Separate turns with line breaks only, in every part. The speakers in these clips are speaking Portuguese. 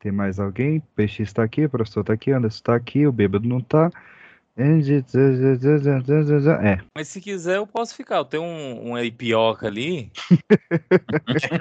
Tem mais alguém? Peixe está aqui, o professor está aqui, Anderson está aqui, o bêbado não tá. está. É.
Mas se quiser, eu posso ficar. Eu tenho um, um ipioca ali.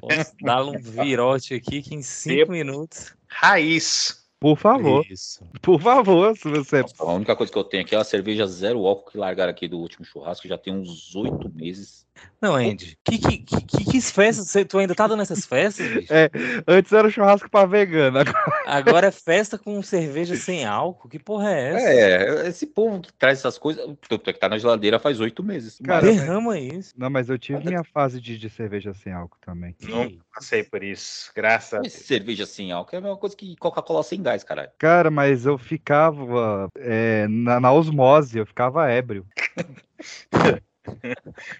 posso dar um virote aqui que em cinco
Bebo.
minutos.
Raiz.
Por favor,
Isso.
por favor, se você.
Nossa, Tá A única coisa que eu tenho aqui é a cerveja zero álcool que largaram aqui do último churrasco, que já tem uns oito meses.
Não, Andy. Que, que, que, que- que festas? Você, tu ainda tá dando essas festas, bicho?
É. Antes era churrasco pra vegano, agora
Agora é festa com cerveja sem álcool? Que porra é essa?
É, esse povo que traz essas coisas, tanto é que tá na geladeira faz oito meses.
Cara, é
Derrama isso.
Não, mas eu tive minha fase de, de cerveja sem álcool também.
Não passei por isso. Graças a
Mas
Deus.
cerveja sem álcool é a mesma coisa que Coca-Cola sem gás, caralho.
Cara, mas eu ficava é, na, na osmose, eu ficava ébrio.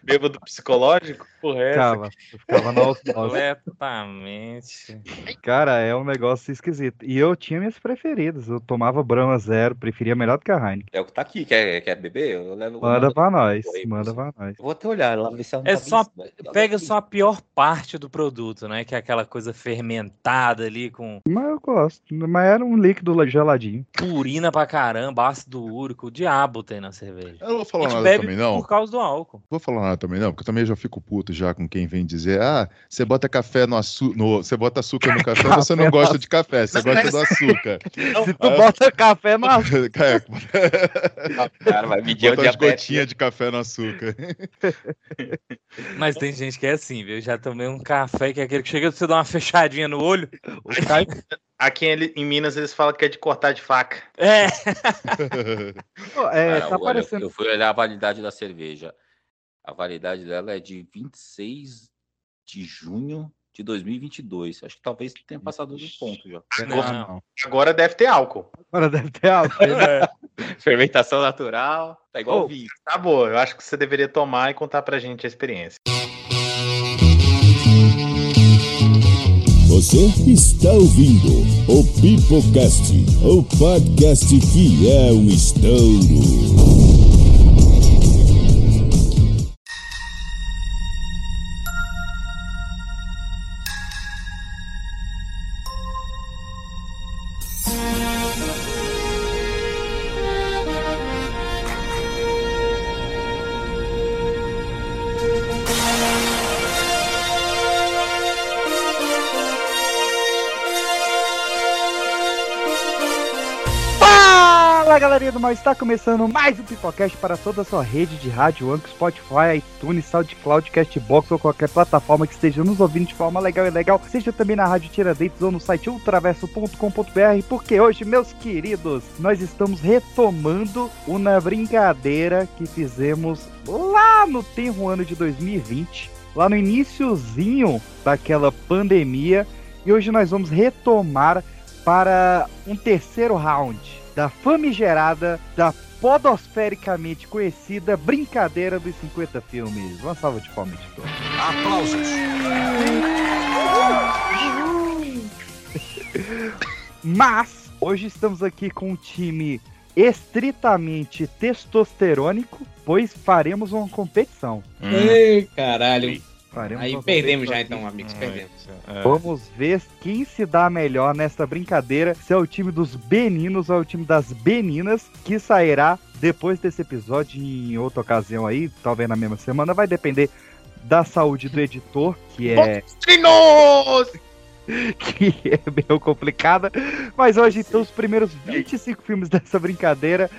Bêbado psicológico? Porra, é essa?
Ficava, eu ficava na
é?
osmose.
Completamente.
Cara, é um negócio esquisito. E eu tinha minhas preferidas. Eu tomava Brahma Zero, preferia melhor do que a Heineken.
É o que tá aqui, quer, quer beber? Eu levo.
Manda pra nós,
Aí,
manda pra nós.
Vou até olhar lá, ver se ela não
É
tá
só-
vencida. Ela
Pega
tá
só a pior parte do produto, né? Que é aquela coisa fermentada ali com
Mas eu gosto. Mas era um líquido la- geladinho.
purina pra caramba, ácido úrico, o diabo tem na cerveja.
Eu não vou
A
falar
gente
nada
bebe
também, não.
por causa do álcool.
Não vou falar nada também, não, porque eu também já fico puto já com quem vem dizer, ah, você bota café no açúcar, você bota açúcar no café, você não
Café no
gosta de café, você gosta do açúcar.
Se tu
Ah,
É.
eu-
bota café na.
Cara,
vencida. Cara, vai medir a
bota umas
diabetes.
gotinhas de café no açúcar.
Mas tem gente que é assim, viu? Eu já tomei um café que é aquele que chega pra você dar uma fechadinha no olho.
Aqui em, em Minas eles falam que é de cortar de faca.
É,
Pô, É,
Cara,
tá
Ah, olha,
parecendo.
Eu fui olhar a validade da cerveja. A validade dela é de 26 de junho de 2022. Acho que talvez tenha passado do ponto já.
Não.
Agora deve ter álcool.
é, Agora deve ter álcool.
Fermentação natural. Tá igual
Oh.
vinho.
Tá boa, eu acho que você deveria tomar e contar pra gente a experiência.
Você está ouvindo o Pipocast, o podcast que é um estouro.
Fala galerinha do mal, está começando mais um Pipocast para toda a sua rede de rádio, Anchor, Spotify, iTunes, SoundCloud, Castbox ou qualquer plataforma que esteja nos ouvindo de forma legal e legal, seja também na Rádio Tiradentes ou no site ultraverso.com.br, porque hoje, meus queridos, nós estamos retomando uma brincadeira que fizemos lá no tenro ano de 2020, lá no iníciozinho daquela pandemia, e hoje nós vamos retomar para um terceiro round da famigerada, da podosfericamente conhecida brincadeira dos 50 filmes. Uma salva de palmas de todos.
Aplausos.
Mas hoje estamos aqui com um time estritamente testosterônico, pois faremos uma competição.
Hum.
Hum.
Ei, caralho.
Faremos
Aí
uma
perdemos já
competição
então, amigos, perdemos.
aqui. Vamos ver quem se dá melhor nesta brincadeira, se é o time dos Beninos ou é o time das Beninas, que sairá depois desse episódio em outra ocasião aí, talvez na mesma semana, vai depender da saúde do editor, que é
Trinos!
que é meio complicada. Mas hoje, então, os primeiros 25 filmes dessa brincadeira,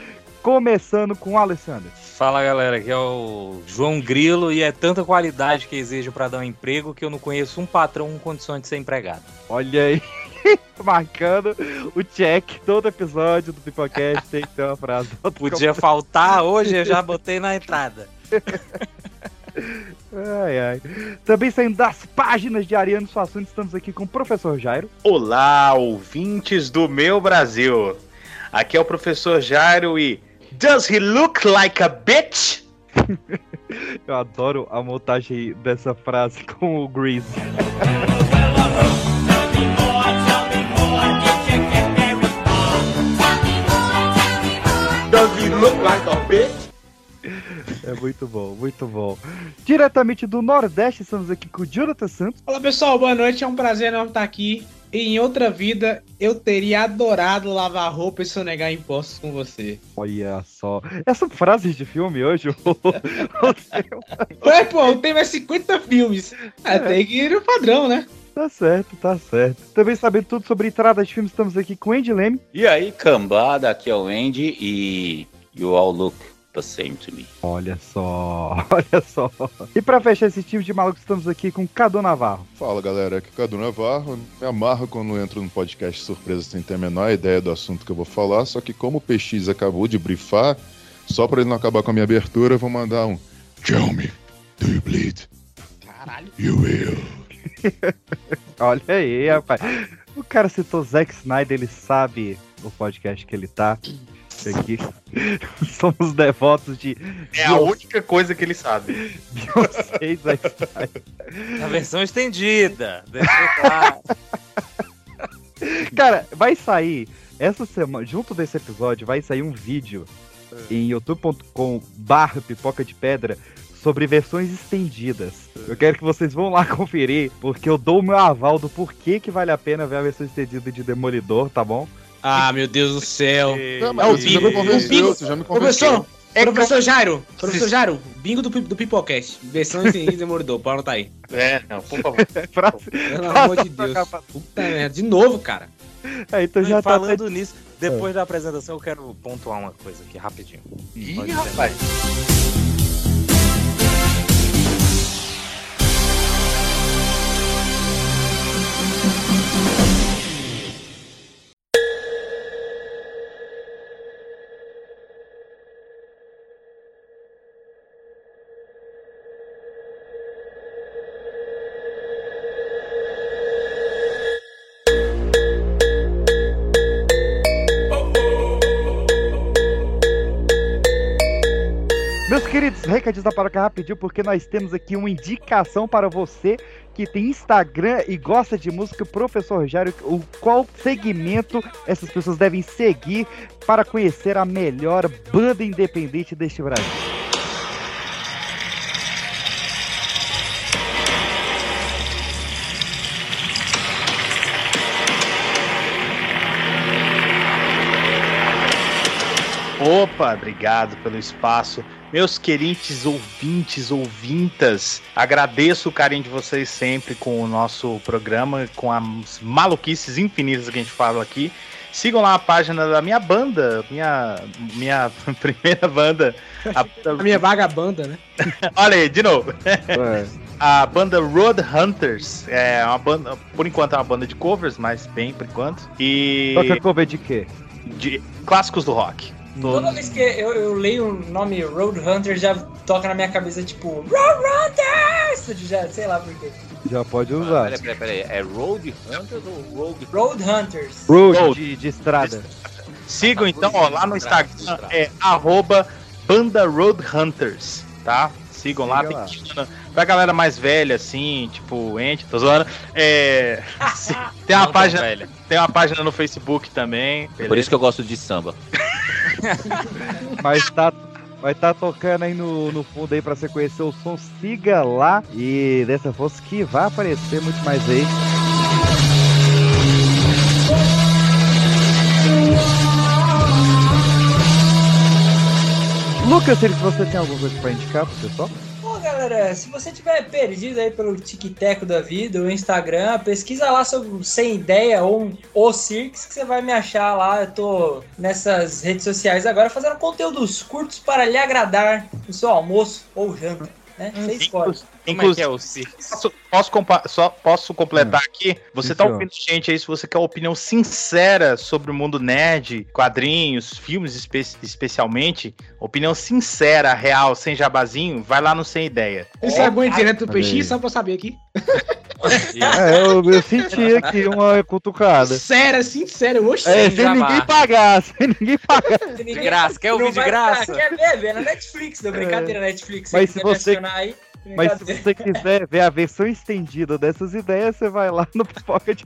começando com o Alessandro.
Fala galera, aqui é o João Grilo e é tanta qualidade que exijo pra dar um emprego que eu não conheço um patrão com condições de ser empregado.
Olha aí, marcando o check. Todo episódio do Pipocast tem que ter uma frase.
Podia faltar hoje, eu já botei na entrada.
Ai, ai. Também saindo das páginas de Ariano Suassuna, estamos aqui com o professor Jairo.
Olá, ouvintes do meu Brasil. Aqui é o professor Jairo e. Does he look like a bitch?
Eu adoro a montagem dessa frase com o Grease.
Does he look like a bitch?
É muito bom, muito bom. Diretamente do Nordeste, estamos aqui com o Jonathan Santos.
Fala pessoal, boa noite, é um prazer enorme estar aqui. E em outra vida, eu teria adorado lavar roupa e sonegar impostos com você.
Olha só. Essa frase de filme hoje, o, o seu-
Ué, pô, eu tenho mais 50 filmes. Ah, tem que ir no padrão, né?
Tá certo, tá certo. Também sabendo tudo sobre entrada de filmes, estamos aqui com o Andy Leme.
E aí, cambada, aqui é o Andy e you all look the same to me.
Olha só, olha só. E pra fechar esse time de maluco, estamos aqui com Cadu Navarro.
Fala galera, aqui é o Cadu Navarro. Me amarro quando eu entro no podcast surpresa sem ter a menor ideia do assunto que eu vou falar. Só que, como o PX acabou de brifar, só pra ele não acabar com a minha abertura, eu vou mandar um Tell me, do you bleed?
Caralho.
You will.
Olha aí, rapaz. O cara citou Zack Snyder, ele sabe o podcast que ele tá. Isso Aqui. Somos devotos de
É a única coisa que ele sabe.
Beyoncé e Zack
Na versão estendida. Deixa eu falar.
Cara, vai sair essa semana, junto desse episódio, vai sair um vídeo em youtube.com barra pipoca de pedra sobre versões estendidas. Eu quero que vocês vão lá conferir, porque eu dou o meu aval do porquê que vale a pena ver a versão estendida de Demolidor, tá bom?
Ah, meu Deus do céu.
Não, mas
É o
você já me
Big-
convenceu,
Big-
você já me convenceu.
Professor,
é
professor Jairo, professor Jairo, bingo do, pi- do Pipocast. Versão entendida demorou, pode anotar aí.
É, não, por favor.
É frase.
Pelo amor
tá
de Deus. Puta merda, de novo, cara.
É, então já
E
tá até
falando nisso, depois da apresentação eu quero pontuar uma coisa aqui rapidinho.
Ih,
Pode
rapaz.
Meus queridos, recadinhos da Paroca rapidinho, porque nós temos aqui uma indicação para você que tem Instagram e gosta de música, professor Jário, o qual segmento essas pessoas devem seguir para conhecer a melhor banda independente deste Brasil.
Opa, obrigado pelo espaço. Meus queridos ouvintes, ouvintas, agradeço o carinho de vocês sempre com o nosso programa, com as maluquices infinitas que a gente fala aqui. Sigam lá a página da minha banda, minha, minha primeira banda. A-
A minha vagabanda, né?
olha aí, de novo. A banda Road Hunters. É uma banda, por enquanto é uma banda de covers, mas bem por enquanto. E
Toca cover de quê?
de clássicos do rock.
Toda vez que eu, eu leio o nome Roadhunter, já toca na minha cabeça, tipo, Roadhunters! Já, sei lá por quê.
Já pode
Ah,
usar.
peraí, peraí, peraí. É Road Hunters ou Road
Roadhunters.
Road de, de estrada.
Sigam então ó, lá no Instagram, é arroba Banda Road Hunters, tá? Sigam lá,
Siga lá.
tem Tiana. Pra galera mais velha, assim, tipo, ente, tô zoando. É, se- tem, uma página,
velha.
tem uma página no Facebook
É
também.
Por isso que eu gosto de samba.
Mas tá, vai estar tocando aí no, no fundo aí para você conhecer o som. Siga lá e dessa força que vai aparecer muito mais aí. Lucas, se você tem alguma coisa pra indicar pro pessoal?
Pô, galera, se você tiver perdido aí pelo tic-teco da vida, o Instagram, pesquisa lá sobre o Sem Ideia ou um O Cirques, que você vai me achar lá. Eu tô nessas redes sociais agora fazendo conteúdos curtos para lhe agradar no seu almoço ou janta, né? Você
Como
escolhe.
é que
Inclusive,
é o circo?
posso, posso, compa- só posso
Hum.
completar aqui? Você tá
Isso.
ouvindo gente aí, se você quer uma opinião sincera sobre o mundo nerd, quadrinhos, filmes espe- especialmente, opinião sincera, real, sem jabazinho, vai lá no Sem Ideia.
Isso é bom em direto do
Olha aí.
peixinho, só pra eu saber aqui.
É, eu, eu senti aqui uma cutucada.
Sério, sincero, oxe.
É,
Sem
sem
jabá.
ninguém pagar, sem ninguém pagar.
De graça, quer ouvir de graça?
Quer ver? Vê na Netflix, não brincadeira, Netflix.
É. Mas se
quiser
você-
me acionar aí,
Mas se
brincadeira.
você quiser ver a versão estendida dessas ideias, você vai lá no Pocket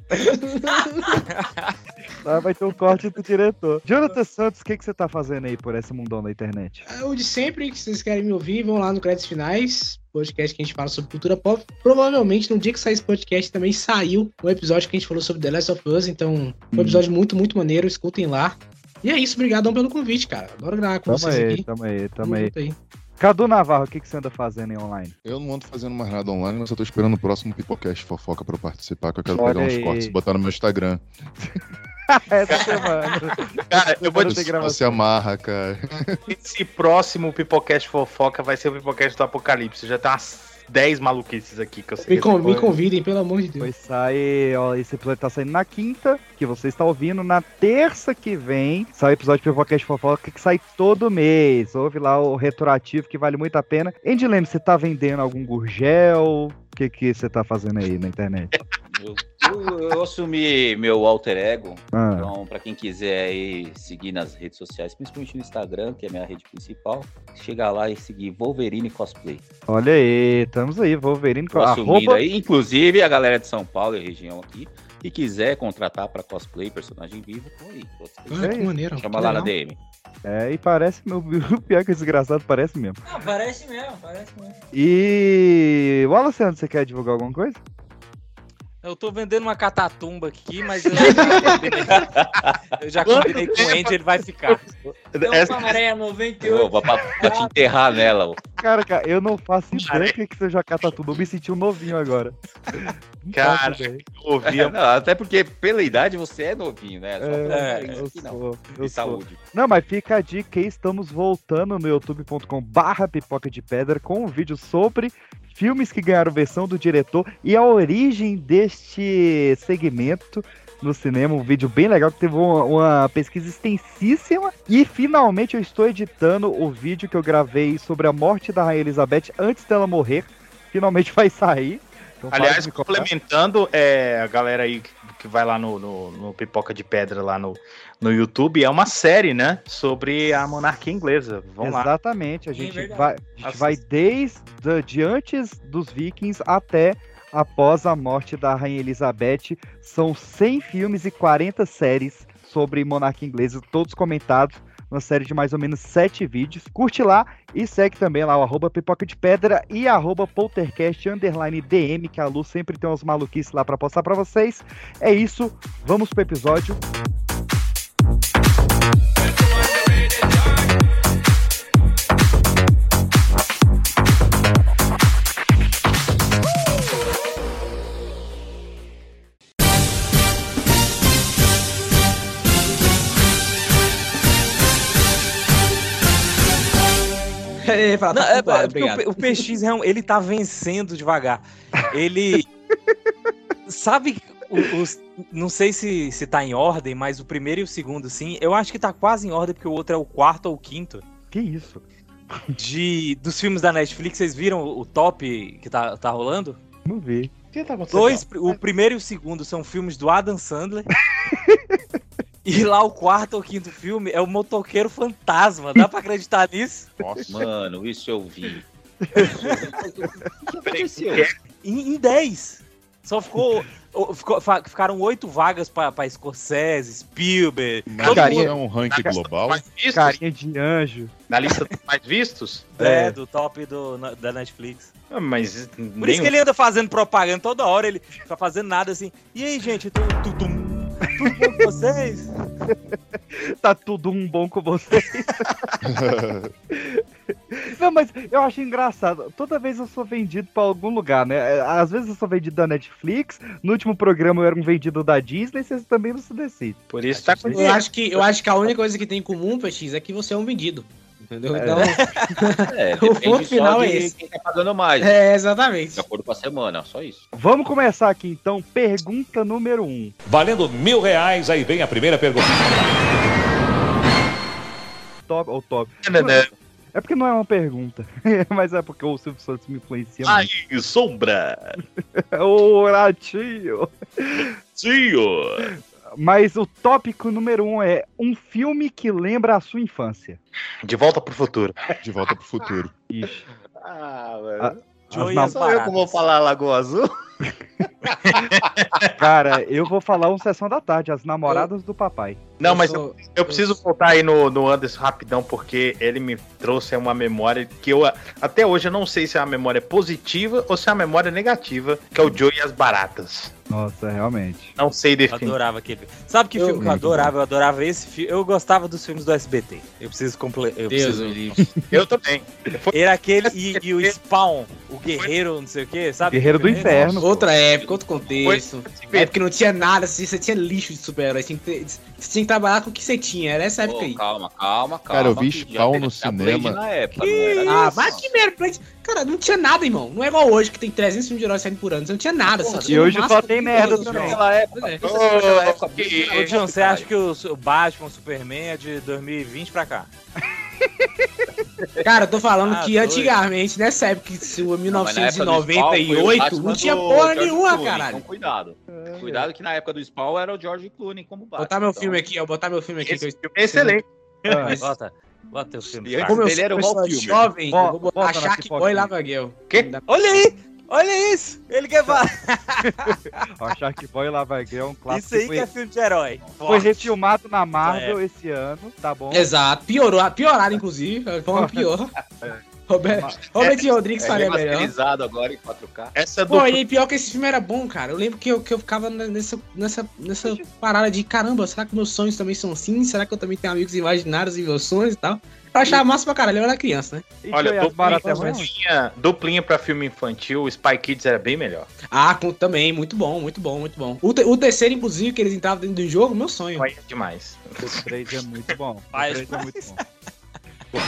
Lá vai ter um corte do diretor. Jonathan Santos, o que, que você tá fazendo aí por esse mundão da internet?
É O de sempre, que vocês querem me ouvir, vão lá no Créditos Finais, podcast que a gente fala sobre cultura pop. Provavelmente no dia que sair esse podcast também saiu um episódio que a gente falou sobre The Last of Us, então foi um episódio muito, muito maneiro, escutem lá. E é isso, obrigadão pelo convite, cara. Adoro gravar com
Tamo
vocês
aí,
aqui.
tamo aí, tamo
Tamo
aí.
junto aí.
Cadu Navarro, o que, que você anda fazendo aí online?
Eu não ando fazendo mais nada online, mas eu tô esperando o próximo Pipocast Fofoca pra eu participar, que eu quero
Olha
pegar uns
aí.
cortes e botar no meu Instagram.
Essa semana.
Cara, eu vou
Quero ter
dizer,
gravação.
Se amarra, cara.
esse próximo Pipocast Fofoca vai ser o Pipocast do Apocalipse. Já tem umas 10 maluquices aqui que eu sei.
Me,
que
con- me
foi.
convidem, pelo amor de Deus.
Pois sai, ó, esse episódio tá saindo na quinta, que você está ouvindo. Na terça que vem, sai o episódio de Pipocast Fofoca, que sai todo mês. Ouve lá o retroativo, que vale muito a pena. Endilene, você tá vendendo algum gurgel? O que, que você tá fazendo aí na internet?
Eu, eu- eu assumi meu alter ego.
Ah,
Então, pra quem quiser aí seguir nas redes sociais, principalmente no Instagram, que é a minha rede principal, chegar lá e seguir Wolverine Cosplay.
olha aí, estamos aí, Wolverine com
Tô assumindo
arroba
aí, inclusive a galera de São Paulo e região aqui, que quiser contratar pra cosplay, personagem vivo, tô aí. tô disponível.
Ah, que maneiro.
Chama
que
lá na
legal.
DM.
É, e parece meu o pior que o desgraçado parece mesmo.
Ah, parece mesmo, parece mesmo.
E Wallace, Santos, você quer divulgar alguma coisa?
Eu tô vendendo uma catatumba aqui, mas eu já combinei, eu já combinei com o Andy, ele vai ficar.
Tem
Essa-
uma maré
Eu
98.
vou pra, pra te enterrar nela. ô.
Cara, cara, eu não faço ideia que que seja a Catatuba. Eu me senti um novinho agora. Não faço
Cara,
ideia.
eu ouvi
Não, até porque pela idade você é novinho, né? Só pela
É,
aparência
eu
que não. tá
sou, eu sou.
E saúde.
Não, mas fica a dica aí, estamos voltando no youtube.com barra pipoca de pedra com um vídeo sobre filmes que ganharam versão do diretor e a origem deste segmento no cinema, um vídeo bem legal que teve uma, uma pesquisa extensíssima e finalmente eu estou editando o vídeo que eu gravei sobre a morte da Rainha Elizabeth antes dela morrer, finalmente vai sair. Então, para
Aliás,
de me cobrar.
complementando, é, a galera aí que, que vai lá no, no- no Pipoca de Pedra lá no, no YouTube, é uma série, né? Sobre a monarquia inglesa. Vamos lá.
Exatamente, a gente,
verdade.
vai, a gente vai desde de antes dos vikings até após a morte da Rainha Elizabeth. São 100 filmes e 40 séries sobre monarquia inglesa, todos comentados uma série de mais ou menos 7 vídeos. Curte lá e segue também lá o arroba pipoca de pedra e arroba poltercast underline DM, que a Lu sempre tem umas maluquices lá pra postar pra vocês. É isso, vamos pro episódio.
Ele fala, tá
Não, é,
culpado,
é porque o
obrigado.
P- o, PX, real- ele tá vencendo devagar. Ele. sabe, o- os, não sei se, se tá em ordem, mas o primeiro e o segundo, sim. Eu acho que tá quase em ordem, porque o outro é o quarto ou o quinto.
Que isso?
De, dos filmes da Netflix, vocês viram o o top que tá, tá rolando?
Não vi.
O que tá acontecendo?
Dois, o primeiro e o segundo são filmes do Adam Sandler. e lá o quarto ou quinto filme é o Motoqueiro Fantasma. Dá pra acreditar nisso?
Nossa.
Mano, isso eu vi.
em, em 10. Só ficou. o- ficou- fa- ficaram oito vagas pra, pra Scorsese, Spielberg.
Mas
Cara,
isso é um ranking
Cara,
global.
Mais vistos?
Carinha de anjo.
Na lista dos mais vistos?
É.
né, do top do, na- da Netflix.
Ah, Mas
Por isso que ele anda fazendo propaganda toda hora, ele não tá fazendo nada assim. E aí, gente, tu, tu, tum, tudo bom com vocês?
Tá tudo um bom com você. Não, mas eu acho engraçado. Toda vez eu sou vendido pra algum lugar, né? Às vezes eu sou vendido da Netflix. No último programa eu era um vendido da Disney. Vocês também não se decidem.
Por isso tá
Eu acho, que, eu acho que a única coisa que tem em comum, PX, é que você é um vendido. Entendeu? Então,
É,
O
depende
final
só
é
de
esse.
quem tá pagando mais.
é, exatamente.
De acordo com a semana, só isso.
Vamos começar aqui então. Pergunta número 1. Um.
Valendo mil reais, aí vem a primeira pergunta.
Top ou top.
Tananã.
É porque não é uma pergunta, mas é porque o Silvio Santos me influencia
Ai, sombra!
muito. Ô, Ratinho!
Tio!
Mas o tópico número 1 um é um filme que lembra a sua infância.
De volta pro futuro.
De volta pro futuro.
Ixi.
Ah,
velho.
Joias
É
As
baratas.
falar Lagoa Azul?
Cara, eu vou falar um sessão da tarde, as namoradas do papai.
Não, mas eu,
sou-
eu preciso voltar aí no, no Anderson rapidão, porque ele me trouxe uma memória que eu a- até hoje eu não sei se é uma memória positiva ou se é uma memória negativa, que é o Joe e as Baratas.
Nossa, realmente.
Não sei
Eu
definir.
adorava aquele filme. Sabe que
Eu-
filme que eu
Muito
adorava? Eu adorava esse filme. Eu gostava dos filmes do SBT. Eu preciso completar.
Deus,
Preciso...
me
Eu também.
Era aquele e, e o Spawn, o Guerreiro, não sei o quê, sabe?
Guerreiro do
Nossa.
Inferno.
Outra época, outro contexto. É porque não tinha nada, assim, você tinha lixo de super-herói. Você, tinha que ter- você tinha que trabalhar com o que você tinha. Era essa
Ô,
época aí.
calma, calma, calma.
Cara, eu vi
que já
Spawn
teve
no
até a
cinema.
Blade Na época, não era
Ah,
isso,
mas
não.
que merda, Blade. Cara, não tinha nada, irmão. Não é igual hoje que tem 300 filmes de herói saindo por ano. Você não tinha nada. só
E
tinha
hoje
no
só
máximo
tem
30
merda
anos,
também.
não.
Naquela época,
É.
pensa que naquela época,
Ô, John, você
caralho.
acha que o su- Batman, o Superman é de 2020 pra cá?
É. Cara, eu tô falando
Ah,
que
doido.
antigamente, nessa época, se o
Não, mas na época do Spawn foi o
1998,
Batman
não tinha
do
porra
George
nenhuma,
Clooney,
caralho.
Então, cuidado.
é
Cuidado que na época do Spawn era o George Clooney como
Vou
Batman.
botar meu
então.
filme aqui, ó. Botar meu filme aqui.
Esse
que eu-
filme é excelente.
Ah,
Bota, bota o filme.
E antes
cara.
Como eu
dele
sou um
era o
pessoa
Val Kilmer.
jovem,
Volta-
eu vou
volta
botar
na
Shaq
pipoca
Boy
aí.
lá, Vaguel.
Quê?
Olha aí! Olha isso! Ele quer falar.
ó, Shark Boy lá vai ganhar um clássico.
Isso aí
foi,
que é filme de herói.
foi
Forte. É.
refilmado na Marvel esse ano, tá bom?
Exato. Piorou, pioraram, inclusive. Foi uma pior. Roberto, Robert Rodrigues
É
faria melhor.
remasterizado agora em 4K.
Essa do
Pô, e pior que esse filme era bom, cara. Eu lembro que eu, que eu ficava na- nessa, nessa, nessa parada de caramba, será que meus sonhos também são assim? Será que eu também tenho amigos imaginários em meus sonhos e tal? Eu achava massa pra caralho, eu era criança, né?
E
Olha,
Joey as Baratas é
duplinha,
ruim?
duplinha, duplinha pra filme infantil, o Spy Kids era bem melhor.
Ah, com- também, muito bom, muito bom, muito bom. O, te- o terceiro, inclusive, que eles entravam dentro do jogo, meu sonho.
Olha demais.
O 3 é muito bom. O
Mas-
3 é muito bom.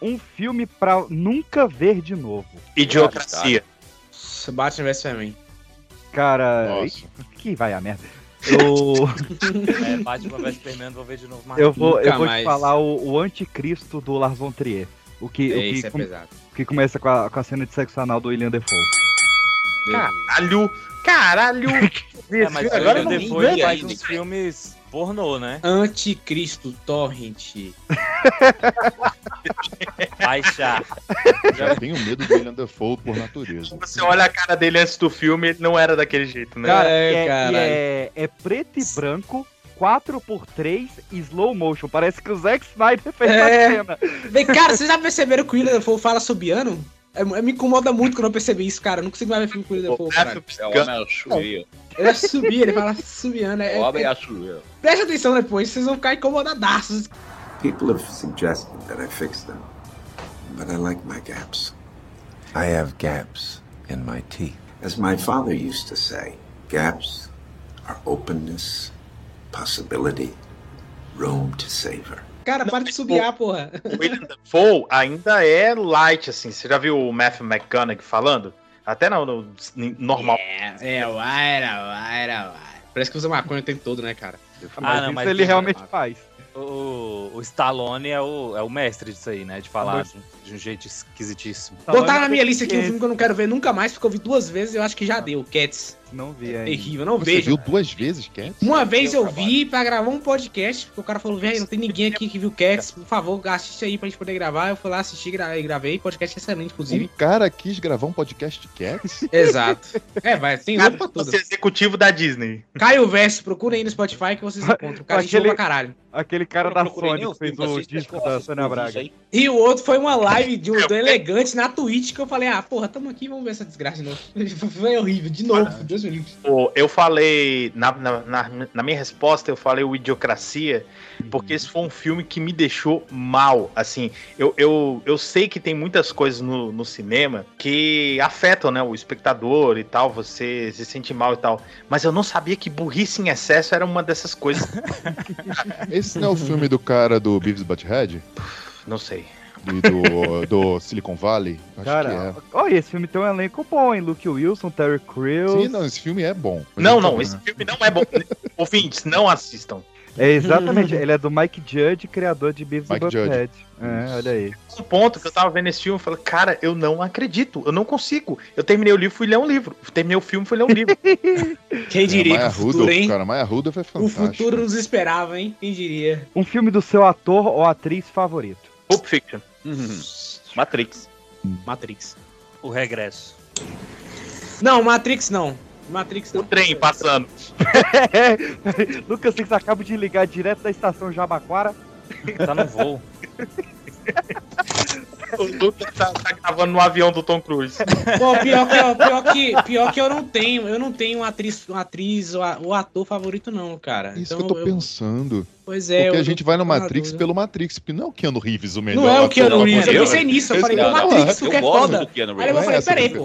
Um filme pra nunca ver de novo.
Idiocracia.
Batman vs Superman.
Cara,
Nossa.
que vai a merda. Eu,
É, Batman vs Superman, vou ver de novo. mas-
eu vou, eu
Nunca
vou te
mais.
falar o, o anticristo do Lars von Trier. O que,
É,
o que, com-
pesado.
que começa com a, com a cena de sexo anal do William Defoe.
Caralho! Caralho!
É, mas
Agora
agora
eu não
depois
vi
faz
ainda.
uns filmes pornô, né?
Anticristo Torrent.
Baixar.
Já tenho medo do William Dafoe por natureza.
Você olha a cara dele antes do filme, ele não era daquele jeito, né?
Cara,
E
é,
é, e
caralho.
é, é preto e branco, 4x3 e slow motion. Parece que o Zack Snyder fez
É.
a cena.
Bem, cara, vocês já perceberam que o William Dafoe fala subiano? É, me incomoda muito quando eu percebi isso, cara. Eu não consigo mais ver filme com o William Dafoe, cara.
É o homem a chuveiro.
Ele é subir, ele fala subiano. É,
O homem
é,
a chuveiro.
presta atenção depois, vocês vão ficar incomodadaços.
People have suggested that I fix them, but I like my gaps. I have gaps in my teeth. As my father used to say, gaps are openness, possibility, room to savor.
Cara, para de subiar, porra.
O William Dafoe ainda é light, assim. Você já viu o Matthew McConaughey falando? Até não, no normal.
É, é, waira, waira, waira. Parece que usa maconha o tempo todo, né, cara?
Mas
Ah, não,
isso
mas é
ele
tem-
realmente faz.
O, o Stallone é o, é o mestre disso aí, né? De falar de, de um jeito esquisitíssimo.
Tá
Botaram na minha lista aqui um
Cats.
filme que eu não quero ver nunca mais, porque eu vi duas vezes Tá. e eu acho que já deu. Cats.
Não vi ainda.
Terrível, não
Você
vejo.
viu duas vezes, Cat?
Uma vez eu
Meu
vi pra gravar um podcast, porque o cara falou, velho, não tem ninguém aqui que viu Cats, por favor, assiste aí pra gente poder gravar. Eu fui lá assistir gra- e gravei, podcast excelente,
Um
inclusive.
cara quis gravar um podcast de Cats?
Exato. É, vai, tem louco pra tudo.
Você é executivo da Disney.
Caio Verso, procura aí no Spotify que vocês encontram. O cara
Aquele-
encheu pra caralho.
Aquele cara
Eu
da
não procurei
Sony
nem
que fez
filme,
o
assisto,
disco
acho que eu
da
assisto
Sônia
isso
Braga.
aí.
E o outro foi uma live de um- do Elegante na Twitch que eu falei, ah, porra, tamo aqui, vamos ver essa desgraça de novo. Foi horrível, de novo, Deus me livre.
Pô, eu falei, na, na, na, na minha resposta, eu falei o Idiocracia, porque esse foi um filme que me deixou mal. Assim, eu, eu, eu sei que tem muitas coisas no, no cinema que afetam né, o espectador e tal, você se sente mal e tal. Mas eu não sabia que burrice em excesso era uma dessas coisas.
Esse não é o filme do cara do Beavis Butthead?
não sei.
E do, do Silicon Valley? Acho é.
Cara,
é.
olha, esse filme tem um elenco bom, hein? Luke Wilson, Terry
que é.
Crews.
Sim, não, esse filme é bom. Mas
Não,
eu tô
não,
vendo.
esse filme não é bom. Ouvintes, não assistam.
É, exatamente. ele é do Mike Judge, criador de Beavis e
Mike Judge.
Butthead. É, olha aí.
Um ponto que eu tava vendo esse filme, eu falei, cara, eu não acredito, eu não consigo. Eu terminei o livro, fui ler um livro. Terminei o filme, fui ler um livro.
É,
Quem diria que
Maia
o futuro,
Rudolph,
hein?
cara, Maia Rudolph é
O
fantástico.
futuro nos esperava, hein? Quem diria?
Um filme do seu ator ou atriz favorito.
Pulp Fiction.
Uhum. Matrix.
Matrix.
O regresso.
Não, Matrix não. Matrix
O
não.
trem passando.
Lucas Six acabo de ligar direto da estação Jabaquara.
Tá no voo.
O Lucas tá, tá gravando no avião do Tom Cruise.
Pô, pior que, eu- pior, que, pior que eu não tenho. Eu não tenho uma atriz, uma atriz ou a- ou ator favorito, não, cara.
É
Então
Isso que eu tô pensando.
Pois é,
porque
eu
a gente vai no
tô na
Matrix
dúvida.
pelo Matrix, porque não é o Keanu Reeves o melhor.
Não é o
ator
Keanu
da
Reeves, eu
Marvel.
pensei nisso, eu falei,
Esse
é o
cara-
Matrix, o
eu
que é
gosto né?
foda.
do Keanu
Aí eu
Reeves.
Não é
falei,
essa,
peraí,
Pedro.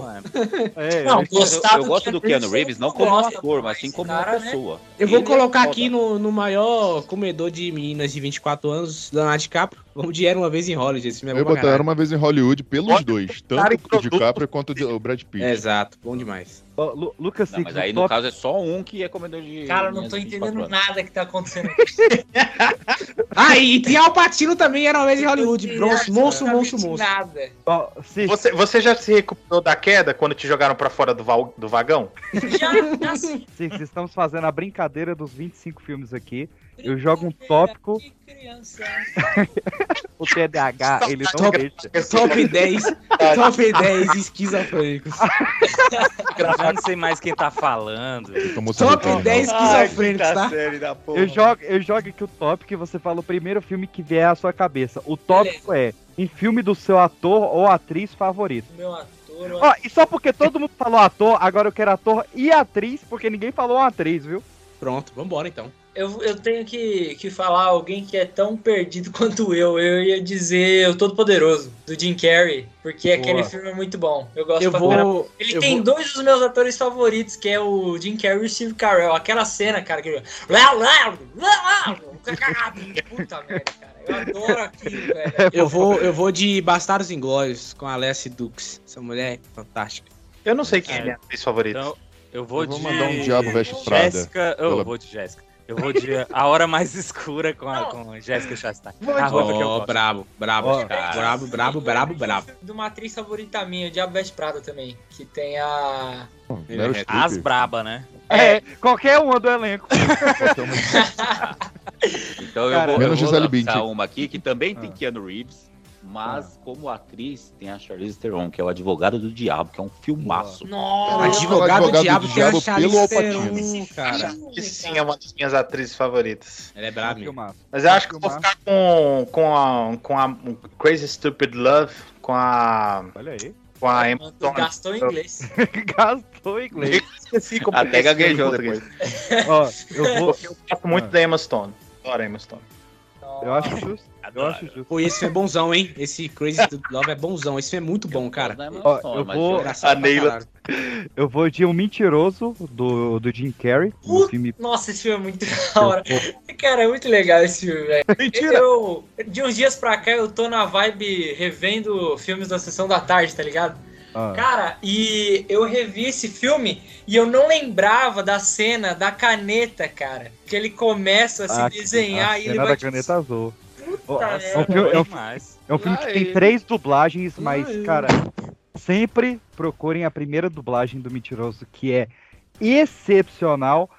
pô.
É,
Não,
eu-
Eu,
gostar
eu
do
gosto do
Keanu
Keanu
Reeves,
Reeves, não
eu
como
gosto,
ator, mas
mas
sim
esse
como
cara, né?
pessoa.
Eu vou
Ele é
colocar
foda.
aqui no, no maior comedor de meninas de 24 anos, Leonardo DiCaprio. Vamos de Era Uma Vez em Hollywood, esse é
Eu
mesmo.
ia botar Era uma vez em Hollywood pelos
Olha,
dois,
cara,
tanto o
produto.
DiCaprio quanto o de- o Brad Pitt.
Exato, bom demais.
Ó, Lu- Lucas
Não,
Six,
mas
o
aí no
top-
caso é só um que é comedor de.
Cara, eu não tô
de
entendendo
24 anos.
nada que tá acontecendo.
Ah, e tem Alpatino também, Era Uma Vez em Hollywood. Monstro, monstro, monstro,
Absolutamente
monstro.
Nada.
ó, Six,
Você, você já se recuperou da queda quando te jogaram pra fora do, val- do vagão?
Já, assim,
Six, estamos fazendo a brincadeira dos 25 filmes aqui. Eu jogo um tópico,
de criança.
o TDAH, ele não
Top.
deixa.
Top 10, top 10 esquizofrênicos.
Já não sei mais quem tá falando.
É,
Tomou sorvetão,
Top 10
Ah,
esquizofrênicos, tá?
Eu jogo, eu jogo aqui o tópico e você fala o primeiro filme que vier à sua cabeça. O tópico é um filme do seu ator ou atriz favorito.
Meu ator,
Ó, e só porque todo mundo falou ator, agora eu quero ator e atriz, porque ninguém falou uma atriz, viu?
Pronto, vambora então.
Eu, eu tenho que, que falar alguém que é tão perdido quanto eu. Eu ia dizer O Todo-Poderoso, do Jim Carrey, porque
Boa.
aquele filme é muito bom. Eu gosto
Eu
pra caramba.
vou.
Ele
eu
tem
vou-
dois dos meus atores favoritos, que é o Jim Carrey e o Steve Carell. Aquela cena, cara, que ele... Lá, lá, lá, lá, Puta merda, cara. Eu adoro aquilo, velho.
Eu vou, eu vou de Bastardos Inglórios com a Alessia Dux. Essa mulher é fantástica.
Eu não sei quem é minha atriz favorita.
Então, eu vou,
Eu vou
de.
mandar um diabo veste Prada.
Jéssica. Eu
Pela-
vou de Jéssica. Eu vou de A Hora Mais Escura com, a, com Jéssica Chastain. A roupa Ah, que eu
Ó,
gosto.
brabo, brabo,
Ó,
cara. brabo, brabo, brabo, brabo.
De uma atriz favorita minha, o Diabo Veste Prada também, que tem a...
é
Meryl Streep.
As braba, né?
É, qualquer uma do elenco.
Bota uma-
Então
Cara,
eu vou, eu
menos
vou
Gisele
lançar
Bündchen.
uma aqui que também tem Keanu Reeves, mas como atriz tem a Charlize Theron, que é o Advogado do Diabo, que é um filmaço.
Nossa!
Advogado
Advogado do Diabo
do
tem a
Diabo
Charlize
pelo Al
Theron,
Pacino.
cara.
Que sim, é uma das minhas atrizes favoritas.
Ela é braba, mesmo.
Filmaço.
Mas eu acho que eu vou ficar com, com, a, com a Crazy Stupid Love, com a.
Olha aí.
Com a Emma Stone.
Gastou em inglês.
Gastou inglês.
Esqueci como
Até
é que é
gaguejou
em português.
Ó, eu vou.
Porque eu gosto muito
Ah.
da Emma Stone. Adoro a Emma Stone.
Eu acho justo. Eu acho justo.
Pô, esse filme é bonzão, hein? Esse Crazy Stupid Love é bonzão. Esse filme é muito bom, cara.
Ó, eu vou-
Engraçado
A
pra
Neila-
caralho.
Eu vou de um mentiroso do, do Jim Carrey. Um
Puta
filme.
Nossa, esse filme é muito da hora. Cara, é muito legal esse filme, velho. Eu, de uns dias pra cá, eu tô na vibe revendo filmes da sessão da tarde, tá ligado?
Ah.
Cara, e eu revi esse filme e eu não lembrava da cena da caneta, cara. Que ele começa a se
Ah,
desenhar
a
e ele
cena da
vai.
caneta azul. Ó,
merda.
é um filme- é um
demais.
É um filme
Lá
que tem
ele.
três dublagens,
Lá
mas,
ele.
cara, sempre procurem a primeira dublagem do Mentiroso, que é excepcional.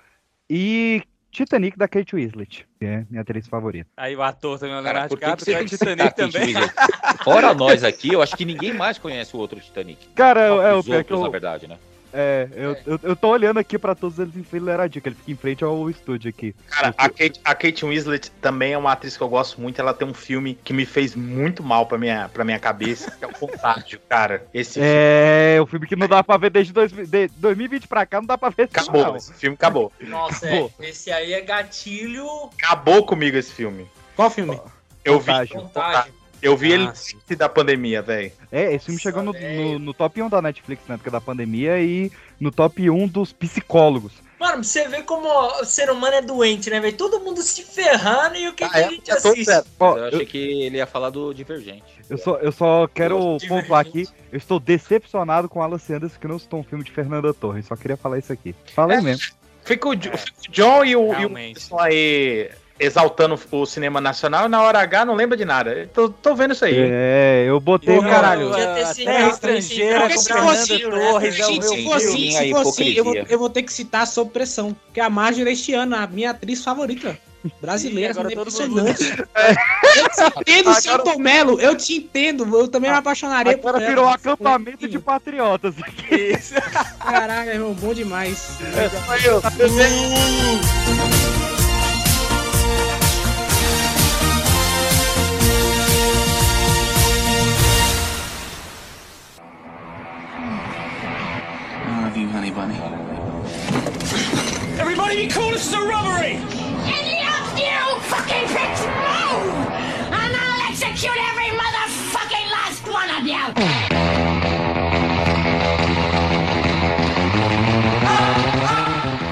E Titanic da Kate Winslet, que é minha atriz favorita.
Aí o ator também, o
Cara,
Leonardo
por que que
DiCaprio, tá
você
em Titanic
tá aqui,
também.
Diego? Fora nós aqui, eu acho que ninguém mais conhece o outro Titanic.
Cara,
Os
é, o pior
outros,
que eu,
na verdade, né?
é, eu, eu, eu tô olhando aqui pra todos eles enfileiradinho, que ele fica em frente ao estúdio aqui.
Cara, a Kate, a Kate Winslet também é uma atriz que eu gosto muito. Ela tem um filme que me fez muito mal pra minha, pra minha cabeça, que é o Contágio, cara. Esse filme
É, o filme que não dá pra ver desde dois, de 2020 pra cá, não dá pra ver esse filme,
acabou.
não.
Esse filme acabou.
Nossa, é, esse aí é gatilho
Acabou comigo esse filme.
Qual filme?
Eu vi,
Contágio.
contagem.
eu vi ele
Ah, sim.
antes da pandemia, velho.
É, esse filme chegou no,
Nossa,
no,
velho.
no top 1 da Netflix na época da pandemia e no top 1 dos psicólogos.
Mano, pra você vê como o ser humano é doente, né, velho? Todo mundo se ferrando e o
Ah,
que, que
é?
a gente assiste?
Ó,
eu achei que um ele ia falar do Divergente.
Eu só, eu só quero
Nossa,
pontuar aqui,
divergente.
eu estou decepcionado com Alan Sanders que não citou um filme de Fernanda Torres, só queria falar isso aqui. Fala
É
aí mesmo.
Fica o,
É.
Jo- fica o John e o, e o
Realmente.
pessoal aí exaltando o cinema nacional e na hora H não lembra de nada. Eu Tô, tô vendo isso aí.
É, eu botei
Ô,
o caralho.
Podia ter
a
se
terra
reunido
estrangeira
entre
com
se
Fernanda
fosse-
Torres. é o
Gente,
meu
se fosse,
filme,
se
a
fosse eu, vou,
hipocrisia.
eu vou ter que citar Sob Pressão, que é a Marjorie este ano, a minha atriz favorita. Brasileiras
Ih, agora
são
todo mundo-
decepcionantes. Eu te entendo,
É. Agora- Ah,
seu Tomelo. Eu te entendo. Eu também me apaixonaria por
Agora
ela.
virou um acampamento de patriotas.
Isso.
Caralho, irmão, bom demais.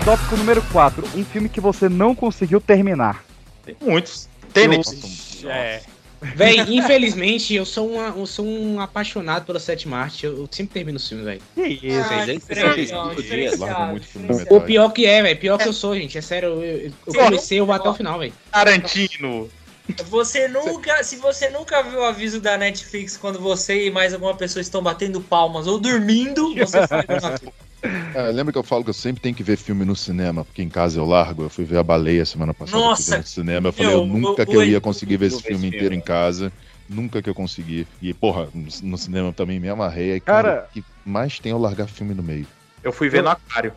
Tópico número 4. Um filme que você não conseguiu terminar.
Tem muitos. Tênis.
É.
Véi, infelizmente, eu sou, uma, eu sou um apaixonado pela sétima arte. Eu, eu sempre termino os filmes, velho.
Que isso?
Ah,
fez aí? Você fez tudo,
diferenciado,
Larga muito filme na
diferenciado.
O
metade.
pior que é, velho. Pior que eu sou, gente. É sério, eu, eu- eu
Sim.
comecei, eu vou até o final, velho.
Tarantino.
Você nunca, se você nunca viu o aviso da Netflix quando você e mais alguma pessoa estão batendo palmas ou dormindo, você foi aqui.
É, lembra que eu falo que eu sempre tenho que ver filme no cinema, porque em casa eu largo. Eu fui ver a baleia semana passada eu fui
Nossa!
ver no cinema. Eu falei,
Meu,
eu nunca
o-
que eu
o-
ia conseguir ver
eu
esse
vi esse
filme
filme.
inteiro em casa. Nunca que eu consegui. E, porra, no, no cinema eu também me amarrei. Aí,
Cara-
cara, o que mais tem é eu largar filme no meio.
Eu fui ver no aquário.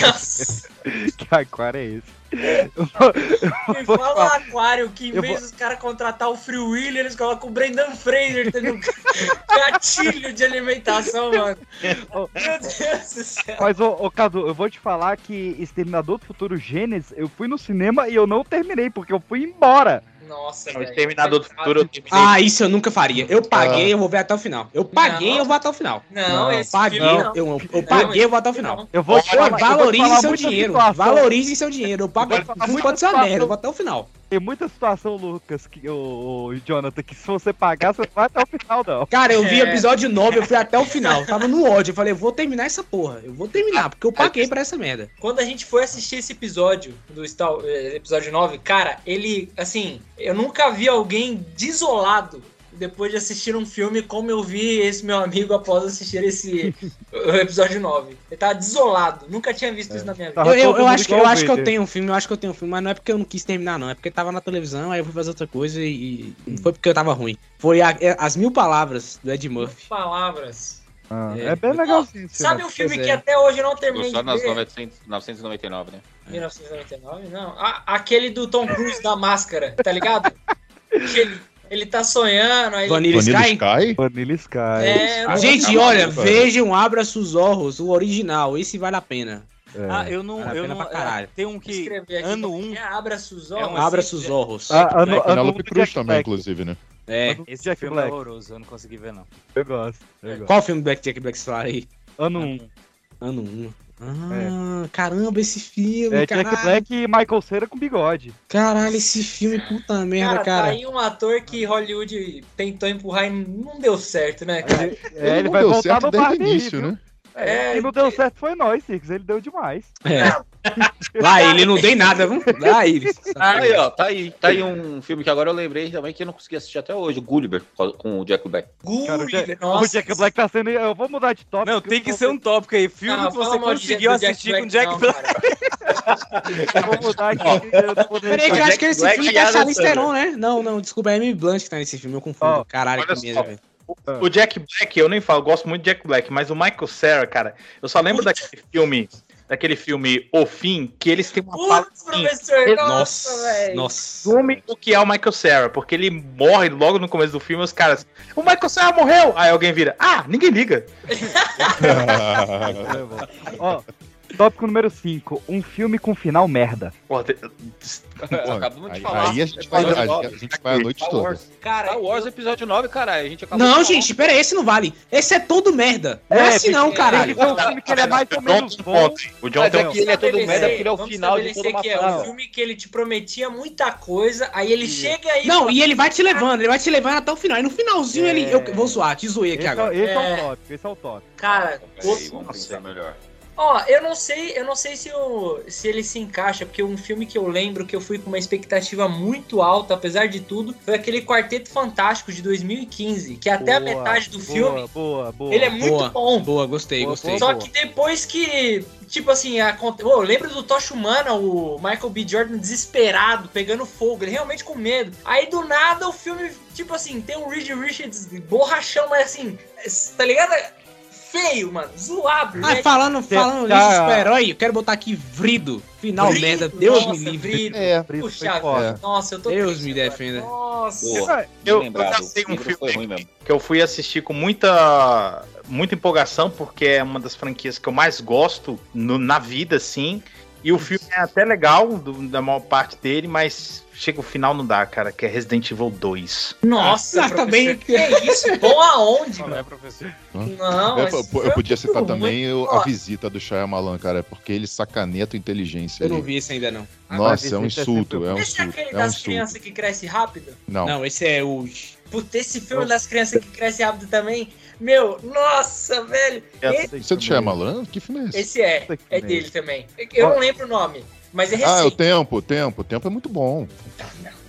Nossa,
Que aquário é esse?
me fala aquário que em
Eu
vez
vou-
dos caras contratar o Free Willy, eles colocam o Brendan Fraser tendo um gatilho de alimentação, mano. Meu Deus do céu.
Mas, ô, ô Cadu, eu vou te falar que Exterminador do Futuro Gênesis, eu fui no cinema e eu não terminei, porque eu fui embora.
Nossa,
É O
velho.
Exterminador do Futuro eu terminei.
Ah, isso eu nunca faria. Eu paguei, eu vou ver até o final. Eu paguei,
Não.
eu vou até o final.
Não, esse
paguei,
filme não.
eu, eu, eu paguei, eu vou até o final.
Eu vou te falar, eu vou te
Valorize
falar
seu
muita
dinheiro.
situação.
Valorize seu dinheiro. Eu pago
Eu vou falar
não
muita
pode ser uma
situação.
merda, eu vou até o final.
Tem muita situação, Lucas, que, ô, ô, Jonathan, que se você pagar, você não vai até o final, não.
Cara, eu vi
É.
episódio 9, eu fui até o final. Tava no ódio. Eu falei, eu vou terminar essa porra. Eu vou terminar, porque eu paguei pra essa merda.
Quando a gente foi assistir esse episódio do Star, eh, episódio 9, cara, ele, assim, eu nunca vi alguém desolado depois de assistir um filme como eu vi esse meu amigo após assistir esse o episódio 9. Ele tava desolado, nunca tinha visto
É.
isso na minha vida.
Tava
Eu, eu-
todo
eu
mundo
acho, que, eu
igual o
acho que eu
Vader.
tenho um filme, eu acho que eu tenho um filme, mas não é porque eu não quis terminar, não. É porque tava na televisão, aí eu fui fazer outra coisa e. e Não foi porque eu tava ruim. Foi a- é- as mil palavras do Ed Murphy.
Palavras.
Ah,
É.
é, bem legalzinho. esse
Sabe
filme.
um filme
Pois
que
é.
até hoje eu não
Ficou
terminei
só
de
nas
ver?
900 999, né?
1999? Não. A- aquele do Tom Cruise da máscara, tá ligado? Que ele, ele tá sonhando, aí ele
Vanilla
Vanilla
Sky?
Sky?
Vanilla Sky.
É, eu não-
Gente,
Tá
olha,
bom, cara.
vejam, abra seus olhos, o original, esse vale a pena.
É.
Ah, eu não.
Vale a
Eu
pena
não
pra caralho.
é, tem um
Vou
que.
escrever aqui,
Ano
vou-
1.
Abra seus
É um
olhos.
Abra seus olhos.
Ah, ano-
É,
ano
Penelope
do
Cruz
Jack
também,
Black.
inclusive, né?
É.
Ano do
Esse
Jack
filme é
Black.
horroroso, eu não consegui ver, não.
Eu gosto. Eu gosto.
Qual o filme do Black Jack Black Star aí?
Ano 1.
Ano 1. Ah, caramba, esse filme,
É
caralho.
Jack Black e Michael Cera com bigode.
Caralho, esse filme, puta merda,
Cara,
né, cara.
tá aí um ator que Hollywood tentou empurrar e não deu certo, né, cara?
Ele, é, ele vai voltar no
desde o
Barbie.
início,
viu?
né?
É, Quem não deu certo foi nós, Six. Ele deu demais.
É. Lá ele, não tem nada, vamos lá ele.
Aí, ó, tá aí. Tá aí um filme que agora eu lembrei também que eu não consegui assistir até hoje, o Gulliver, com o Jack Black.
Cara, o
Gulliver,
Jack,
nossa.
o Jack Black tá sendo. Eu vou mudar de tópico.
Não, tem que ser um tópico aí.
Não,
Filme que
fala
você
mal de
conseguiu
Jack- do
assistir com Jack Black.
não, cara.
Eu vou mudar aqui. eu não vou
Peraí,
deixar.
que eu acho que esse
Black
filme
e
tá
Adam
Charlize Theron, né? Não, não, desculpa, é M. Blunt que tá nesse filme, eu confundo.
Ó,
Caralho,
olha
que merda,
só.
velho.
O Jack Black, eu nem falo, eu gosto muito de Jack Black, mas o Michael Cera, cara, eu só lembro daquele filme, daquele filme O Fim, que eles têm uma fala
Putz,
assim,
professor, nossa,
Nossa,
velho.
nossa.
Assume o que é o Michael Cera, porque ele morre logo no começo do filme, os caras, o Michael Cera morreu! Aí alguém vira, ah, ninguém liga.
É bom. Ó, tópico número 5. Um filme com final merda.
Porra, te-
Acabamos de
aí,
falar.
aí a gente vai,
Episódio
a,
nove.
a gente vai a noite
Star
toda.
Wars.
Cara,
Star Wars episódio 9, caralho. A gente acabou
Não,
de falar.
gente, pera aí, esse não vale. Esse é todo merda. Não é, assim não,
tem- Tem
caralho.
que ver um filme que ele é mais ou menos
tem um
bom.
ponto, hein? O John
Mas
tem
é
um-
que ele é todo
Vamos
merda, porque ele é o
estabelecer-
final de
vamos
toda uma
estabelecer que é um
frase.
filme que ele te prometia muita coisa, aí ele chega aí... assim, "Ah,
Não, e ele vai te levando, ele vai te levando até o final. E no finalzinho
É.
ele. Eu vou zoar, te zoei aqui
Esse,
agora.
é, esse é
É.
o tópico. Esse é o tópico.
Cara,
Peraí, vamos pensar melhor.
Ó, eu não sei, eu não sei se, o- se ele se encaixa, porque um filme que eu lembro que eu fui com uma expectativa muito alta, apesar de tudo, foi aquele Quarteto Fantástico de 2015, que é até a
Boa,
metade do
boa,
filme
Boa, boa.
ele é muito
Boa,
bom.
boa, gostei,
Boa,
gostei.
Só
boa.
que depois que, tipo assim, aconte... Pô, eu lembro do Tocha Humana, o Michael B. Jordan desesperado, pegando fogo, ele realmente com medo. Aí do nada o filme, tipo assim, tem um Reed Richards borrachão, mas assim, tá ligado? Feio, mano, zoado.
Ah,
né?
falando, falando
tá-
nisso, super-herói, eu quero botar aqui Vrido. Final
Vrido,
merda, Deus
nossa,
me livre.
Vrido.
É.
Por isso foi
Puxa
foda.
vida, nossa, eu tô
Deus
triste
me
agora.
defenda.
Nossa.
Boa.
Eu- eu
lembrado.
já sei um
O livro
filme
foi ruim mesmo.
que eu fui assistir com muita muita empolgação, porque é uma das franquias que eu mais gosto no- na vida, assim. E o filme é até legal, do- da maior parte dele, mas chega o final não dá, cara, que é Resident Evil 2.
Nossa,
Ah, tá
professor,
bem.
que é isso? Bom aonde, mano?
é, professor.
Não, é
eu,
esse
eu- eu
foi
podia citar
muito
também o-
Ó.
a visita do Shyamalan, cara, porque ele sacaneia a tua inteligência
Eu não
ali.
vi esse ainda, não.
Nossa,
mas
é um
visita é
insulto,
sempre
é um
Esse é
insulto, é
aquele
um
das
insulto.
crianças que cresce rápido?
Não,
Não, esse é o...
Puta, esse filme das crianças que cresce rápido também. Meu, nossa, velho.
você é do Shyamalan? Que filme é esse?
Esse é.
Puta que
É
merda.
dele também. Eu não lembro o nome, mas é
Ah, é o
recente.
Tempo, o Tempo. O Tempo é muito bom.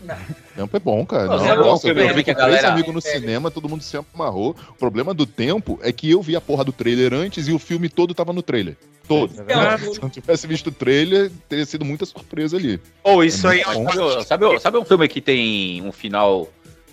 não.
O Tempo é bom, cara.
Não,
Não,
é bom,
nossa, eu
filme,
eu vi
é
com
que a
três
galera-
amigos no
é, velho.
cinema, todo mundo se amarrou. O problema do Tempo é que eu vi a porra do trailer antes e o filme todo tava no trailer. Todo.
É
Então,
verdade.
Se não tivesse visto o trailer, teria sido muita surpresa ali.
Ou isso
É
aí é
muito
um
bom.
Sabe, sabe, sabe um filme que tem um final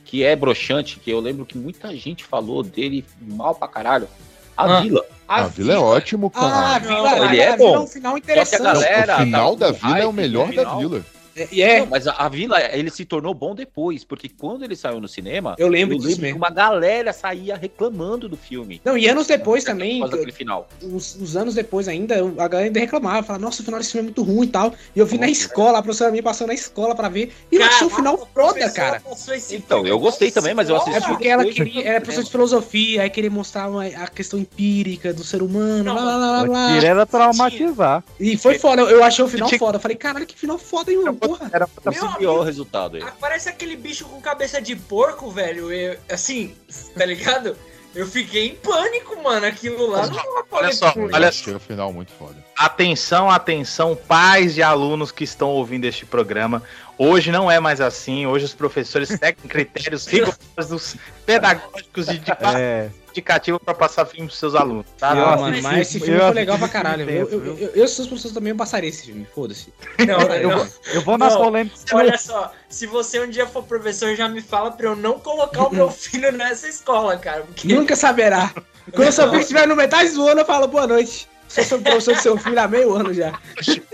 que é broxante, que eu lembro que muita gente falou dele mal pra caralho? A
Ah.
Vila.
A, Vila é ótimo, cara.
Ah, Vila,
ele é
a Vila
bom.
é um final
a
interessante.
Não,
galera,
o final
tá
da
com
Vila é o
hype,
melhor
no
da
final.
Vila.
E é,
Não, mas a, a Vila, ele se tornou bom depois, porque quando ele saiu no cinema,
eu lembro disso
que
mesmo.
uma galera saía reclamando do filme.
Não, e anos depois
Por
também,
causa daquele final.
uns, uns anos depois ainda, eu- a galera ainda reclamava, falava, nossa, o final desse filme é muito ruim e tal. E eu vi na escola, a professora minha passou na escola pra ver, e eu achei o final foda, cara.
Então, eu gostei também, mas eu assisti
É porque ela
Depois,
queria,
depois,
era
né,
professora de
mano?
filosofia, aí queria mostrar uma- a questão empírica do ser humano,
Não,
blá, blá, blá, blá.
Tira era traumatizar.
E foi foda, eu- eu achei o final
Tinha que-
foda. Eu falei, caralho, que final foda, hein, mano, porra.
Era pra
Meu
Esse é pior resultado aí.
Aparece aquele bicho com cabeça de porco, velho. Eu- assim, tá ligado? Eu fiquei em pânico, mano. Aquilo lá não é
Olha só,
Eu
olha só.
achei o final muito foda.
Atenção, atenção, pais de alunos que estão ouvindo este programa. Hoje não é mais assim. Hoje os professores seguem critérios rigorosos, pedagógicos e de
É.
indicativo para passar filme para seus alunos. Tá?
Eu
Ah,
assisti
mano, mas esse
eu
filme foi
assisti
legal pra
esse
caralho.
filme
Eu, eu,
inteiro,
eu, eu, se fosse professor também, eu passaria esse filme, foda-se.
Não,
Eu,
não.
assim, eu vou na
Não.
polêmica.
Olha só, se você um dia for professor, já me fala pra eu não colocar o meu filho nessa escola, cara. Porque
Nunca saberá. Quando seu filho estiver no metade do ano, eu falo boa noite. Só sou professor do seu filho há meio ano já.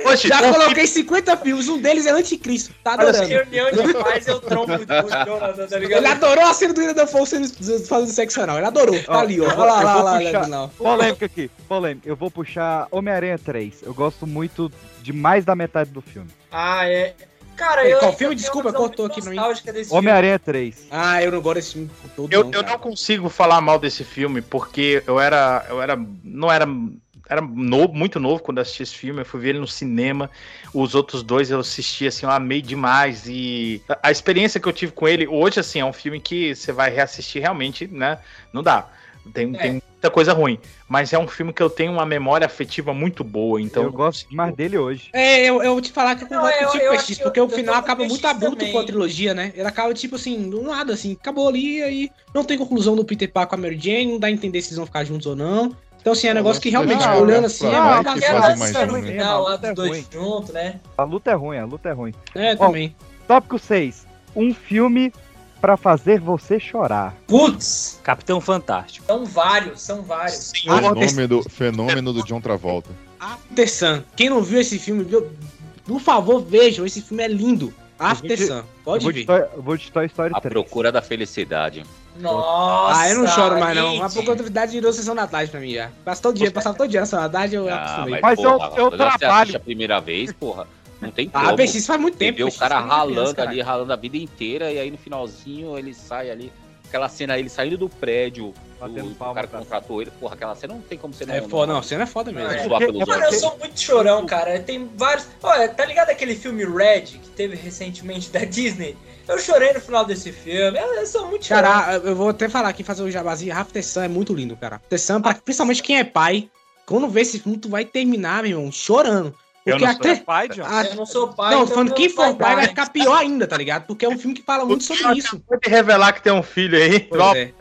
Hoje,
Já coloquei 50 filmes, um deles é Anticristo, tá
Olha,
assim,
adorando.
reunião de pais eu trompo o Jonathan, tá
Ele é
ligado?
adorou a cena do Ilha da Força fazendo sexo anal. Ele adorou.
Ó,
Tá ali, ó.
eu
Olha
vou-
lá,
eu
lá,
vou
lá,
puxar-
lá, lá.
Polêmica aqui, polêmica. Eu vou puxar Homem-Aranha 3. Eu gosto muito de mais da metade do filme.
Ah, é. Cara,
Ei,
eu.
qual
eu
filme?
tenho
Desculpa,
uma visão
cortou
muito
aqui pra mim.
nostálgica desse filme.
Homem-Aranha 3.
Ah, eu não gosto desse filme todo,
eu,
não,
eu
cara.
não consigo falar mal desse filme porque eu era, eu era, não era, era novo, muito novo quando eu assisti esse filme. Eu fui ver ele no cinema. Os outros dois eu assisti assim, eu amei demais e a, a experiência que eu tive com ele hoje assim é um filme que você vai reassistir realmente, né? Não dá. Tem,
É.
tem muita coisa ruim, mas é um filme que eu tenho uma memória afetiva muito boa. Então
eu gosto mais dele hoje.
É, eu, eu vou te falar que eu
Não,
concordo
eu-
contigo,
eu
Peixes,
acho que
porque
eu-
o
eu
final
tô com
acaba
o
muito
Peixes
abrupto
também.
com a trilogia, né? Ele acaba, tipo assim, do nada, assim, acabou ali, aí não tem conclusão do Peter Parker com a Mary Jane, não dá a entender se eles vão ficar juntos ou não. Então, assim, é um
Eu
negócio que
gosto da
realmente,
Jane,
olhando
né?
assim,
Claro,
é
Ah,
que
mais
fazem
Aquela
bacana.
mais
cena
ruim.
final lá dos
É
dois
ruim.
juntos, né?
A luta é ruim, a luta é ruim.
É, também.
Tópico 6. Um filme pra fazer você chorar.
Putz,
Capitão Fantástico.
são vários, são vários.
Ah,
Senhor,
Fenômeno, fenômeno do John Travolta.
After Sun. Quem não viu esse filme, viu? por favor, vejam, esse filme é lindo. After
te-
Sun,
Eu
pode
vou, de
ver.
Toy, eu vou de Toy Story
A
3.
Procura da Felicidade.
Nossa.
Ah, eu não choro mais não. Mas por
gente.
convidade virou sessão da tarde pra mim já. Passa todo dia, passava todo dia na sessão da tarde,
Ah,
eu acostumei.
mas eu- eu
quando você
trabalho.
assiste a primeira vez, porra, não tem como.
Ah, Peixes, faz muito
Você
tempo.
vê o
Peixes,
cara
faz muito tempo, é
ralando
caralho.
ali, ralando a vida inteira, e aí no finalzinho ele sai ali. Aquela cena, ele saindo do prédio,
Batendo
o,
palma
o cara
pra-
contratou ele. Porra, aquela cena não tem como você não.
É foda, não, a cena é foda mesmo.
É
zoar
porque-
pelos
é
Mano,
porque-
olhos.
eu sou muito chorão, cara. Tem vários. Olha, tá ligado aquele filme Red que teve recentemente da Disney? Eu chorei no final desse filme. Eu, eu sou muito chorão.
um Cara, eu vou até falar aqui, fazer o jabazinho. After Sun é muito lindo, cara. After Sun, pra- principalmente quem é pai, quando vê esse filme, tu vai terminar, meu irmão, chorando.
Eu
Porque
não sou
até.
Pai, John.
a-
Eu não sou pai.
Não,
então
falando quem for pai
dar,
vai
né?
ficar pior ainda, tá ligado? Porque é um filme que fala muito sobre isso.
Pode revelar que tem um filho aí.
Pois
Ó,
é.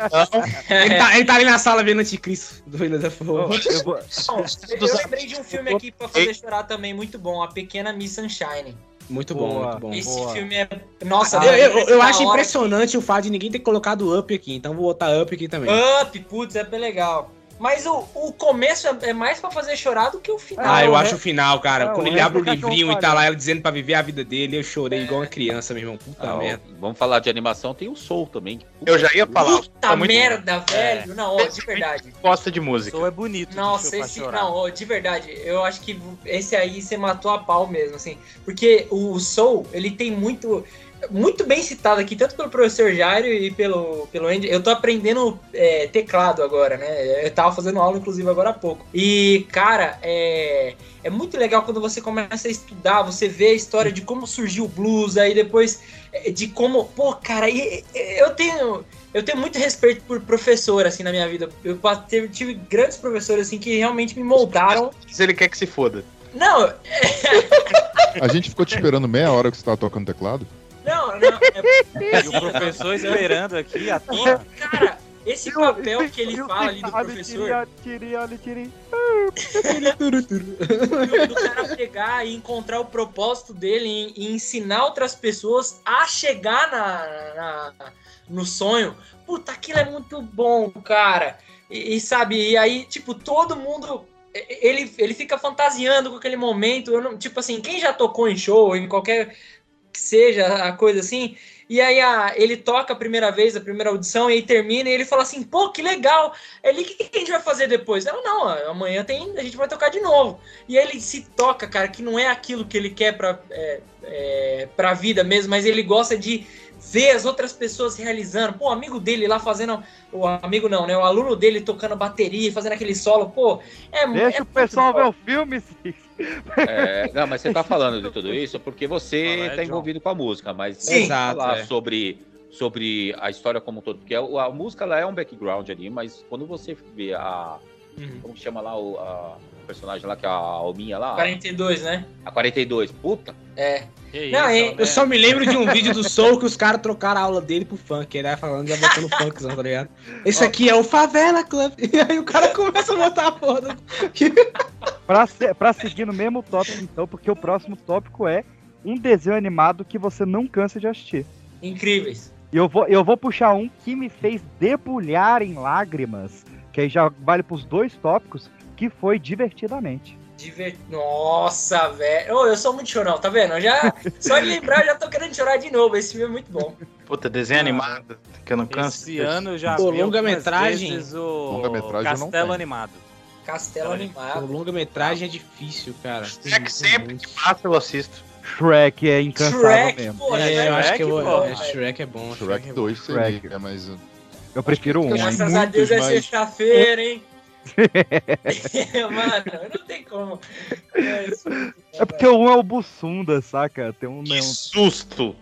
ele, tá, ele tá ali na sala vendo anticristo do Willian da Forra.
Eu vou-
Bom, Eu lembrei de um filme aqui pra fazer chorar também, muito bom. A Pequena Miss Sunshine.
Muito bom,
Boa.
muito bom. Ah,
Esse
boa.
filme é. Nossa,
eu, eu-
parece
eu
na
acho
hora
impressionante o fato de ninguém ter colocado up aqui, então vou botar up aqui também.
Up, putz, é bem legal. Mas o, o começo é, é mais pra fazer chorar do que o final.
Ah, eu
Não,
acho
é-
o final, cara.
Não,
Quando
é
ele abre o
porque
livrinho
eu
e tá
falei.
lá ela dizendo pra viver a vida dele, eu chorei igual uma criança, meu irmão. Puta
Ah, ó,
merda.
vamos falar de animação, tem o Soul também. que puta
Eu já ia
que
falar. o Soul
Puta
tá muito
merda, velho. Não, ó, de verdade.
Gosta de música.
Soul é bonito.
Nossa,
deixa eu
esse.
chorar.
Não, ó, de verdade. Eu acho que esse aí você matou a pau mesmo, assim. Porque o Soul, ele tem muito. Muito bem citado aqui, tanto pelo professor Jairo e pelo, pelo Andy. Eu tô aprendendo é, teclado agora, né? Eu tava fazendo aula, inclusive, agora há pouco. E, cara, é. É muito legal quando você começa a estudar, você vê a história de como surgiu o blues, aí depois eh, de como. Pô, cara, e- e- eu tenho. Eu tenho muito respeito por professor, assim, na minha vida. Eu pa- teve- tive grandes professores, assim, que realmente me moldaram.
Se ele quer que se foda.
Não,
A gente ficou te esperando meia hora que você tava tocando teclado.
não, não. é-
E o professor esperando aqui à toa.
cara, esse papel que ele
Eu
fala ali
sei-
do professor,
Tiri, tiri, tiri.
do, do cara pegar e encontrar o propósito dele em, em ensinar outras pessoas a chegar na- na, no sonho. Puta, aquilo é muito bom, cara. E, e, sabe, e aí, tipo, todo mundo. e- Ele, ele fica fantasiando com aquele momento. Eu não, tipo assim, quem já tocou em show, em qualquer que seja a coisa assim. E aí a- ele toca a primeira vez, a primeira audição, e aí termina, e ele fala assim, pô, que legal! Ele, o que, que a gente vai fazer depois? Ela, não, amanhã tem, a gente vai tocar de novo. E aí ele se toca, cara, que não é aquilo que ele quer pra, é, é, pra vida mesmo, mas ele gosta de ver as outras pessoas realizando. Pô, o amigo dele lá fazendo. O amigo não, né? O aluno dele tocando bateria, fazendo aquele solo. Pô, é
Deixa
é
o pessoal
muito
ver
bom.
o filme, Cis.
É, não, mas você tá falando de tudo isso porque você
Fala, é,
tá
John.
envolvido com a música, mas vamos
Sim.
falar
Exato, é.
sobre, sobre a história como um todo, porque a, a música ela é um background ali, mas quando você vê a.
Uhum.
Como chama lá o a personagem lá, que é a Alminha lá?
42, né?
A 42. Puta,
É.
Que
Não, é-
Alberto.
Eu só me lembro de um vídeo do Soul que os caras trocaram a aula dele pro funk. Ele vai falando já botando funkzão, tá ligado? Esse aqui é o Favela Club. E aí o cara começa a botar a porra. do-
Pra, se- pra seguir no mesmo tópico, então, porque o próximo tópico é um desenho animado que você não cansa de assistir.
Incríveis.
E eu vou, eu vou puxar um que me fez debulhar em lágrimas, que aí já vale pros dois tópicos, que foi Divertidamente.
Diver... Nossa, velho. Ô, eu sou muito chorão, tá vendo? Eu já... Só de lembrar, eu já tô querendo chorar de novo. Esse filme é muito bom.
Puta, desenho
Ah,
animado. Que eu não canso.
Esse ano eu já
Pô,
vi
longa-metragem?
algumas vezes o
Longa-metragem eu não
Castelo
tenho.
Animado.
Castelo
Olha,
Pô,
Animado.
Longa-metragem é difícil, cara.
É que sempre que passa eu assisto.
Shrek é incansável
Shrek, né,
mesmo.
pô,
É, eu acho que eu
Shrek,
vou.
pô.
é, Shrek é bom.
Shrek 2
Shrek.
seria, né? Mas uh,
Eu prefiro um.
Acho que
hein?
essa-
Graças a
muitos
Deus é
mais.
sexta-feira, hein? Mano, não tem como. É, isso.
É porque um é o Bussunda, saca? Tem um
Que
não.
susto!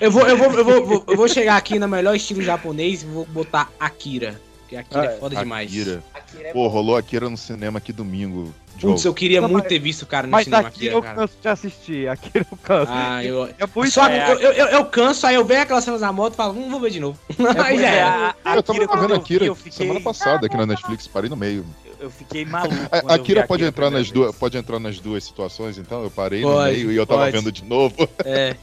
Eu vou, eu vou, eu vou, vou- eu vou chegar aqui no melhor estilo japonês e vou botar Akira. Porque Akira é foda demais.
Akira.
Akira é
Pô, rolou Akira no cinema aqui domingo.
Putz,
Joe.
eu queria
Não,
muito
mas-
ter visto o cara no
Mas
cinema
aqui
Akira,
eu
cara.
canso de assistir, aqui eu canso.
Ah, eu.
é por isso
Só
que
que
É,
eu, eu, eu- eu canso, aí eu vejo aquelas cenas na moto e falo, hum, vou ver de novo.
É,
Aí já era.
é, a, a
Eu tava
quando
vendo
eu vi,
Akira
eu fiquei-
semana passada aqui na Netflix, parei no meio.
Eu fiquei maluco.
A-
quando eu vi
Akira pode entrar,
primeira
nas duas,
vez.
pode entrar nas duas situações, então eu parei no
Pode,
meio e eu tava
pode.
vendo de novo.
É.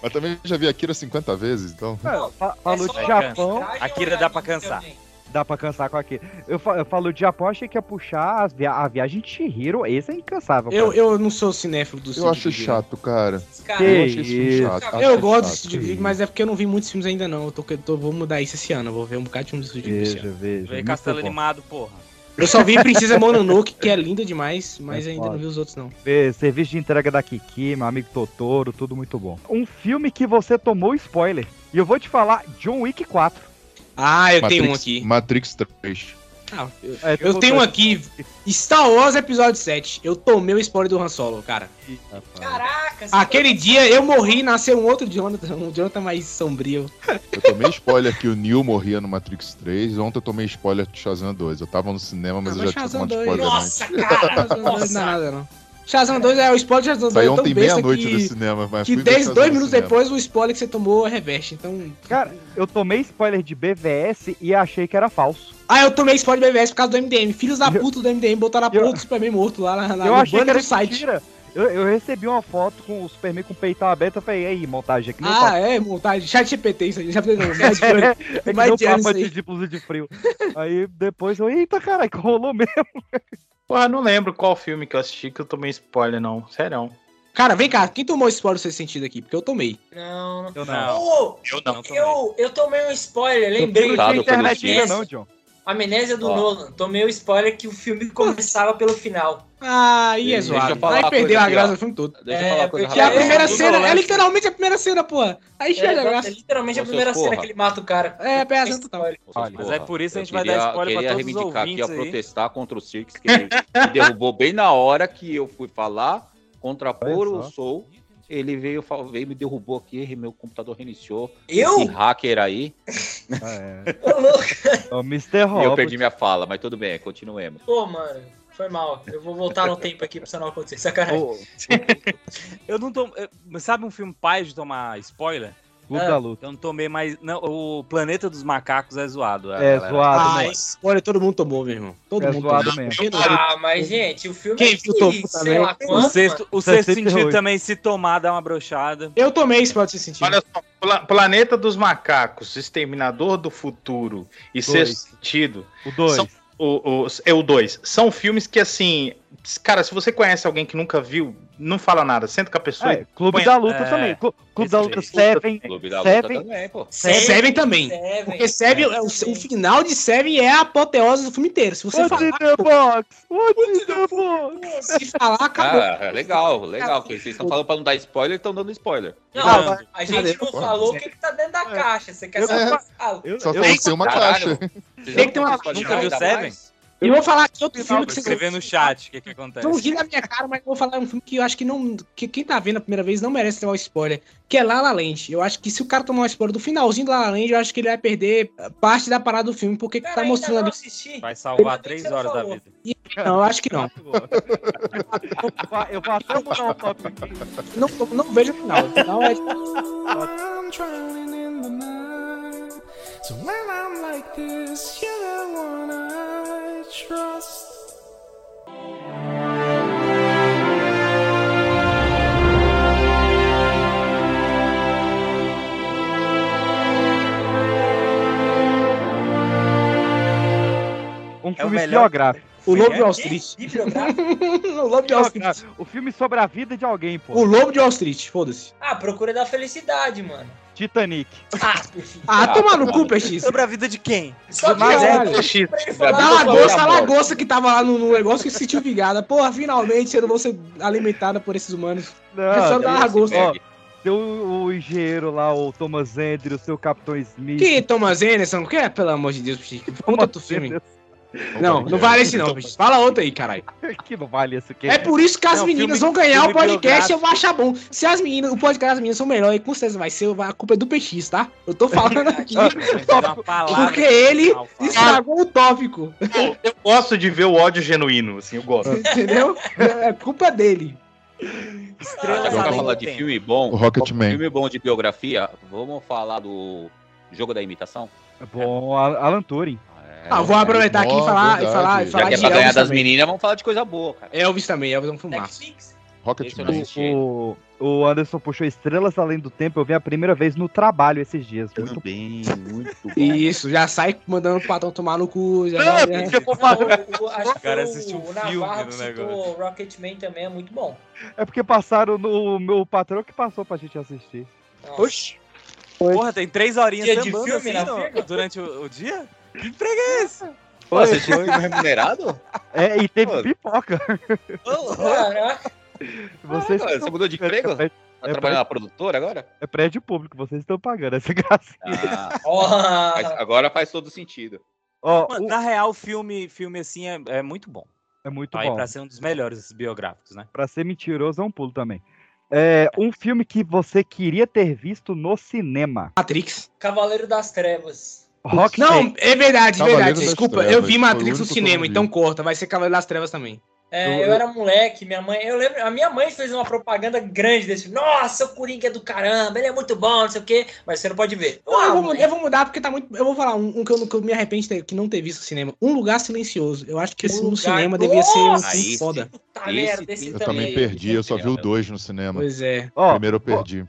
Mas também já vi Akira 50 vezes, então.
eu fa-
só
é
falou de
uma
Japão,
metragem,
Akira
uma
dá pra
anime
cansar.
também.
dá pra cansar com aqui. Eu, fa- eu falo de Japão, achei que ia puxar as via- a viagem de Chihiro, esse é incansável.
Eu, Ah,
cara.
eu não sou cinéfilo do
Eu
Studio
acho
Ghibli.
chato, cara.
Cara,
Que
Eu acho
isso.
isso chato.
Eu
Eu
acho
gosto do
chato.
Studio Ghibli, mas é porque eu não vi muitos filmes ainda não. Eu tô, eu tô- vou mudar isso esse ano. Eu vou ver um bocado de filmes do Studio Ghibli esse ano.
Veja, veja.
Veio
muito
Castelo
bom.
Animado, porra.
Eu só vi Princesa Mononoke, que é linda demais, mas
É
ainda
foda.
não vi os outros não.
Vê, Serviço de entrega da Kiki, meu amigo Totoro, tudo muito bom. Um filme que você tomou spoiler. E eu vou te falar, John Wick 4.
Ah, eu tenho um
Matrix-
aqui.
Matrix 3.
É,
Ah, Eu tenho aqui Star Wars Episódio 7. Eu tomei o spoiler do Han Solo, cara.
Caraca, você tá
Aquele dia eu morri e nasceu um outro Jonathan, um Jonathan mais sombrio.
Eu tomei spoiler que o Neil morria no Matrix 3. Ontem eu tomei spoiler do Shazam 2. Eu tava no cinema, mas
Ah,
eu já tinha
Shazam
tomado
2.
spoiler né? antes.
Nossa, cara!
Shazam 2 não é
Nossa!
nada, não. Shazam 2 é o spoiler de Shazam 2
Saiu
é tão
ontem
besta
meia-noite do
que,
cinema, mas
que
fui ver
10,
Shazam
2
no
minutos
cinema.
depois o spoiler que você tomou reveste. Então.
Cara, eu tomei spoiler de BVS e achei que era falalso.
Ah, eu tomei spoiler de BVS por causa do MDM. Filhos da
Eu-
puta do MDM botaram a porra
eu-
do Superman morto lá na, na
eu
no
achei que
banner
era
do site.
mentira. Eu, eu recebi uma foto com o Superman com o peitão aberto. Eu falei, e aí, montagem aqui.
Ah, é, montagem. Chat GPT isso aí. Já falei, não, mas-
é, que
mas
deu
diário
capa
isso aí.
de, de blusa de frio. aí depois eu, eita, caralho, que rolou mesmo.
Porra, não lembro qual filme que eu assisti que eu tomei spoiler, não. Sério.
Cara, vem cá, quem tomou spoiler nesse sentido aqui? Porque eu tomei.
Não, não.
Eu não.
Ô,
Eu
não tomei.
eu, eu tomei um spoiler, lembrei.
Coitado pelo
internet ainda
James.
não, John.
Amnésia do
Ó.
Nolan. Tomei o spoiler que o filme começava pelo final.
Ah, e é
Deixa eu
zoado.
falar
Aí
uma
perdeu
coisa
a
aqui,
graça
ó.
do filme todo.
Deixa
É,
eu falar uma coisa
porque
Que é a
Caralho,
primeira
do
cena, é
Nolan.
literalmente a primeira cena, porra. Aí
É,
perde a
é
graça.
literalmente a
Ô, seus
primeira cena
porra.
que ele mata o cara.
É, perde a
Esse
total.
Mas é por isso a
Eu
gente vai
queria-
dar spoiler pra
queria
todos os
reivindicar aqui,
ouvintes
a
aí.
protestar contra o Cirques, que ele me derrubou bem na hora que eu fui falar, contrapor
Olha
o
só.
Soul. Ele veio, fal- veio, me derrubou aqui, meu computador reiniciou. Esse
Eu?
hacker aí.
É,
Ô, louco.
é o Mr.
E eu
Robot.
perdi minha fala, mas tudo bem, continuemos.
Pô, mano, foi mal. Eu vou voltar no tempo aqui pra isso não acontecer. Sacanagem.
O,
Eu não tomo. eu- mas Sabe um filme pai de tomar spoiler?
Clube
É.
da Luta.
Eu não tomei mais. Não, o Planeta dos Macacos é zoado. a
É,
galera.
zoado,
Ah,
mano.
spoiler todo mundo tomou, meu irmão. Todo
É
mundo
zoado
tomou.
mesmo.
Ah, mas, gente, o filme
Quem
é
viu tomou
de, sei
também.
lá
O
quanto. mano.
sexto, o sexto
68.
sentido também, se tomar, dá uma brochada.
Eu tomei spoiler nesse sentido.
Olha só, Pla- Planeta dos Macacos, Exterminador do Futuro e
Dois.
Sexto Sentido,
O 2.
São- o, o, é o 2, são filmes que, assim, cara, se você conhece alguém que nunca viu, não fala nada, senta com a pessoa
É, Clube
Põe-
da Luta
é,
também. Clu- Clube da
esse
Luta
aí.
7.
Clube da Luta
É, Seven.
também, pô.
Seven, Seven é também.
Seven.
Porque Seven, é, o, o final de Seven é a apoteose do filme inteiro. Se você
What's in
falar,
the box? What's in the box?
se falar, acabou.
Ah, legal, legal. porque Vocês estão falando pra não dar spoiler, estão dando spoiler.
Não,
Ah,
a gente não falou o que, que tá dentro
É.
da caixa. Você quer
Eu-
saber? Ah, o que fala?
Eu-
Só
eu-
faltou ser uma
Caralho.
caixa.
Vocês
Tem
não
que ter uma-
podem
Nunca viu
ainda
Seven?
mais?
E eu vou falar de outro filme
Vou
que
escrever no
vocês
chat o que, que acontece.
vão rir na minha cara, mas eu vou falar um filme que eu acho que não. que quem tá vendo a primeira vez não merece tomar o spoiler. Que é La La Land. Eu acho que se o cara tomar um spoiler do finalzinho do La La Land, eu acho que ele vai perder parte da parada do filme, porque
Cara,
tá
ainda
mostrando
não
ali.
assisti.
Vai salvar
Ainda bem que
três
você não
horas da
falou.
vida.
Não, eu acho que não.
Eu vou- Eu vou até mudar o tópico aqui. Um
Não, não vejo o final. O final é
I'm drowning in the night. So when I'm like this, you're the one I trust.
Um
É o
filme
melhor.
biográfico.
o Lobo de Wall
Quê?
Street.
Bibliográfico?
é? o Lobo de Wall Street.
O filme sobre a vida de alguém,
O
pô.
Lobo de Wall Street, foda-se.
Ah, procura da felicidade, mano.
Titanic.
Ah, perfeito.
Ah,
Ah,
toma no
tá
cu, PX.
Sobre a vida de quem?
Só que
Mas é,
eu-
olha,
X,
pra ele
Da
Da
falar.
Bíblia-
lagosta, a
Amor.
lagosta que tava lá no, no negócio que se sentiu vingada. Porra, finalmente eu não vou ser alimentada por esses humanos. É só
Não,
da lagosta.
ó, tem o, o engenheiro lá, o Thomas Andrew, o seu Capitão Smith.
Que Thomas Anderson, que é, pelo amor de Deus, Chico. Conta outro filme. Não, não vale esse não, bicho. Fala outro aí, caralho.
Que não vale isso aqui.
É por isso que as
Não,
meninas
filme-
vão ganhar o
filme
podcast
biográfico.
e eu vou achar bom. Se as meninas, o podcast das meninas são melhor, e com certeza vai ser, a culpa é do PX, tá? Eu tô falando aqui
Uma palavra
porque Ah. ele
final, fala.
estragou o tópico,
eu gosto de ver o ódio genuíno, assim, eu gosto.
entendeu? É culpa dele.
Já
Estrela
que eu
além
falar
do
de
tempo.
filme bom,
O Rocketman.
filme bom de biografia, vamos falar do Jogo da Imitação?
é
É,
Bom, Al- Alan Turing.
Ah, vou aproveitar aqui e
Nossa,
falar, e
verdade.
falar, e
Já
Já
falar
que é
de
pra ganhar
Elvis
das
também.
meninas, vamos falar de coisa boa, cara.
Elvis também, Elvis é um filmaço.
Netflix?
Esse eu não
Rocketman.
assisti. ainda.
O, o Anderson puxou Estrelas Além do Tempo. Eu vi a primeira vez no trabalho esses dias. Muito
bem, muito bom.
Isso, já sai mandando o patrão tomar no cu. Já, já-
O, o, acho
O cara
que
assistiu
o,
um
o
filme
Navarro
no
citou
negócio.
Rocketman também, é muito bom.
É porque passaram no o meu patrão que passou pra gente assistir.
Nossa.
Oxi. Porra, tem três horinhas
Dia de
sambando
filme na
não?
firma?
durante o, o dia? Que emprego é esse?
Pô, você tinha filme remunerado?
É, e teve
Pô.
pipoca.
Caraca,
Vocês
Ah, você mudou de emprego?
É,
Tá
É
trabalhando na produtora agora?
é prédio público, vocês estão pagando essa graça.
Ah,
ó,
faz- agora faz todo sentido.
Ó,
Mano,
o-
Na real, filme, filme assim é, é muito bom.
é muito
Tá aí
bom.
pra ser um dos melhores biográficos, né?
Pra ser mentiroso é um pulo também. É, um filme que você queria ter visto no cinema.
Matrix.
Cavaleiro das Trevas.
Rock
Não, é verdade, é
Cavaleiro
verdade.
das
Desculpa,
Trevas,
eu vi
foi o
Matrix
único
no
que eu
cinema,
não vi.
então corta. Vai ser Cavaleiro das Trevas também.
É,
Eu-
eu,
eu-
era moleque, minha mãe. Eu lembro, a minha mãe fez uma propaganda grande desse filme. Nossa, o Coringa é do caramba, ele é muito bom, não sei o quê, mas você não pode ver.
Não,
Ah,
eu, vou,
moleque.
eu vou mudar porque tá muito. Eu vou falar um, um que, eu, não- que eu me arrependo de ter- que não ter visto no cinema. Um lugar silencioso. Eu acho que esse
Um
no
Lugar-
cinema devia ser um
Nossa!
filme
Aí
foda.
Puta
Esse
merda,
tem-
esse
Eu
Também,
também
também. é
perdi, eu só vi o
material,
dois no cinema.
Pois é.
Ó,
Primeiro eu perdi.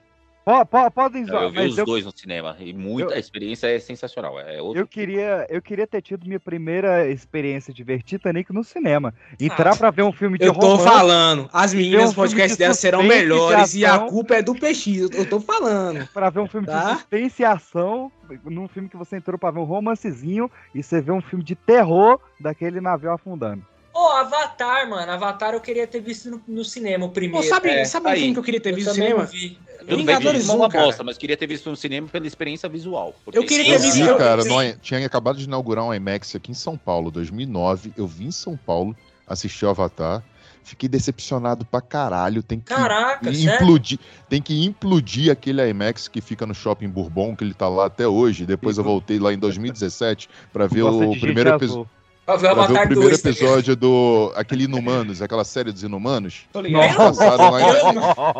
po- po- podem
Não,
zoar,
eu vi
mas
os
eu-
dois no cinema. E muita a experiência é sensacional. É outro
Eu queria, eu queria ter tido minha primeira experiência de ver Titanic no cinema. Entrar
Ah,
pra ver um filme de
Eu tô
romance,
falando, as
Tem um
meninas do
filme
podcast
de
delas serão
suspense,
melhores
de
e a
ação.
culpa é do PX. Eu, eu tô falando.
pra ver um filme
Tá.
de suspense e ação, num filme que você entrou pra ver um romancezinho e você vê um filme de terror daquele navio afundando.
Ô, Avatar, mano. Avatar eu queria ter visto no, no cinema o
Pô,
primeiro.
sabe,
É,
sabe um
aí.
filme que eu queria ter
eu
visto no
também
cinema?
não vi.
Tudo bem que
Vingadores
isso é
um,
uma
cara.
bosta, mas queria ter visto no cinema pela experiência visual. porque
Eu queria ter
Eu
isso-
visto-
vi,
eu-
cara,
eu-
no- tinha acabado de inaugurar um IMAX aqui em São Paulo, 2009. Eu vim em São Paulo, assisti o Avatar, fiquei decepcionado pra caralho. Tem que
Caraca,
E
sério?
implodir, tem que implodir aquele IMAX que fica no shopping Bourbon, que ele tá lá até hoje. Depois eu voltei lá em 2017 pra ver
Gosta de
o
gente né,
primeiro, epi-
azul.
Pra ver
pra
o
ver o
Avatar
primeiro
2. tá ligado?
episódio do aquele Inumanos, aquela série dos Inumanos.
Tô
ligado.
Eles passaram lá em-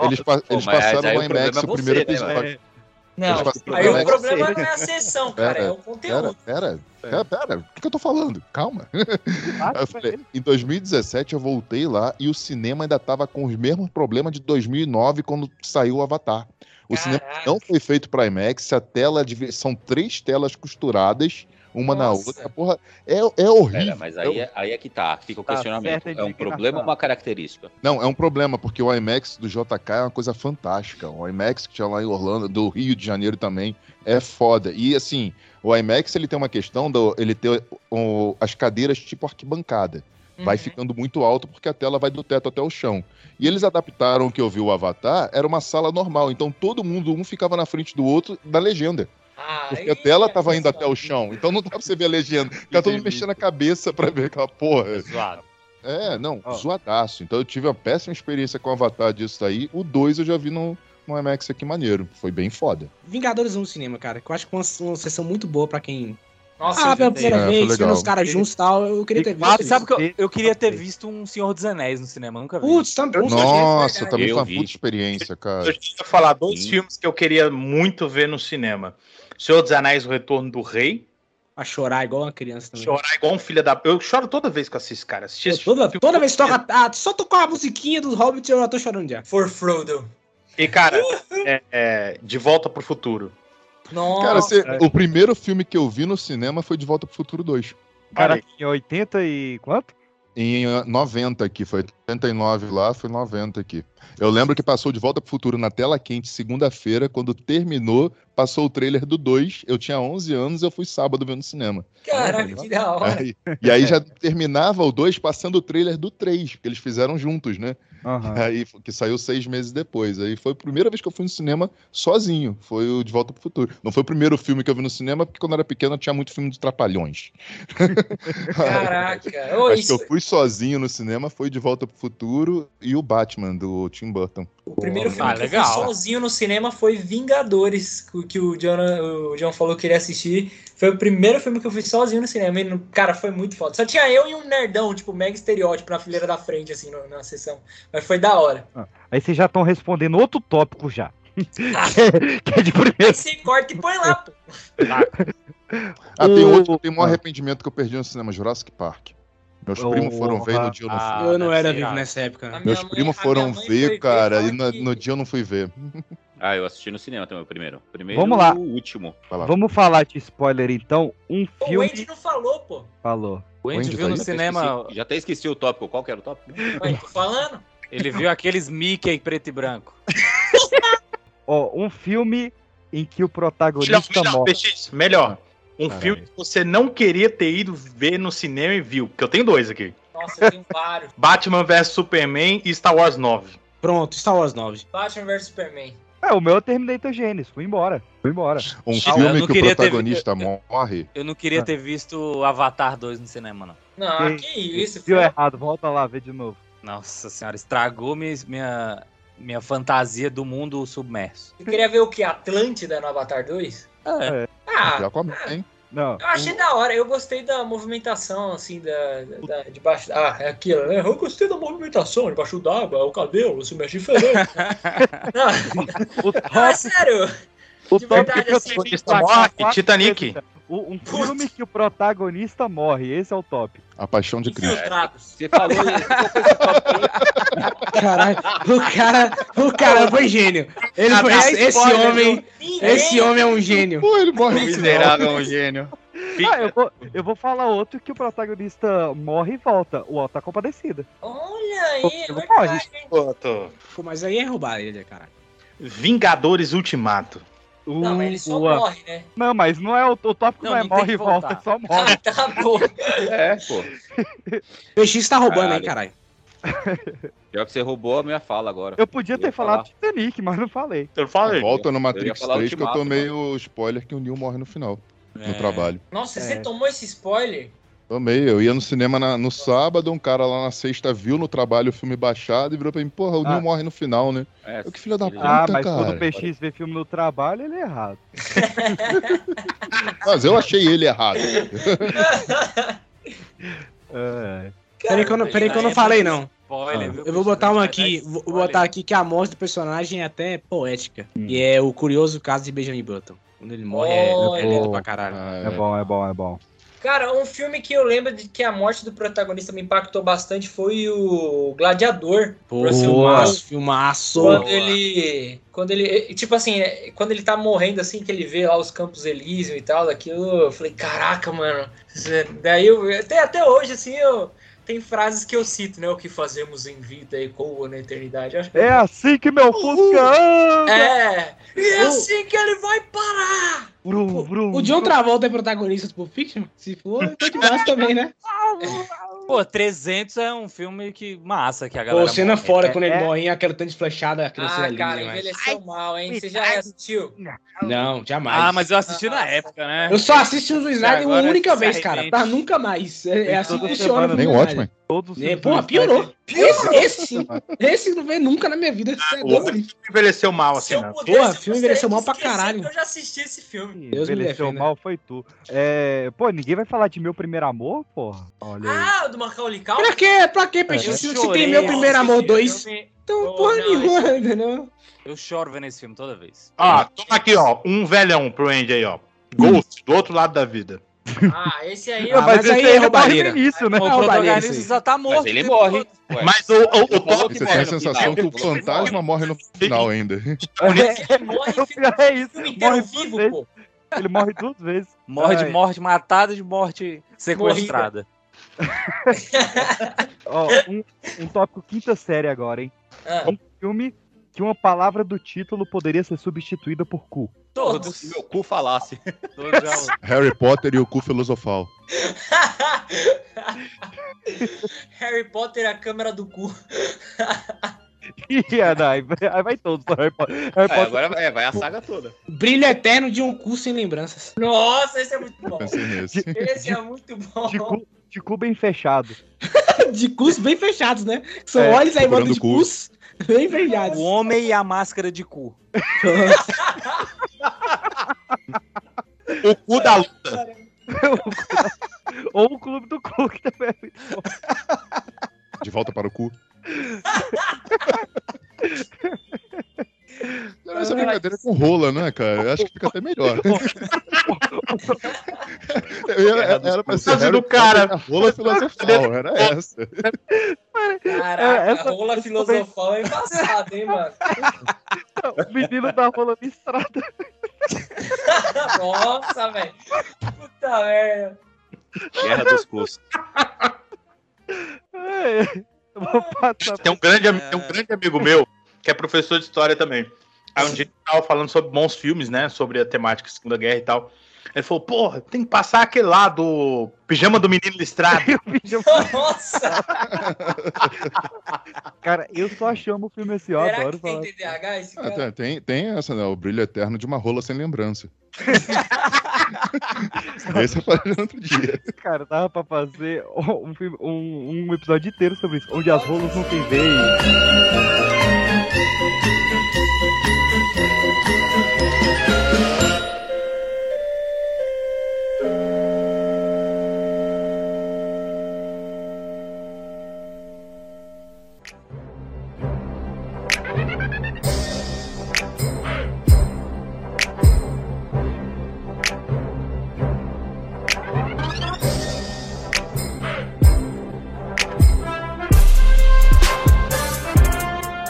eles, pa-
Pô,
eles
mas
passaram
aí
lá
o
em
problema
IMAX
é
o primeiro
você, né,
episódio. Eles
Não,
passaram
aí
no
o
IMAX.
problema não é a sessão, cara, é o
Pera,
conteúdo.
pera,
É.
pera, pera, o que, que eu tô falando? Calma. Aí eu falei, em 2017 eu voltei lá e o cinema ainda tava com os mesmos problemas de 2009 quando saiu o Avatar. O cinema
Caraca.
não foi feito para IMAX, a tela de- são três telas costuradas, uma
Nossa.
na outra. Porra, é, é horrível.
Pera, mas aí,
É-
é- aí é que tá, fica o
Tá
questionamento.
certa a
É um
indignação.
problema ou uma característica?
Não, é um problema, porque o IMAX do JK é uma coisa fantástica. O IMAX que tinha lá em Orlando, do Rio de Janeiro também, é foda. E assim, o IMAX ele tem uma questão do ele ter o- as cadeiras tipo arquibancada. Vai
Uhum.
ficando muito alto porque a tela vai do teto até o chão. E eles adaptaram o que eu vi o Avatar, era uma sala normal, então todo mundo um ficava na frente do outro da legenda.
Ah,
Porque
aí
a tela
é
tava indo
pessoal.
até o chão, então não dá pra você ver a legenda. Fica todo mundo mexendo a cabeça pra ver aquela porra.
Zoado.
É, não,
Ó.
zoadaço. Então eu tive uma péssima experiência com o Avatar disso daí. O 2 eu já vi no, no IMAX aqui maneiro. Foi bem foda.
Vingadores 1 no cinema, cara. Que eu acho que é uma, uma sessão muito boa pra quem.
Nossa,
Ah, pela
eu já tenho.
primeira
É, foi
vez, vendo
legal.
os caras juntos e tal. Eu queria ter
E
visto.
quatro,
isso.
Sabe que eu, eu queria ter
Sim.
visto um Senhor dos Anéis no cinema, nunca vi.
Putz, também.
Nossa, também
Eu
foi uma
vi.
puta experiência,
Eu
cara.
tinha falar dois
Sim.
filmes que eu queria muito ver no cinema. Senhor dos Anéis, O Retorno do Rei.
A chorar igual uma criança também.
Chorar igual um filho da... Eu choro toda vez que eu assisto, cara. Assisti
Pô,
esse
Uhum. toda,
filme é
toda vez que toca. Ah, só tocou a musiquinha do Hobbit, eu já tô chorando já.
For Frodo.
E, cara, é, é, De Volta pro Futuro.
Nossa.
Cara, você- o primeiro filme que eu vi no cinema foi De Volta pro Futuro 2.
Cara,
Olha
em 80 e quanto?
Em eh, 90 aqui, foi 89 lá, foi 90 aqui. Eu lembro que passou De Volta pro Futuro na tela quente segunda-feira, quando terminou, passou o trailer do 2. Eu tinha 11 anos, eu fui sábado ver no cinema. né?
Caraca, que da hora.
Aí- e aí já terminava o 2 passando o trailer do 3, porque eles fizeram juntos, né?
Aham.
Aí, f- que saiu seis meses depois. Aí foi a primeira vez que eu fui no cinema sozinho. Foi o De Volta pro Futuro. Não foi o primeiro filme que eu vi no cinema, porque quando eu era pequeno eu tinha muito filme de Trapalhões.
Caraca. Ô,
Acho
isso,
que eu fui sozinho no cinema, foi De Volta pro Futuro e o Batman, do Tim Burton.
o primeiro filme
Ah,
que eu fui
legal.
sozinho no cinema foi Vingadores, que o- que o John, o John falou que iria assistir. Foi o primeiro filme que eu fui sozinho no cinema. E, no- cara, foi muito foda. Só tinha eu e um nerdão, tipo, mega estereótipo na fileira da frente, assim, no- na sessão. Mas foi da hora.
Aí vocês já estão respondendo outro tópico já.
Ah,
que é de
Aí
primeiro.
você corta e põe lá. pô.
Ah, tem
O-
outro, tem um
Ah.
arrependimento que eu perdi no cinema, Jurassic Park. Meus
Oh,
primos foram ver e no dia eu não fui.
Ah,
eu não
deve
era
ser
vivo
irado.
nessa época.
minha
Meus
mãe-
primos
a
forum
minha mãe foi
ver,
ver
cara,
fala
e na-
que-
no dia eu não fui ver.
Ah, eu assisti no cinema também, o primeiro. Primeiro
Vamos lá.
o último.
Vai lá.
Vamos falar de spoiler então. Um
O
filme
Andy não falou, pô.
falou.
O Andy
Andy
viu no
tá aí.
cinema,
Esqueci- já até esqueci o tópico. Qual que era o tópico?
Mas tô falando.
ele viu aqueles Mickey preto e branco.
Ó, um filme em que o
ah.
Melhor,
protagonista
melhor,
morre.
PX, melhor. Um
Caralho.
filme que você não queria ter ido ver no cinema e viu. Porque eu tenho dois aqui.
Nossa, eu tenho vários.
Batman vs Superman e Star Wars 9.
Pronto, Star Wars 9.
Batman vs Superman.
É, o meu eu terminei teu Gênesis, fui embora. Fui embora.
Um
Gente, eu
filme
não
que o
queria ter-
protagonista morre.
Eu não queria
Ah.
ter visto Avatar 2 no cinema, não.
Não,
Ok.
que isso,
Deu
foi-
errado, volta lá, vê de novo.
Nossa senhora, estragou minha, minha, minha fantasia do mundo submerso.
Eu queria ver o que? Atlântida no Avatar 2?
É.
Já
Ah,
come, hein?
Não.
eu achei da hora, eu gostei da movimentação, assim, da, da, de baixo. Ah, é aquilo, né? Eu gostei da movimentação, debaixo d'água, o cabelo, se mexe diferente. Não,
O top,
ah, sério!
o
de
top
verdade,
que o
assim,
protagonista
morre,
tá quatro
Titanic.
vezes, cara. O- um
Putz.
filme que o protagonista morre, esse é o top.
A Paixão de Cristo.
é,
Infiltrados.
Você falou
Caralho, o cara, o cara foi gênio. Ele foi,
Ah, dá
esse, esse
spoiler,
homem,
Ninguém
esse homem é um gênio.
Pô, ele morre no final.
Miserável, é um gênio.
Ah, eu vou, eu vou falar outro que o protagonista morre e volta. O Alta Compadecida.
Olha aí,
Pô,
é
não
verdade.
pode.
hein?
Outro.
Pô, mas aí é roubar ele, cara.
Vingadores Ultimato.
O,
Não, mas ele só
o- a-
morre, né?
não, mas não é o, o tópico não,
Não,
é
não tem
morre
que
e volta,
voltar.
só morre.
Ah, tá bom.
É, pô.
PX tá roubando aí, caralho.
Pior que você roubou a minha fala agora.
Eu podia
Eu
ter
ia
falado
falar.
Titanic, mas não falei.
Eu
Tá
falei.
Volta no
Eu ia
Matrix
falar
3 que eu
Ultimato, né?
tomei o spoiler que o Neil morre no final,
É.
no trabalho.
Nossa,
É.
você tomou esse spoiler?
Tomei, eu ia no cinema na- no sábado, um cara lá na sexta viu no trabalho o filme baixado e virou pra mim, porra, o
Ah.
Neil morre no final, né?
É,
Eu que filho da
filho
puta.
da-
Ah,
Puta,
mas quando
cara.
o PX vê filme no trabalho, ele é errado.
Mas eu achei ele errado.
É.
Peraí que eu não, peraí que eu não
É,
falei,
mas-
não.
Spoiler, viu?
Eu vou botar uma
Vai dar
aqui, vou vou
spoiler.
botar aqui que a morte do personagem é até poética. E é o curioso caso de Benjamin Button. Quando ele morre, é- é,
Olha.
lindo pra caralho.
Ah,
É bom, é bom, é bom.
Cara, um filme que eu lembro de que a morte do protagonista me impactou bastante foi o Gladiador.
Pô,
Esse
filmaço,
maço.
filmaço.
Quando
Boa.
ele. Quando ele. eh, Tipo assim, eh, quando ele tá morrendo assim, que ele vê lá os Campos Elíseo e tal, daquilo, eu falei, caraca, mano. Zé, Daí eu. Até, até hoje, assim, eu. Tem frases que eu cito, né? O que fazemos em vida ecoa na eternidade. Eu Acho que
É assim que meu Fusca anda!
É! E é
Eu-
assim que ele vai parar!
Brum, brum,
O John
brum.
Travolta é protagonista do Pulp Fiction? Se for, eu tô de baixo também, né?
Pô, 300 é um filme que massa que a galera.
Pô, cena
morre. né?
fora,
É-
quando ele
é-
morre, hein, aquela tanto de flechada, aquela cena
Ah,
linda
cara,
demais.
envelheceu mal, hein? Você já assistiu?
Não, jamais.
Ah, mas eu assisti na
Nossa.
época, né?
Eu só assisto o Snyder uma
Agora
única
se
vez, cara.
arrepende.
Pra nunca mais. É, é assim que
Toda
funciona.
semana,
Nem
o
o Watchman.
Todos os
É,
filmes
porra,
do
piorou.
Snyder.
Esse, esse sim. Esse não veio nunca na minha vida. Isso é
o
doido.
outro envelheceu mal assim,
Se eu
não.
pudesse,
Porra,
eu
filme envelheceu
gostaria de
mal pra
esquecer
caralho.
que Eu já assisti esse filme.
Deus me
Envelheceu
defenda.
mal, foi tu. É, pô, ninguém vai falar de meu primeiro amor, porra. Olha aí.
Ah, do Macaulay Culkin?
Pra quê? Pra quê, Peixe?
Eu
Se, se
chorei
tem meu
ao
primeiro amor
assistir
2,
esse filme.
então
Oh,
porra
não,
nenhuma, entendeu?
Eu choro vendo esse filme toda vez.
Ó, toma aqui, ó. Um velhão pro Andy aí, ó. Ghost, do outro lado da vida.
Ah, esse aí
Ah,
eu
mas
esse
aí é
ele morre
roubalheira.
no início, né?
Pô,
não,
o
Baleia,
protagonista
isso aí.
já tá morto.
Mas ele morre. Ué,
Mas o, o, o
Eu falo
top é,
que
Você tem a
morre no final.
sensação que o fantasma morre no final ainda.
É,
morre
o
e fica
pior é
o
isso.
filme
Morre
inteiro
duas
vivo,
vezes.
pô.
Ele morre duas vezes.
Morre de
Ai.
morte matada, de morte sequestrada.
Ó, um, um tópico quinta série agora, hein?
Ah,
Filme que uma palavra do título poderia ser substituída por cu.
Todo se meu cu falasse.
Todos já-
Harry Potter e o cu filosofal.
Harry Potter, a câmera do cu.
E é, não, aí vai- aí vai todos. Harry Potter. Harry
É,
Potter-
agora vai- é, vai a saga toda.
Brilho eterno de um cu sem lembranças.
Nossa, esse é muito bom.
Pensei nesse.
Esse é muito bom.
de, cu, de cu bem fechado.
De cus bem fechados, né? São
É,
olhos aí em volta
procurando
de
cu.
cus bem fechados.
O homem e a máscara de cu.
O cu da luta.
Ou o clube do cu, que também é muito bom.
De volta para o cu. Não, essa brincadeira é com rola, né, cara? Eu acho que fica até melhor. Eu- era, era pra ser
Caso do
Harry Potter
cara.
e a rola filosofal, era essa.
Caraca,
É, essa-
a rola filosofal é embaçada, hein, mano?
O menino tá da rola listrada.
Nossa, velho. Puta merda.
Guerra dos cus.
É, eu vou passar.
Tem um grande,
É.
am- tem um grande amigo meu que é professor de história também. Aí um dia ele tava falando sobre bons filmes, né? Sobre a temática Segunda Guerra e tal. Ele falou, porra, tem que passar aquele lá do pijama do menino listrado.
Nossa!
Cara, eu só chamo o filme assim, ó,
Será
adoro
que tem
falar.
TDAH esse
Ah,
cara?
tá, tem, tem essa, né? O brilho eterno de uma rola sem lembrança. Esse eu falei no outro dia.
assim, Cara, dava pra fazer um, filme- um- um episódio inteiro sobre isso, onde as rolas não têm vez.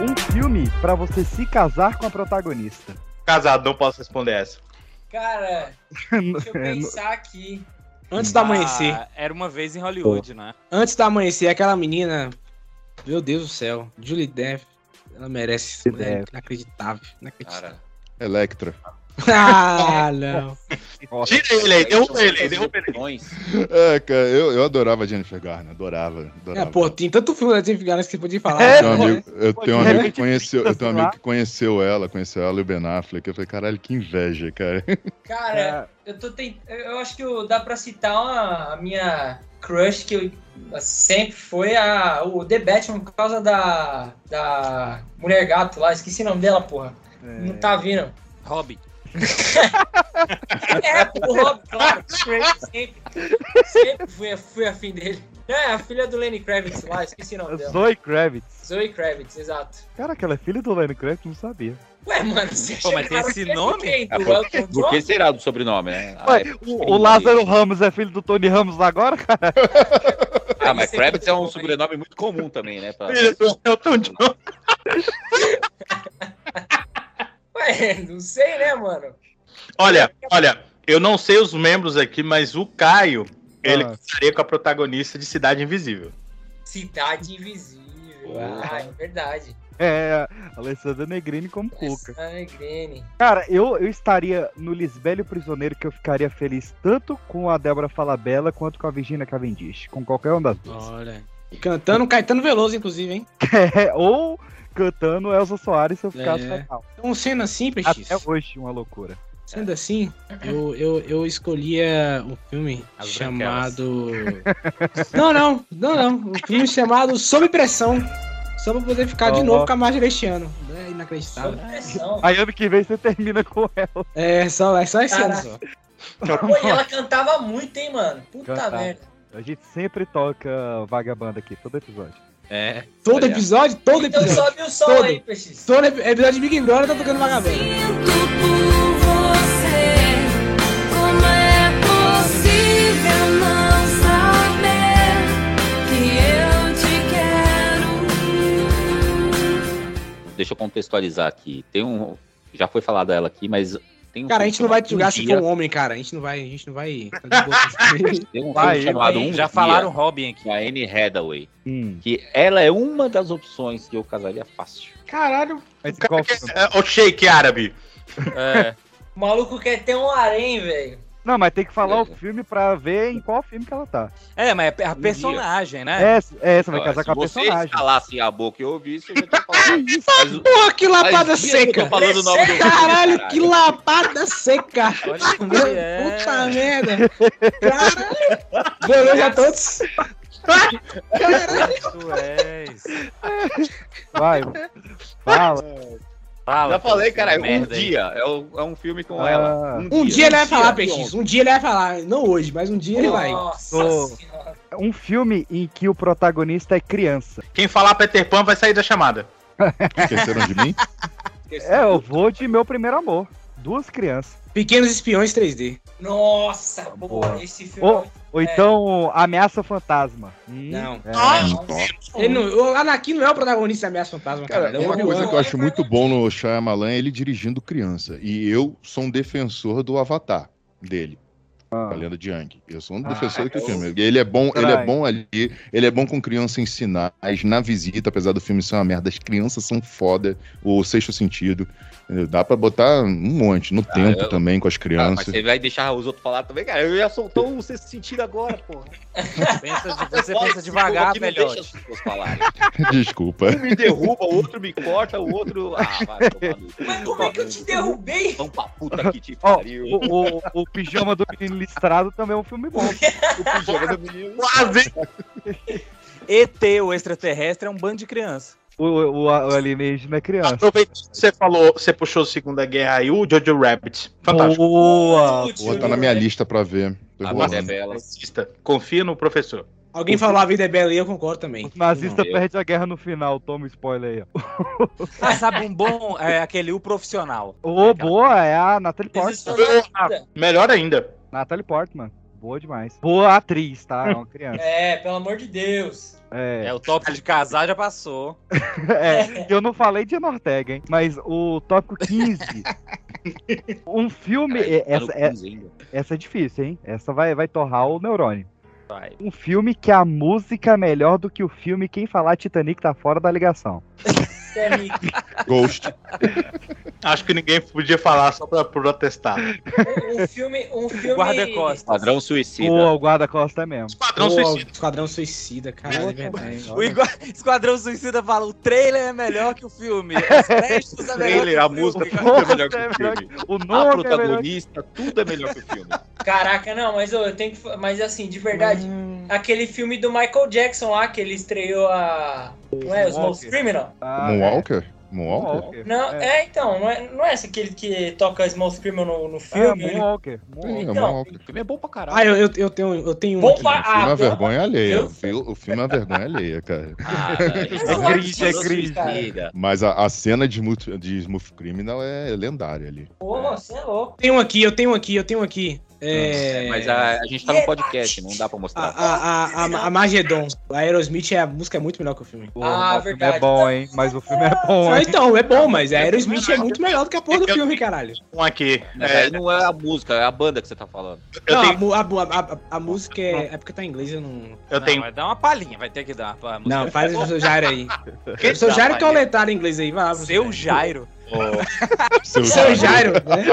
Um filme pra você se casar com a protagonista.
Casado, não posso responder essa.
Cara, deixa eu
É,
pensar aqui.
Antes do amanhecer.
Ah, era uma vez em Hollywood, né?
Antes do amanhecer, aquela menina. Meu Deus do céu. Julie Depp. Ela merece isso,
Julie
mulher.
Depp.
Inacreditável. Inacreditável.
Cara,
Electra.
Ah, não.
É,
Tira ele aí, derruba ele um aí, derruba ele aí.
É, cara, eu, eu adorava a Jennifer Garner, adorava.
É,
adorava.
pô, tem tanto filme da Jennifer Garner que você podia falar. né?
É,
Tem um
pô.
amigo- eu
Pô,
tenho um
de
amigo que
repente
conheceu, eu tenho um
lá.
amigo que conheceu ela, conheceu ela e o Ben Affleck. Eu falei, caralho, que inveja, cara.
Cara, eu tô tent... Eu acho que eu- dá pra citar uma, a minha crush que eu- sempre foi a, o The Batman por causa da, da mulher gato lá. Esqueci o nome dela, porra. Não tá vindo.
Hobby.
É, o Rob, claro. crush Sempre, sempre fui, fui afim dele. É, a filha do Lenny Kravitz lá, esqueci o nome dela.
Zoe Kravitz.
Zoe Kravitz, exato.
Cara, aquela é filha do Lenny Kravitz, não sabia.
Ué, mano, você
Pô, mas tem
cara,
esse
que é de
nome?
quem? Do
Ah,
Elton
Por que
John?
será do sobrenome, né? Ah,
Ué,
é
o, o Lázaro Ramos é filho do Tony Ramos agora, cara?
Ah, mas Kravitz é um sobrenome muito comum também, né? Pra...
Filho do Elton John.
Ué, não sei, né, mano?
Olha, olha, eu não sei os membros aqui, mas o Caio, ele
Ah.
casaria com a protagonista de Cidade Invisível.
Cidade Invisível. Ah, é verdade.
É, Alessandra Negrini como Cuca.
Alessandra Grene.
Cara, eu, eu estaria no Lisbelo Prisioneiro que eu ficaria feliz tanto com a Débora Falabella quanto com a Virginia Cavendish. Com qualquer uma das duas.
Olha. Cantando Caetano Veloso, inclusive, hein?
É, ou cantando Elza Soares se eu ficasse
É.
fatal.
Então, sendo assim, Peixes,
Até hoje, uma loucura.
sendo assim, eu, eu, eu escolhia um filme
As
chamado... não, não, não, não. Um filme chamado Sob Pressão. Só pra poder ficar de
Ó.
novo com a Marjorie este ano. É inacreditável.
Sob pressão.
Aí ano que vem você termina com ela.
É, só, é só esse ano
Caraca.
só.
Pô, e ela cantava muito, hein, mano? Puta
Cantava.
merda.
A gente sempre toca vagabanda aqui, todo episódio.
É.
Todo
Olha.
episódio, todo
Então
episódio.
sobe o som
Todo.
aí, Peixes.
Todo ep- episódio de Big Brother tá tocando vagabundo.
Deixa eu contextualizar aqui. Tem um. Já foi falado ela aqui, mas tem um.
Cara, a gente não vai te julgar
julgar
se for um homem, cara. A gente não vai. A gente não vai. tá de boa com isso.
Tem um
Vai,
filme chamado
vai.
Um
Já
Dia,
falaram Robin aqui.
com a Anne Hathaway.
Hum.
Que ela é uma das opções que eu casaria fácil.
Caralho,
Mas
cara
qual
que
filme?
é- é o shake árabe.
É,
O maluco quer ter um harém, velho.
Não, mas tem que falar o
Beleza.
filme pra ver em qual filme que ela tá.
é mas é a personagem, né?
É, é você vai
Olha,
casar com a
se
personagem.
Vocês calassem a boca e eu ouvi isso, eu já tinha falado. Mas o-
Pô, que lapada
faz dias que eu tô
seca!
falando o nome do filme,
Caralho, que lapada seca!
Olha como é.
Puta merda! Caralho! Boa noite a todos! Caralho!
Tu és.
Vai. Fala.
Fala.
Já falei,
cara,
cara, um
merda aí.
dia. É, o- é um filme com
Ah.
ela.
Um dia ele vai falar,
de
Peixes. Um dia ele vai falar. Não hoje, mas um dia ele vai.
Nossa
Tô.
senhora.
Um filme em que o protagonista é criança.
Quem falar Peter Pan vai sair da chamada.
Esqueceram de mim?
É, eu vou de meu primeiro amor. Duas crianças.
Pequenos Espiões 3D.
Nossa, boa. Esse filme. é
Ô, Ou então, Ameaça Fantasma. Hum,
Não.
é.
Ele não, o Anakin não é o protagonista da Ameaça Fantasma, cara.
Cara,
Ele é
uma
o
coisa
vilão.
que eu acho muito bom no Shyamalan é ele dirigindo criança. E eu sou um defensor do Avatar dele. A lenda de Yang. Eu sou um defensor daquele filme. E Ele é bom, ele é
Caralho.
bom ali, ele é bom com criança em sinais, na visita, apesar do filme ser uma merda, as crianças são foda, o sexto sentido. Dá pra botar um monte no tempo
eu-
também com
Ah,
as
mas
crianças.
você vai deixar os outros falar também, cara. Eu já soltou um sexto sentido agora, porra.
Pensa de-
Eu
você
falo
pensa
esse
devagar,
povo aqui, não
melhor.
um Deixa as pessoas falarem.
Desculpa.
Um me derruba, o outro me corta, o outro. Ah, vai tomar no cu.
Mas como é que eu te derrubei?
Vamos pra puta que te
Ó,
pariu.
o, o, o Pijama do Menino Listrado também é um filme bom.
Quase!
ET, o extraterrestre, é um bando de criança.
O, o, o alienígena é criança.
Aproveitando que você falou, você puxou a Segunda Guerra aí, o Jojo Rabbit. Fantástico.
Boa!
Vou botar tá na minha lista pra ver. Tô
A
enrolando.
Mas é bela.
Assista. Confia no professor.
Alguém falou a vida é bela e eu concordo também.
Os nazistas
Meu.
perdem a guerra no final, toma spoiler aí.
Ah, sabe um bom? É aquele o profissional.
Ô, boa, é a Natalie Portman.
Melhor ainda.
Natalie Portman. Boa demais. Boa atriz, tá? É uma criança.
É, pelo amor de Deus.
É.
É, o top de casar já passou.
É, e eu não falei de Ana Ortega, hein? Mas o tópico 15. um filme.
Caralho,
é-
tá no
essa, é,
15 ainda.
essa é difícil, hein? Essa vai, vai torrar o neurônio. Um filme que a música é melhor do que o filme. Quem falar Titanic tá fora da ligação.
Titanic.
Ghost.
Acho que ninguém podia falar só pra protestar.
Um, um filme. Um filme.
Guarda-costas.
Padrão suicida.
Boa, o guarda-costa é mesmo.
Esquadrão
Pô,
Suicida.
Esquadrão Suicida, caralho, é verdade.
O igua- Esquadrão Suicida fala: o trailer é melhor que o filme. Os créditos é melhor
Trailer,
que o
a
filme.
música, tudo
Nossa,
é melhor que
é
o
melhor
filme.
O
A
nome é melhor.
Ah, protagonista, tudo é melhor que o filme.
Caraca, não, mas eu, eu tenho que. fa- Mas assim, de verdade,
Hum.
aquele filme do Michael Jackson lá, que ele estreou a. Não é? Os Most Criminal?
Ah,
Moonwalker?
é.
Moonwalker?
Moonwalker.
Não,
É.
é, então, não é, não é esse aquele que toca Small Criminal no, no
Ah,
filme? ele-
Moonwalker.
É,
Moonwalker.
Então,
Moonwalker.
O filme é bom pra caralho.
Ah, eu, eu, eu tenho, eu tenho um
Vou
aqui.
O filme é uma
Ah,
vergonha alheia.
eu
O fil- O filme é uma vergonha alheia, cara.
é
cringe, é cringe.
Mas a, a cena de, Smooth- de Smooth Criminal é lendária ali.
Pô, você é louco.
Eu tenho um aqui, eu tenho um aqui, eu tenho um aqui. É...
Mas a, a gente tá no podcast, não dá pra
A,
mostrar.
a, a, a, a Magedon. A Aerosmith é a música é muito melhor que o filme.
Pô,
Ah,
mas o filme é
verdade.
bom, hein? Mas o filme é bom,
Ah,
hein?
então, é bom, mas a Aerosmith é muito melhor do que a porra do filme, caralho.
Um aqui.
Mas
É,
aí não é a música, é a banda que você tá falando.
eu
Não,
tenho,
a, mu- a, a- a- a música é. É porque tá em inglês, eu não.
eu
Não,
tenho
Vai dar uma palhinha, vai ter que dar. pra música.
Não, faz o seu Jairo aí. O seu Jairo que é o letário em inglês aí, vai lá. pro
Seu Jairo.
um
Seu Jairo.
Seu Jairo, né?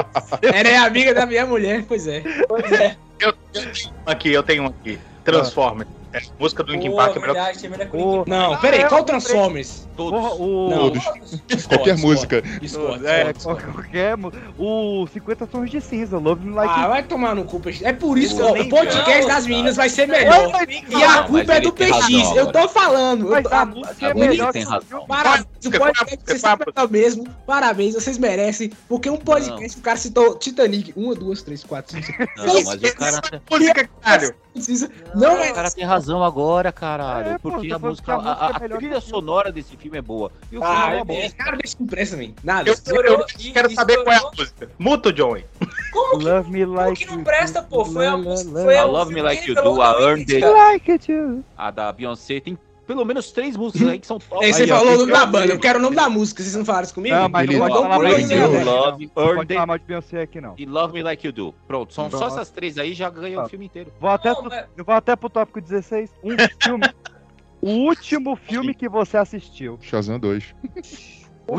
Ela é amiga da minha mulher, pois é.
Pois é.
um aqui, eu tenho um aqui. Transformers. É, a música do Linkin
Pô,
Park é melhor
verdade, tem melhor que
Pô,
o
Não,
Ah,
peraí,
é,
qual
eu lembrei.
Transformers?
Porra,
Todos.
o...
Não.
Todos. Qualquer música.
Discord.
É, qual- qualquer. mu- O 50 Tons de Cinza, Love Me Like.
Ah, vai tomar no cu, peixe. É por isso que
Eu
ó,
nem
o podcast
vi.
das meninas vai ser
Não,
melhor.
mas-
E
Não,
a
mas
culpa é
ele
do
tem
PX,
razão
eu
agora.
tô falando.
mas
eu tô-
a música é
Agora ele
melhor
tem
que o filme.
razão.
Parabéns, o
Qual a música?
podcast é que vocês
Qual a
sempre estão mesmo. Parabéns, vocês merecem. Porque um podcast que o cara citou Titanic. Uma, duas, três, quatro, cinco, seis. é
Não, mas o cara,
Música, caralho.
precisa. Não,
o
é.
cara tem razão agora, caralho.
É, pô,
porque
tô
a
falando
música,
que a música
a, a
é melhor
trilha
que-
sonora desse filme é boa. E o filme
Ah,
é
é
bom.
bem- cara, deixa impressa, mim. Nada.
Eu, eu, eu quero saber qual é a música. Muta, Johnny.
Como que,
Love Me
como
Like.
que não presta, pô? Foi a
La, la,
música.
la.
Foi
I
a
Love Me
filme
Like
dele,
You
pelo
Do, a
amor de
Earn
Deus,
It.
cara.
Like it you.
A da Beyoncé tem pelo menos três músicas aí que são top.
Aí você
Aí, ó,
falou o
tem
nome da
Beyoncé,
banda. Eu quero o nome da música. Vocês não falaram isso comigo?
Não, mas não
Ele-
pode
Don't
falar mal de
Break
Beyoncé.
Your
aqui, não.
Love,
Não pode
Earn
falar
It
mal de Beyoncé aqui, não.
e Love Me Like You Do. Pronto, são só essas três aí já ganham
Tá.
o filme inteiro.
Vou até,
Não,
pro-
mas-
eu vou até pro tópico 16. Um filme. O último filme que você assistiu.
Shazam 2.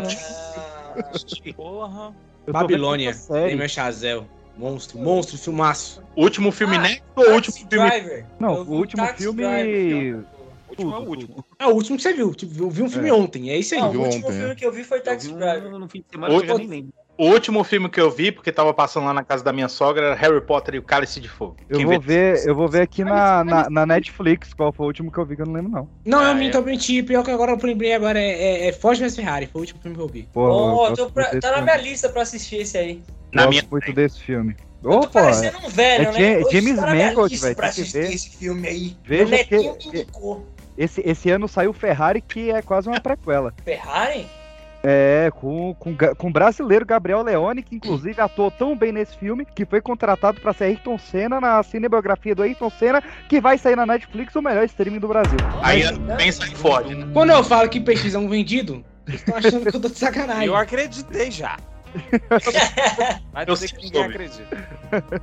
Ah,
Porra.
Eu tô
Babilônia.
vendo essa série.
Prêmio Chazel. Monstro, monstro, filmaço.
O último filme
Ah,
né? ou o último
Taxi
filme?
Driver.
Não,
Eu
o
vi
último
Taxi
filme.
Driver.
O último é o
Tudo,
último.
É o último que você viu. Tipo, eu vi um filme
É.
ontem. É isso aí.
Não,
viu
o último
ontem,
filme
né?
que eu vi foi Taxi
Eu vi
Driver.
um no fim de semana que eu já nem lembro.
O último filme que eu vi, porque tava passando lá na casa da minha sogra, era Harry Potter e o Cálice de Fogo.
Eu
Quem
vou,
vê-
ver, eu vou ver aqui
é
na, na, na Netflix qual foi o último que eu vi, que eu não lembro, não.
Não,
Ah,
eu
é.
minto, eu menti. Pior que agora eu lembrei agora é, é, é Foge Vs Ferrari. Foi o último filme que eu vi.
Porra, eu
Ó,
gosto
tô pra-
muito desse
tá na
um filme.
minha lista pra assistir esse aí.
Na
Gosto
minha
muito desse filme.
Eu
Ô,
tô
pô,
parecendo um velho,
é
né?
Ja-
Hoje
James
tá na minha
Mangold,
lista
velho,
pra
tem que
assistir
ver.
esse filme aí.
Veja
o Netinho
que- é-
me indicou.
esse, esse ano saiu Ferrari, que é quase uma prequela.
Ferrari?
É, com, com, ga- com o brasileiro Gabriel Leone, que inclusive atuou tão bem nesse filme, que foi contratado pra ser Ayrton Senna na cinebiografia do Ayrton Senna, que vai sair na Netflix, o melhor streaming do Brasil.
Aí bem sai Ford, né?
Quando eu falo que PX é um vendido, vocês estão achando que eu tô de sacanagem.
Eu acreditei já. Vai
Eu
dizer que
sempre
ninguém
soube.
acredita.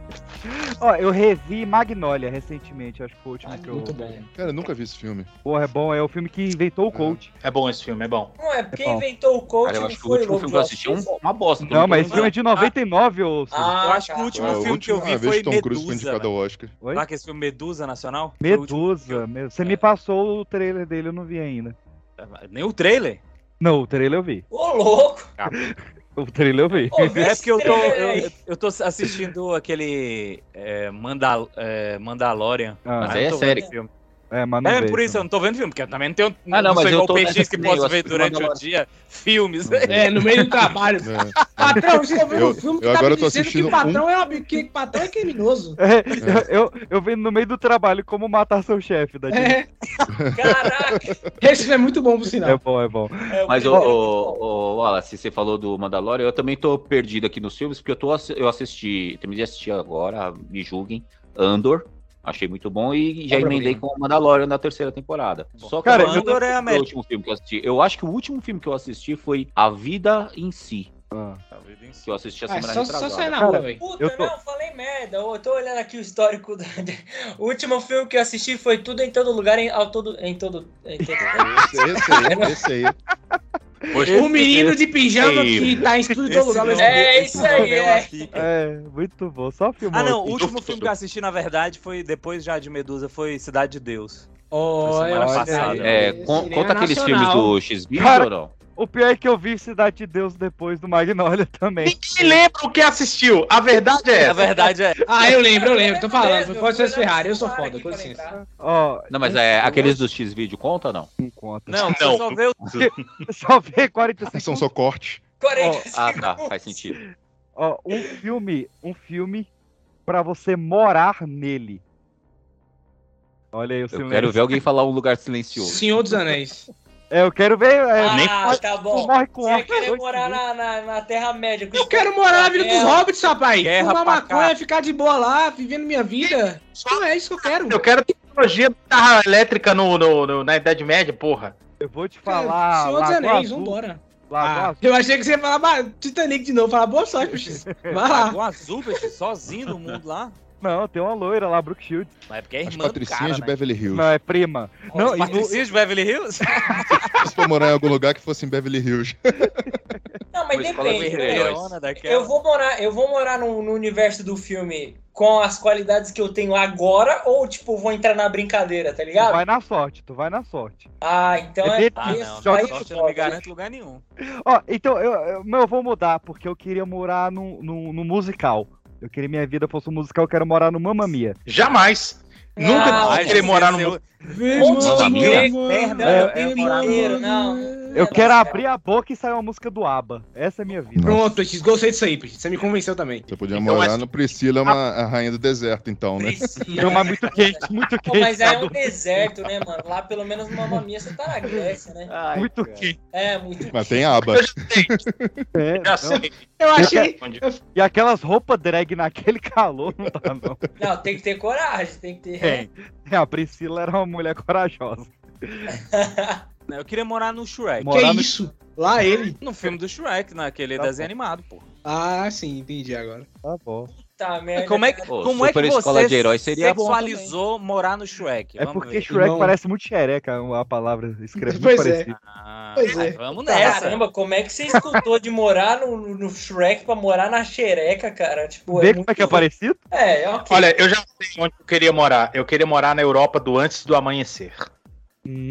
Ó, eu revi Magnolia recentemente, acho que foi o último
Ah,
que eu.
muito bom.
Cara, eu nunca vi esse filme.
Porra, é bom, é o filme que inventou o coach.
É bom esse filme, é bom.
Não é, quem
bom.
inventou o coach
Cara, eu
não
acho que o
foi
último
Lobo
filme que eu
Jovem.
assisti é um- uma bosta. que eu
Não, mas
tô
esse filme é de 99, ô. Silvio.
Ah,
Eu acho que o
tá.
último ah,
É, a
filme que eu
última
vi
vez
foi
que Tom Cruise foi
Medusa.
indicado ao
velho.
Oscar.
Oi?
Lá que esse filme Medusa Nacional? Foi o último que
Medusa. meu, Você me passou o trailer dele, eu não vi ainda.
eu- É, Nem o trailer.
Não, o trailer eu vi.
Ô, louco!
O trailer eu vi.
Ô, vê
É
esse
porque eu tô,
trailer
eu,
aí.
eu tô assistindo aquele é, Mandal- é, Mandalorian.
Ah,
Mas
Aí
aí
eu
é
tô
sério.
vendo filme.
É, mas não
É,
vejo.
por isso eu não tô vendo filme, porque eu também não tenho.
não,
Ah, não
mas
sou
eu
igual
tô
o PX que
nessa ideia, eu
posso ver
assisti
durante o
Mandalorian.
dia filmes.
É, no meio do trabalho.
É,
Patrão, estou vendo um
Eu-
filme que
eu
tá
agora
me
tô
dizendo que
assistindo um.
patrão é uma- que patrão é criminoso.
É, eu, eu vendo no meio do trabalho como matar seu chefe né, da Disney.
É,
Caraca!
esse filme é muito bom pro
É
sinal.
bom, é bom.
É, o
Mas, ô,
primeiro-
ô, ô, Wallace, você falou do Mandalorian, eu também tô perdido aqui nos filmes, porque eu, tô, assi- eu assisti, terminei de assistir agora, me julguem, Andor, achei muito bom, e já
Obra
emendei com o Mandalorian na terceira temporada. Só que
Cara,
eu não
Andor
lembro
é a
qual foi o
melhor.
último filme que eu assisti. Eu acho que o último filme que eu assisti foi A Vida em Si, que eu assisti a
Ah,
semana
só, só
retrasada.
sair na
Cara,
rua, velho.
Puta,
Eu tô-
não, falei merda. Eu tô olhando aqui o histórico. Do... O último filme que eu assisti foi Tudo em Todo Lugar, em, ao todo, em todo. Em todo...
esse, esse aí, esse aí.
O Um menino de pijama que tá em estudo em todo lugar. mas-
É isso aí, é.
É, muito bom. Só filmou.
Ah, não, o
aqui.
último filme que eu assisti, na verdade, foi depois já de Medusa, foi Cidade de Deus. Foi
Olha,
semana
olha
passada.
aí.
É, con-
Cinema
conta aqueles
nacional.
filmes do X-Video
Cara,
ou não?
O pior é que eu vi Cidade de Deus depois do Magnolia também.
Ninguém lembra o que assistiu. A verdade é
Na
essa.
verdade, é.
Ah, eu lembro, eu lembro, tô falando.
Mesmo,
Foi Força
fui olhar
Ferrari, eu sou
no celular
foda,
aqui
com
pra
licença.
lembrar.
Ó,
Não, mas é, aqueles do X-Video conta ou não?
não conta.
Não, você
Não.
só vê o
Só vi 45
São só cortes.
40
Ah, tá,
segundos.
faz sentido.
Ó, um filme, um filme pra você morar nele. Olha aí o
Eu
filme.
quero ver alguém falar um lugar silencioso.
Senhor dos Anéis.
É, eu quero ver. É,
Ah,
nem-
tá
tu
bom.
morre com
Você
óculos.
quer
dois
morar
minutos.
na, na, na Terra-média. com
Eu
os- É.
quero morar na vida dos
Terra.
hobbits, rapaz.
Guerra
Fumar
pra cá.
maconha, ficar de boa lá, vivendo minha vida. Não é isso que eu quero.
Eu quero tecnologia da guitarra elétrica no, no- no- na Idade Média, porra.
Eu vou te falar.
Senhor dos
Lagoa
Anéis,
Azul,
vambora.
Lagoa
Ah,
Azul.
eu achei que você ia falar bah, Titanic de novo, falar boa sorte, bicho. Vai lá.
Dragão Azul, bicho, sozinho no mundo lá.
Não, tem uma loira lá, Brooke Shields.
Mas é porque é
As
irmã do
patricinhas
cara,
de
né?
Beverly Hills.
Não, é prima. Não,
As
e no-
patricinhas de Beverly Hills?
Se for morar em algum lugar que fosse em Beverly Hills.
Não, mas
Uma escola
depende.
verde.
Eu,
Heroína né, daquela.
eu vou morar, eu vou morar no, no universo do filme com as qualidades que eu tenho agora ou, tipo, vou entrar na brincadeira, tá
tu
ligado?
vai na sorte, tu vai na sorte.
Ah, então
É
é.
dentro-
Ah, não.
Joga
Joga
Aí
sorte,
sorte não me
foda.
garante lugar nenhum.
Ó, então, eu, eu, meu, eu vou mudar, porque eu queria morar num no, musical. Eu queria minha vida fosse um musical, eu quero morar no Mamma Mia.
Jamais. Nunca
Ah,
pensei em querer morar
é
no mundo.
Mamma Mia?
Merda,
É,
eu tenho dinheiro, não.
Eu
Nossa,
quero
cara.
abrir a boca e sair uma música do ABBA. Essa é a minha vida.
Pronto, Pix, gostei disso aí, Pix. Você me convenceu também.
Você podia
Então,
morar
assim,
no Priscila, é uma a rainha do deserto, então, né?
Não, mas muito quente, muito
Pô,
quente.
mas aí é um
Cadu.
deserto, né, mano? Lá pelo menos uma mamia você tá na Grécia, né?
Muito quente.
É, muito.
Mas tem aba.
É,
Já
não.
sei.
Eu achei. é
E aquelas roupas drag naquele calor, não dá não.
Não, tem que ter coragem, tem que ter.
Tem. É, a Priscila era uma mulher corajosa.
Né, Eu queria morar no Shrek.
Morar
que
no-
isso? Lá ele.
No filme do Shrek, naquele
Tá
desenho animado, pô.
Ah, sim, entendi agora.
Tá bom.
Puta merda. Tá,
Como é que,
cara.
Pô,
como é que
super
você
escola de herói seria bom
sexualizou morar no Shrek?
É
Vamos
porque
ver.
Shrek
Não.
parece muito xereca, a palavra escreve muito
Pois é.
parecida.
Ah,
Pois é.
Tá
Vamos nessa.
Caramba, como é que você escutou de morar no, no- no Shrek pra morar na xereca, cara? Tipo,
Vê
é
como
muito...
é que é parecido?
É, ok.
Olha, eu já sei onde eu queria morar. Eu queria morar na Europa do antes do amanhecer.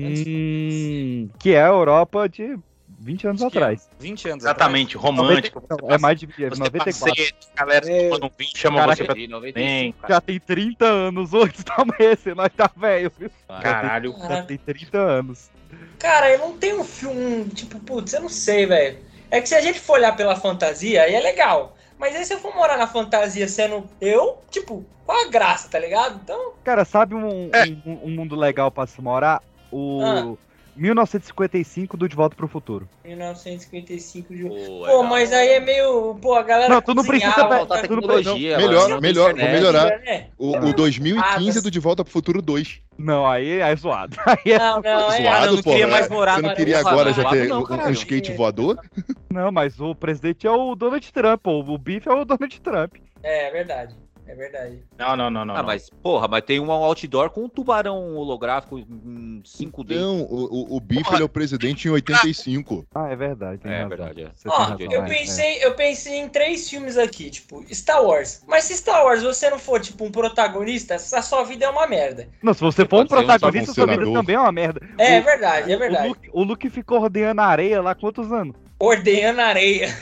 Hum, que é a Europa de 20 anos atrás.
20 anos
Exatamente, romântico.
Não, é mais de é
um Você tá
94.
passeia, a galera
É.
tomando um vinho, chama
Caraca,
você pra...
De 95,
Bem,
cara.
Já tem 30 anos, hoje tá amanhecendo, nós tá velho, viu?
caralho.
Já
Caraca.
tem 30 anos.
Cara, eu não tenho um filme, tipo, putz, eu não sei, velho. É que se a gente for olhar pela fantasia, aí é legal. Mas aí se eu for morar na fantasia sendo eu, tipo, qual a graça, tá ligado? Então,
um
Ah.
Cara, sabe um, um- um mundo legal pra se morar? O, 1955 do De Volta pro Futuro.
1955 de.
Pô, é
Pô, mas
da hora.
aí é meio. Pô, a galera.
Não, tu não precisa
cozinhava,
pe-
Falta
Tá, tudo bem,
tecnologia.
não. Melhor,
mano,
melhor, vou
internet.
melhorar.
né?
O, o 2015
Ah,
do De Volta pro Futuro 2.
Não, aí é zoado. Aí é...
Não, não, é.
Zoado,
não,
não queria mais morar
né? Você não
agora.
queria
Porra,
agora já
zoado
ter
não,
um- um,
caralho.
É,
skate voador?
tá
Não, mas o presidente é o Donald Trump, ou o Biff é o Donald Trump.
É, é verdade. É verdade.
Não, não, não, não.
Ah,
não.
mas porra, mas tem um outdoor com um tubarão holográfico em 5D.
Não, o, o, o Biff ele é o presidente em 85.
Ah, é verdade. tem
É
razão.
verdade, é.
Você tem
Ó,
razão,
eu
é,
pensei, eu pensei em três filmes aqui, tipo, Star Wars. Mas se Star Wars você não for, tipo, um protagonista, a sua vida é uma merda.
é. Não, se você for um
Pode ser um
protagonista, sua vida
saboneador.
também é uma merda.
É, é
O-
verdade, é
O
verdade.
Luke, o Luke ficou rodeando a areia lá quantos anos?
Ordenha na areia.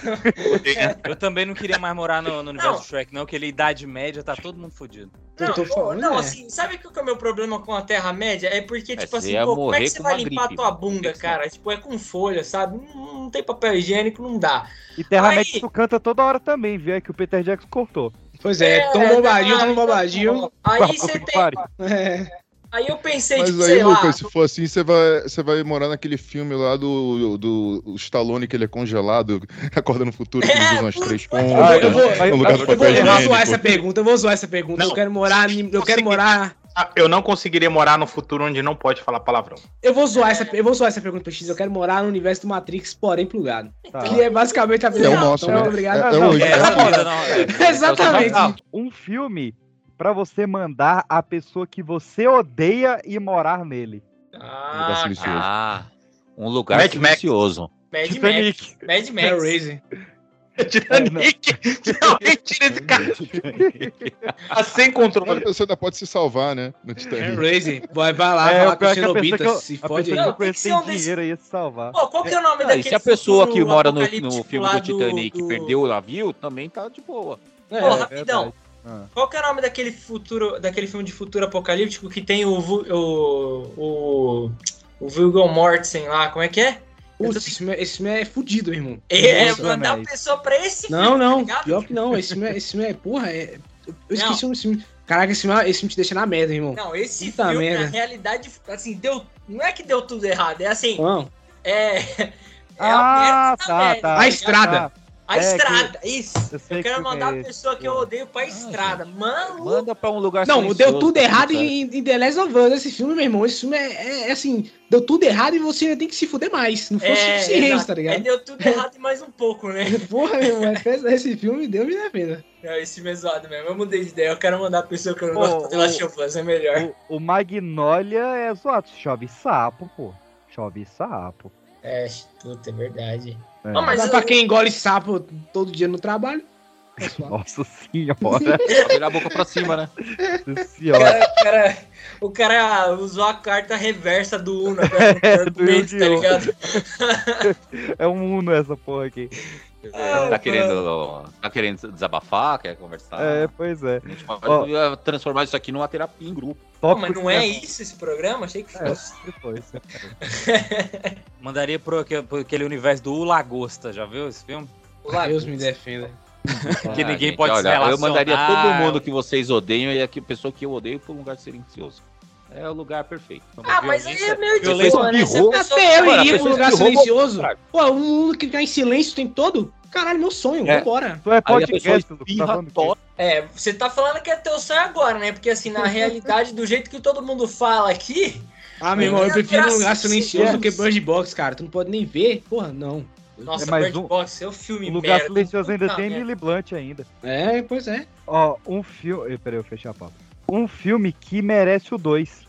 Eu também não queria mais morar no, no universo
Não.
Shrek, não, que ele idade média, tá todo mundo fudido.
Eu
Não,
tô
pô,
falando,
não,
é.
assim, sabe o que é o meu problema com a Terra-média? É porque, tipo
você
assim,
ia
pô, como é
morrer
que você
com
vai
uma
limpar a
gripe,
tua
pô.
bunda,
Tem que ser.
cara? Tipo, é com folha, sabe? Não, não tem papel higiênico, não dá.
E Terra
Aí-
Média tu canta toda hora também, viu? É que o Peter Jackson cortou.
Pois
Tá um
é, tão bombadinho, tão bombadinho.
tá um Aí você
Que
tem.
pare.
É,
Aí eu pensei,
Mas
tipo,
aí,
sei lá.
Lucas, se for assim, você vai, você vai morar naquele filme lá do, do o Stallone que ele é congelado, acorda no futuro, que eles usam as três
Ah,
pontas.
eu vou-
no lugar do
Eu vou,
papel
eu vou zoar
higiênico.
essa pergunta, eu vou zoar essa pergunta.
Não.
Eu quero morar. anim- Eu quero morar.
Ah, Eu não conseguiria morar no futuro onde não pode falar palavrão.
Eu vou zoar essa, eu vou zoar essa pergunta pro X. Eu quero morar no universo do Matrix, porém plugado.
Tá.
Que é basicamente a vida
É o
real.
nosso,
Então,
né?
obrigado.
É- é
Não,
hoje,
é,
né?
tá bom.
vida, não, é.
Exatamente.
Ah, um filme pra você mandar a pessoa que você odeia e morar nele.
Lugar
Ah,
silencioso.
Ah, um lugar
Mad Max.
silencioso.
Mad Max.
Titanic.
Mad
É
Max.
Razer.
Titanic! Não, É, tira esse cara. Tá sem
Mas
controle.
Você ainda pode se salvar, né? No
É
Titanic.
Razer. Vai, vai lá,
é,
falar
o
com os
pior que a pessoa que eu,
cenobitas. Se
a
fode
pessoa
aí.
que
Não,
eu
tem que
conheci
ser um
tem
desse-
dinheiro ia se salvar.
Pô, qual que é o nome
Ah,
daquele
e se a pessoa
futuro
que mora no, no
apocalíptico
filme
lá
do Titanic
do-
perdeu o navio, também tá de boa.
Pô,
É
rapidão.
Ah.
Qual que é o nome daquele futuro, daquele filme de futuro apocalíptico que tem o Vu- o o, o Viggo Mortensen lá, como é que é?
Putz, esse filme, é- esse filme é fudido, irmão.
É,
Nossa,
mandar
velho.
a pessoa pra esse
Não, não.
tá ligado?
Pior que não. Esse filme é. Esse filme é porra, é. Eu esqueci o nome desse filme. Caraca, esse filme, esse filme te deixa na merda, irmão.
Não, esse
Puta
filme
merda.
na realidade assim, deu, não é que deu tudo errado, é assim,
Não.
é é
Ah,
merda da
tá,
merda,
tá.
A estrada.
tá.
A
É,
estrada, isso.
Eu sei
Eu,
que
quero
filme
mandar
é
a
esse.
pessoa que eu odeio pra estrada. Mano,
Manda pra um lugar
Não,
silencioso,
deu tudo
tá
errado
certo.
em, em The Last of Us, esse filme, meu irmão. Esse filme é, é- é assim, deu tudo errado e você ainda tem que se fuder mais. Não foi suficiente,
é, exato.
tá
Aí
ligado?
deu tudo errado e mais um pouco, né?
Porra, meu irmão, é pes- esse filme deu me na pena.
Não, esse filme é zoado mesmo. Eu mudei de ideia. Eu quero mandar a pessoa que eu não
Pô,
gosto de
o-
Last of Us, é melhor.
O, o Magnolia é zoado. Chove sapo, pô. Chove sapo.
É, puta, é verdade.
É.
Ah, mas
Mas
eu-
pra quem engole sapo todo dia no trabalho. é suave.
Nossa senhora.
Pra virar a boca pra cima, né?
Nossa
O
senhora.
cara, o cara- o cara usou a carta reversa do Uno né? agora no argumento, tá
Yu-Gi-Oh.
ligado?
É um Uno essa porra aqui.
Ah,
Tá querendo, tá querendo desabafar, quer conversar.
É, pois é.
A gente pode
Ó.
transformar isso aqui numa terapia em grupo.
Pô,
Tópico
mas não é isso esse programa? Achei que fosse.
né? É, depois.
Mandaria pro, aque- pro aquele universo do Lagosta, já viu esse filme?
Deus me defenda.
Que ninguém pode se
Eu mandaria
relacionar.
todo mundo que vocês odeiam e a pessoa que eu odeio pra um lugar silencioso. É o lugar perfeito.
Ah, mas aí é meio de
Violência
boa, né? Se a
birrou.
pessoa-
Até eu
Cara, a
iria pra um
pessoa
lugar
que roubou-
silencioso. Pô, um mundo que tá em silêncio tem todo? Caralho, meu sonho,
É.
vambora.
Tu é
Aí a pessoa
podcast, Lucas, tá
espirra,
falando que...
tosse.
É, você tá falando que é teu sonho agora, né? Porque assim, na realidade, do jeito que todo mundo fala aqui,
Ah, meu irmão, eu
Minha
prefiro um lugar
graça,
silencioso
sim.
do que Bird Box, cara. Tu não pode nem ver. Porra, não.
nossa,
mais
Bird
um-
Box é o filme
O lugar
merda.
silencioso ainda
Puta
tem
merda.
Lily Blunt ainda.
É, pois é.
Ó, um filme. Peraí, eu fechei a pauta. Um filme que merece o 2.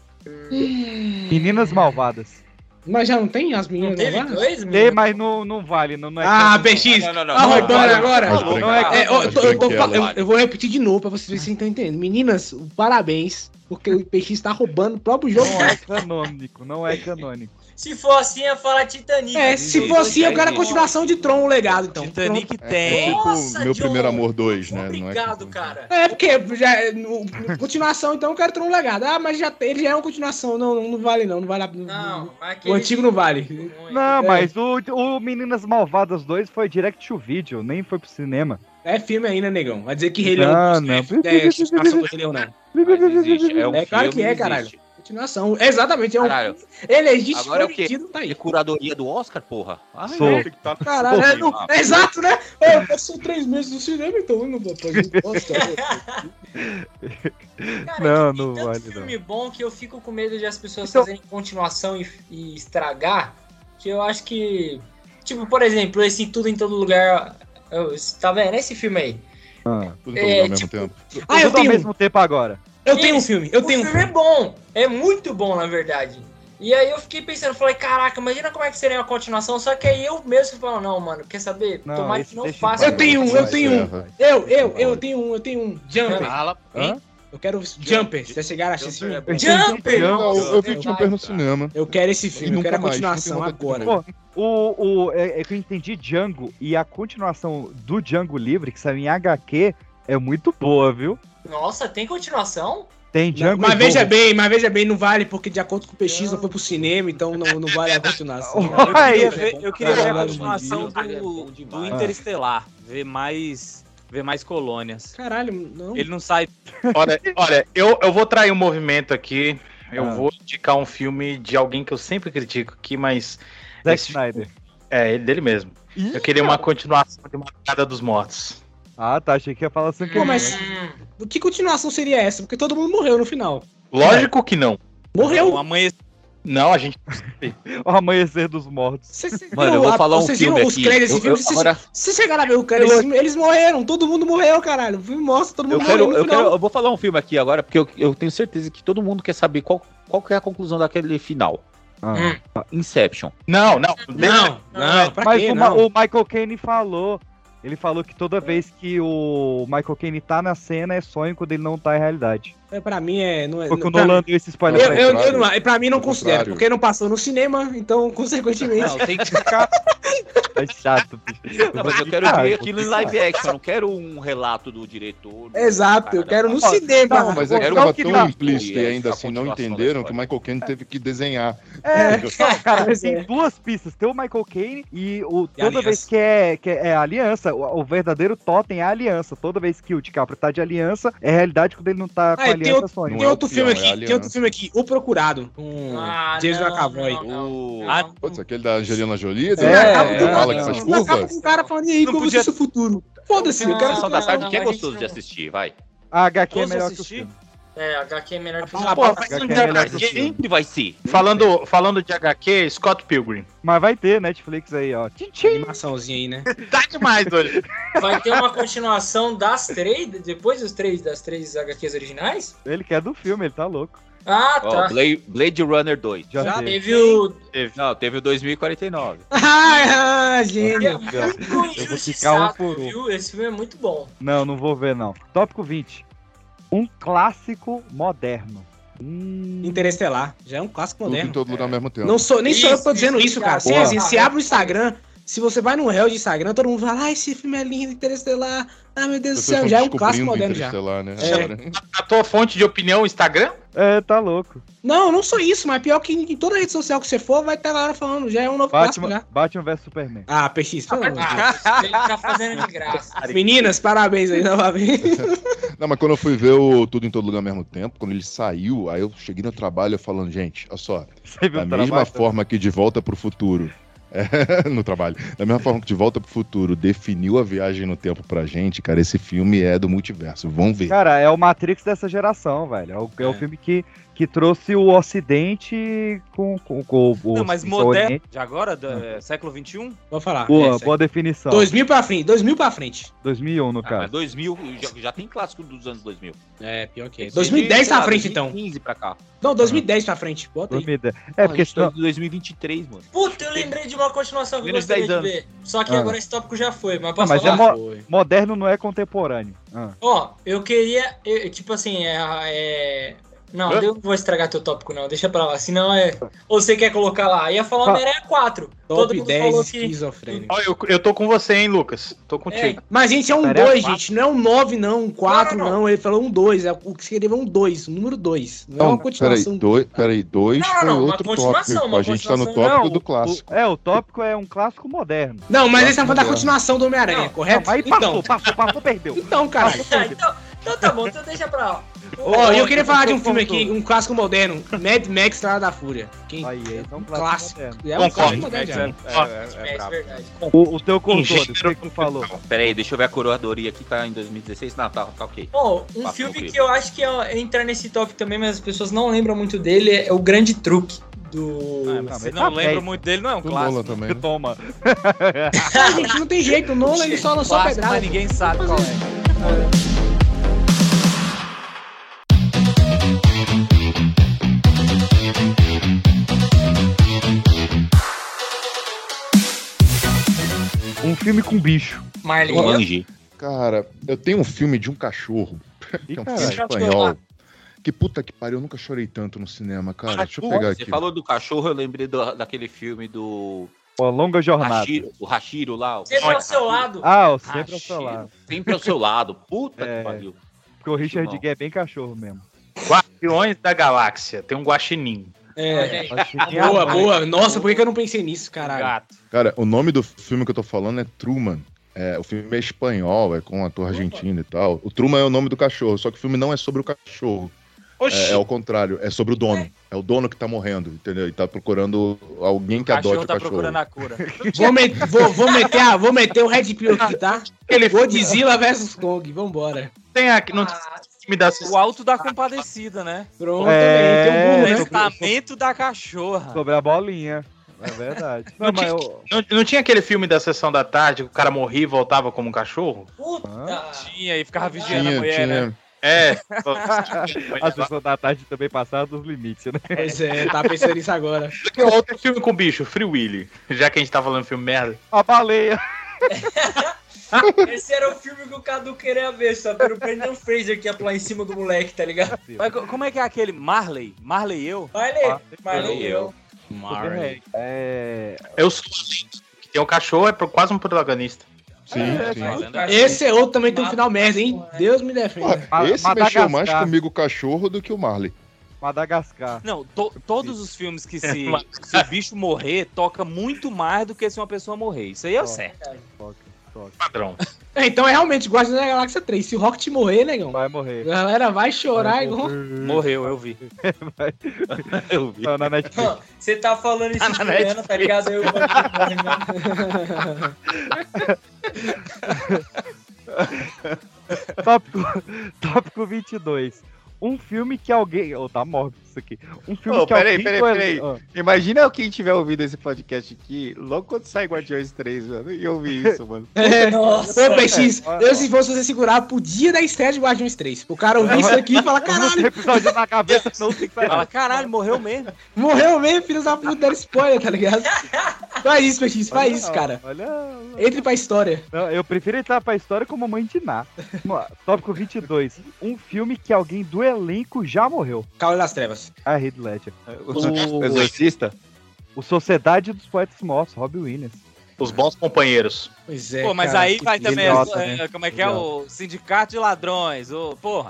Meninas Malvadas.
Mas já não tem as
Não
meninas
teve
agora?
dois,
um Tem,
menino?
mas não, não vale, não, não é.
Ah,
canto,
PX,
não,
tá roubando agora?
Mas
Não,
não é
cara.
É, ó, eu, tô- eu tô
Branquela.
fa- eu- eu vou repetir de novo pra vocês verem se vocês estão entendendo. Meninas, parabéns, porque o PX tá roubando o próprio jogo.
Não é canônico, não é canônico.
Se for assim, ia falar Titanic.
É, se for assim, eu quero a
Entendi.
continuação de Tron, o legado, então.
Titanic
É
tem.
tipo
Nossa,
Meu
John.
Primeiro Amor 2, né? Não é
Obrigado, cara.
É, porque já, no- no- continuação, então eu quero Tron Legado. Ah, mas já, ele já é uma continuação. Não, não, não vale, não. Não vale a
Não,
não,
mas
O
aquele
antigo não
filme é
vale.
ruim.
Não, mas o, o Meninas Malvadas 2 foi direct to video, nem foi pro cinema.
É filme ainda, negão. Vai dizer que Rei Leão.
Não, não.
É, continuação do Rei Leão, não.
Mas existe, É, um
É claro
filme,
que é,
existe.
caralho. Continuação. Exatamente. É um
Caralho.
Energia
Agora é o quê?
escondido tá
É
aí.
curadoria do Oscar, porra? Ai,
Sou.
velho, tem que tá-
Caralho,
Porra,
é, não-
mano.
é exato, né? É, passou três meses no cinema, então eu não vou fazer bosta.
Cara, é
Não,
tem
não
tanto
vale,
filme bom que eu fico com medo de as pessoas
Então-
fazerem continuação e, e estragar. Que eu acho que. Tipo, por exemplo, esse Tudo em Todo Lugar. eu- tá vendo? Esse filme aí.
Tudo em todo lugar ao
É,
mesmo
tipo,
tempo.
Ah, eu
Tudo ao
tenho um.
mesmo tempo agora.
Eu tenho um filme. Eu
o
tenho um
filme é
filme.
bom. É muito bom, na verdade. E aí eu fiquei pensando, falei, caraca, imagina como é que seria uma continuação. Só que aí eu mesmo falo, não, mano, quer saber?
Não,
Tomara
esse
que não
deixa
faça.
Eu tenho um, eu tenho um.
Serra.
Eu, eu, eu tenho um, eu tenho um. Jumper.
Fala, hein?
Eu quero Jumper. Se já chegaram a assistir esse
Jumper é
filme.
bom.
Jumper!
Jumper.
Não,
Nossa,
eu, eu vi
Deus.
Jumper no cinema.
Eu quero esse filme, eu
nunca
quero a
mais,
continuação
nunca mais.
agora.
Pô, O, o, é, é que eu entendi Django e a continuação do Django Livre, que saiu em HQ, é muito boa, viu?
Nossa, tem continuação?
Tem
Não,
Django é
mas
e
veja
Django.
bem, mas veja bem, não vale, porque de acordo com o PX não foi pro cinema, então não, não vale a continuação.
Eu queria
Olha
ver, eu queria ver a
Caralho,
continuação
Jandira.
do,
Ele é bom
do
demais.
Interestelar. Ver mais, ver mais colônias.
Caralho, não.
Ele não sai.
Olha, olha eu, eu vou trair um movimento aqui. Eu
Ah.
vou indicar um filme de alguém que eu sempre critico aqui, mas.
Zack
esse-
Snyder.
É, ele- dele mesmo.
Ih,
Eu queria uma continuação de Madrugada dos Mortos.
Ah, tá. Achei que ia falar assim que.
Pô, mas-
Hum,
Que continuação seria essa? Porque todo mundo morreu no final.
Lógico que não.
O
Morreu.
amanhecer
Não, a gente.
é O amanhecer dos mortos.
Vocês vocês
Mano, eu
viram
vou
a-
falar um
vocês
filme
viram
aqui.
os créditos desse
Eu- eu-
filme? Vocês-
agora,
Vocês chegaram a ver o crédito desse filme? Eles morreram, todo mundo morreu, caralho. O filme mostra, todo
eu
mundo morreu
quero,
no
eu quero,
final.
eu vou falar um filme aqui agora, porque eu, eu tenho certeza que todo mundo quer saber qual, qual que é a conclusão daquele final.
Ah.
Inception.
Não, não.
Não, não, pra
mas
quê?
o, Ma-
Não.
o Michael Caine falou. Ele falou que toda vez que o Michael Caine tá na cena é sonho quando ele não tá em realidade.
É, Pra mim é. Não é
Porque o
pra,
Nolan é deu esse
eu,
spoiler pra ele.
eu, eu
contrário.
não, é, pra mim não
Ao
considero,
contrário.
porque não passou no cinema, então, consequentemente.
Não, tem que ficar.
É chato, bicho.
Não, mas eu quero
Ah,
ver aquilo em live action, eu não quero um relato do diretor. do
Exato, eu
cara.
quero no
Não,
cinema.
não,
Mas é que
Era
tava
o que dá.
tão implícito e ainda
A
assim não
continuação da
entenderam que o
história.
Michael Caine teve que desenhar.
É,
Entendeu?
cara,
Pois
tem
é.
duas pistas. Tem o Michael Caine e o
E a
toda
aliança.
vez que é, que é a aliança, o, o verdadeiro totem é a aliança. Toda vez que o DiCaprio tá de aliança, é realidade quando ele não tá com a
e tem
aliança, é sonho.
Não
Tem
é o
outro
peão, é a
filme aqui, tem
aliança.
outro filme aqui, O Procurado, com
Ah,
James
não,
McAvoy.
não, não,
O-
Ah,
não.
Putz, aquele da Angelina Jolie,
Você acaba
né?
com
Que
o
fala que
cara-
faz
você é. acaba com
curvas.
o cara falando, e aí,
Não
como
podia-
isso é o futuro? Foda-se, eu quero
Sessão da tarde que é
Não, a gente
gostoso de
não-
assistir, vai.
A HQ é
Todos
melhor que o
assistir?
filme.
É, HQ é melhor que o
Fala,
filme.
Pô,
Pô,
mas
HQ
um
é melhor
de
que o
HQ, hein?
Sempre vai ser.
Falando, falando de HQ, Scott Pilgrim.
Mas vai ter Netflix aí, ó. Tchim, tchim.
Animaçãozinha aí, né?
Tá demais hoje.
Vai ter uma continuação das três, depois dos três, das três HQs originais?
Ele quer do filme, ele tá louco.
Ah,
Ó,
tá.
Blade, Blade Runner 2.
Já,
Já
teve.
Teve o.
Não, teve o 2049.
Ah, ah,
Ele é
gênio.
muito
ficar um
injustiçado,
por um.
viu? Esse filme é muito bom.
Não, não vou ver, não. Tópico 20. Um clássico moderno.
Interestelar, já é um clássico
Tudo em
moderno.
todo lugar ao mesmo tempo.
Não sou, nem sou eu que tô
Isso,
dizendo
isso,
isso, cara.
cara.
Você,
Porra.
assim, você abre o Instagram, se você vai no réu de Instagram, todo mundo fala, ah, esse filme é lindo, Interestelar, ah, meu Deus do
As pessoas
céu,
estão
já é um clássico
descobrindo
moderno já.
Interestelar, né,
É.
agora.
A tua fonte de opinião, Instagram?
É, tá louco.
Não, não só isso, mas pior que em toda rede social que você for, vai estar galera falando, já é um novo clássico
Batman,
já.
Batman vs Superman.
Ah, PX, pelo amor de Deus.
Ah, ele tá fazendo de graça.
Meninas, parabéns aí novamente.
Não, mas quando eu fui ver o Tudo em Todo Lugar ao mesmo tempo, quando ele saiu, aí eu cheguei no trabalho falando, gente, olha só,
Você viu
da
o
mesma
trabalho?
forma que De Volta pro Futuro. é, no trabalho. Da mesma forma que De Volta pro Futuro definiu a viagem no tempo pra gente, cara, esse filme é do multiverso. Vamos ver.
Cara, é o Matrix dessa geração, velho. É o, é o
É.
filme que, que trouxe o Ocidente com, com, com o.
Não, mas
o
moderno.
Oriente.
De agora, do- é, século XXI?
Vou falar.
Boa,
é, sério.
boa definição.
2000 pra frente, 2000 pra frente.
2001, no
Ah, mas
caso.
2000, já, já tem clássico dos anos 2000.
É, pior que
Tem
2010
gente, sei
pra
é
lá,
frente, então.
2015 pra cá.
Não, 2010 pra frente, bota aí.
2010. É,
Pô, a
porque
gente tá
senão.
em 2023, mano.
Puta, eu lembrei de uma continuação que eu
Menos de
gostaria
10
de ver. Só que
Ah.
agora esse tópico já foi, mas posso
mas é
falar?
mo-
Ah, Foi.
Moderno não é contemporâneo. Ah.
Ó, eu queria. eu- tipo assim, é. é- Não,
Hã?
eu não vou estragar teu tópico, não. Deixa pra lá. Senão é. Ou você quer colocar lá? Eu ia falar
Tá.
Homem-Aranha 4. Todo
Top
mundo falou
10
que.
esquizofrênico.
Ó, eu, eu tô com você, hein, Lucas? Tô
É,
contigo.
Mas, gente, é um
Tarefa
2, gente. Não é um 9, não. Um 4,
Não,
não,
não,
Ele falou um 2. É, o que se escreveu é um 2, o número 2. Não, é
Então,
uma continuação.
peraí, dois, peraí, dois
Não, não,
foi
não, uma
outro
continuação,
tópico.
uma
A gente tá no
continuação.
tópico
Não,
do clássico.
O- é, o tópico é um clássico moderno.
Não, mas eles estão falando da
Não.
continuação do Homem-Aranha,
Não,
correto?
Não, aí passou,
É, então,
passou, passou, perdeu.
então, cara.
Ah, então, Então tá bom, então deixa pra lá.
Ó, oh, eu queria falar de um filme aqui, um clássico moderno, Mad Max Estrada da Fúria. Quem
Aí, esse é um
clássico.
moderno.
É um clássico
Concordo,
moderno já.
É, é, verdade.
O, o teu cortou,
Engenheiro
o que que tu falou?
Pera aí, deixa eu ver a coroadoria que tá em 2016. Natal, tá ok.
Bom, um
Papo
filme
incrível.
que eu acho que é, entrar nesse top também, mas as pessoas não lembram muito dele, é O Grande Truque. Do.
Ah, mas
mas
você
tá
não lembra
bem.
muito dele, não é um
Do
clássico.
Nolan também, né?
Toma.
Ah, gente, não tem jeito, o Nolan ele só lançou um
Clássico,
pedrada.
mas ninguém sabe qual é.
Um filme com bicho.
Marlin.
Angie.
Cara, eu tenho um filme de um cachorro, que
Ih,
é um
caralho.
filme espanhol. Que puta que pariu, eu nunca chorei tanto no cinema, cara. Deixa eu pegar
Ah, Você
aqui.
falou do cachorro, eu lembrei do- daquele filme do
Uma longa jornada.
Hashiro, o Hashiro lá. o-
Sempre tá ao seu lado.
Ah, o sempre
Hashiro,
ao seu lado.
Sempre ao seu lado. Puta
É.
que pariu.
Porque o Richard
Não.
Gere é bem cachorro mesmo.
Guardiões da Galáxia. Tem um guaxinim.
É.
Acho que-
Boa, boa. Nossa, por que que eu não pensei nisso, caralho?
Gato.
Cara, o nome do filme que eu tô falando é Truman. É, o filme é espanhol, é com um ator argentino e tal. O Truman é o nome do cachorro, só que o filme não é sobre o cachorro. É, é ao contrário, é sobre o dono. É o dono que tá morrendo, entendeu? E tá procurando alguém
O
que adote
cachorro
o
tá
é cachorro.
procurando a cura.
é.
Vou, met- vou, vou meter, a- vou meter o Red Pill aqui, tá?
Ele
Godzilla versus Kong, vambora.
tem aqui, não tem
Ah,
time da
O alto da compadecida, né?
Pronto,
É,
também, tem um burro, né?
Testamento da cachorra.
Sobre a bolinha. É verdade. Não,
Não
mas
tinha-
eu...
Não, não tinha aquele filme da sessão da tarde que o cara morria e voltava como um cachorro?
Puta.
Tinha e ficava vigiando a
Tinha,
mulher, né?
tinha.
É.
A sessão da tarde também passava dos limites, né?
Pois é, tá pensando nisso agora.
Outro filme com bicho, Free Willy. Já que a gente tá falando filme merda.
A baleia.
Esse era o filme que o Cadu queria ver, só que era o Brendan Fraser que ia pular em cima do moleque, tá ligado?
Mas co- como é que é aquele Marley? Marley e eu?
Marley,
Marley,
Marley, eu.
É...
Eu sou que tem um cachorro, é pro- quase um protagonista.
é,
Sim, sim.
Assim,
Esse é outro também tem um final merda, hein? Deus me defenda.
Porra, esse mexeu
Madagascar.
mais comigo o cachorro do que o Marley.
Madagascar.
Não, to- todos os filmes que se, se o bicho morrer, toca muito mais do que se uma pessoa morrer. Isso aí é o
Toca.
certo.
Padrão.
É, então é realmente Guardiões da Galáxia 3. Se o Rocket morrer, negão,
Vai
a
morrer.
galera vai chorar igual.
hum.
Morreu, eu vi.
Eu vi.
Não, é tipo, na Netflix.
Não, Você tá falando isso
Tá na
italiano, tá ligado? Eu vou né?
Tópico, tópico 22. Um filme que alguém. Ô, tá mórbido isso aqui. Um filme
Ô,
que
peraí,
alguém. Ah,
peraí,
do
peraí.
elenco-
Imagina quem tiver ouvido esse podcast aqui, logo quando sai Guardiões 3, mano, e ouvir isso, mano.
Nossa,
É. Ô, PX,
É.
eu se fosse você segurar pro dia da estreia de Guardiões 3. O cara ouvir isso aqui e falar,
Eu não
caralho,
tenho episódio na cabeça, não tem que sair.
Fala, caralho, morreu mesmo.
morreu mesmo, filhos da puta, deram spoiler, tá ligado? Faz isso, PX, faz isso, cara.
Olha.
Entre pra história.
Não, eu prefiro entrar pra história como mãe de Ná. Vamos lá, Tópico 22. Um filme que alguém do elenco já morreu.
Caule das Trevas.
Ah, Heath Ledger.
O Exorcista?
O Sociedade dos Poetas Mortos, Robbie Williams.
Os bons companheiros.
Pois é.
Pô, mas
cara,
aí
que
vai
filme.
também.
idiota,
é,
né?
Como é que é? O Sindicato de Ladrões. O, porra.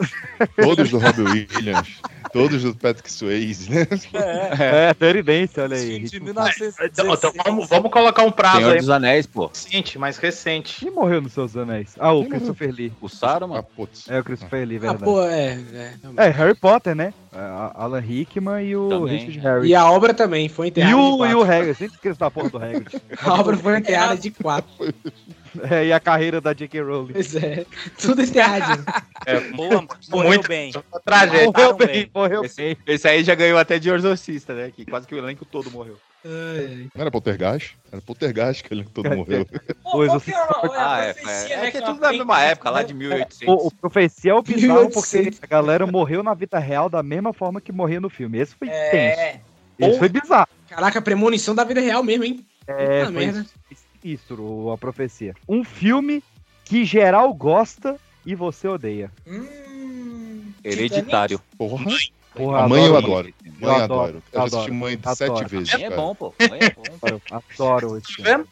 Todos do Robbie Williams, todos do Patrick Swayze, né?
É, é Dance, olha aí.
De É
Então, então
1916.
vamos, vamos colocar um prazo
Senhor
aí mais
dos Anéis, pô.
recente, mais recente.
Quem morreu nos seus anéis? Ah, o Christopher Lee.
O Saruman.
Ah, putz.
É, o Christopher Lee,
Ah,
verdade.
pô, é, é.
É, Harry Potter, né? A- Alan Rickman e o
Também.
Richard Harris.
E a obra também foi
E
enterrada de
o, e
quatro.
o Hagrid, sempre esqueço da porra do Hagrid.
A obra foi enterrada de quatro.
É, e a carreira da J.K. Rowling.
Pois é. Tudo enterrado.
É, Boa, morreu
Muito-
bem.
Uma tragédia.
Morreu
Mataram
bem,
bem.
morreu
Esse-
bem.
Tá Esse aí já ganhou até de Exorcista, né? Que quase que o elenco todo morreu.
Ai,
Não era Poltergeist? Era Poltergeist que ele
É.
todo morreu.
Pô, qual
Coisa
que é uma, olha,
Ah,
a
é,
profecia,
é,
né,
é que é
ela né?
tudo na
tem-
mesma época, lá de
O,
1800.
o Profecia é o bizarro porque
1800.
a galera morreu na vida real da mesma forma que morreu no filme. Esse foi tenso.
É,
Esse foi bizarro.
Caraca, premonição da vida real mesmo, hein?
É,
Puta
foi
merda.
sinistro o- a profecia. Um filme que geral gosta e você odeia.
hum,
Hereditário.
Porra.
Porra,
A mãe eu
adoro,
adoro.
Eu
Mãe eu
adoro,
adoro. Eu assisti
adoro,
mãe
adoro.
sete vezes.
Mãe é
cara.
bom, pô. Mãe é bom.
adoro esse filme.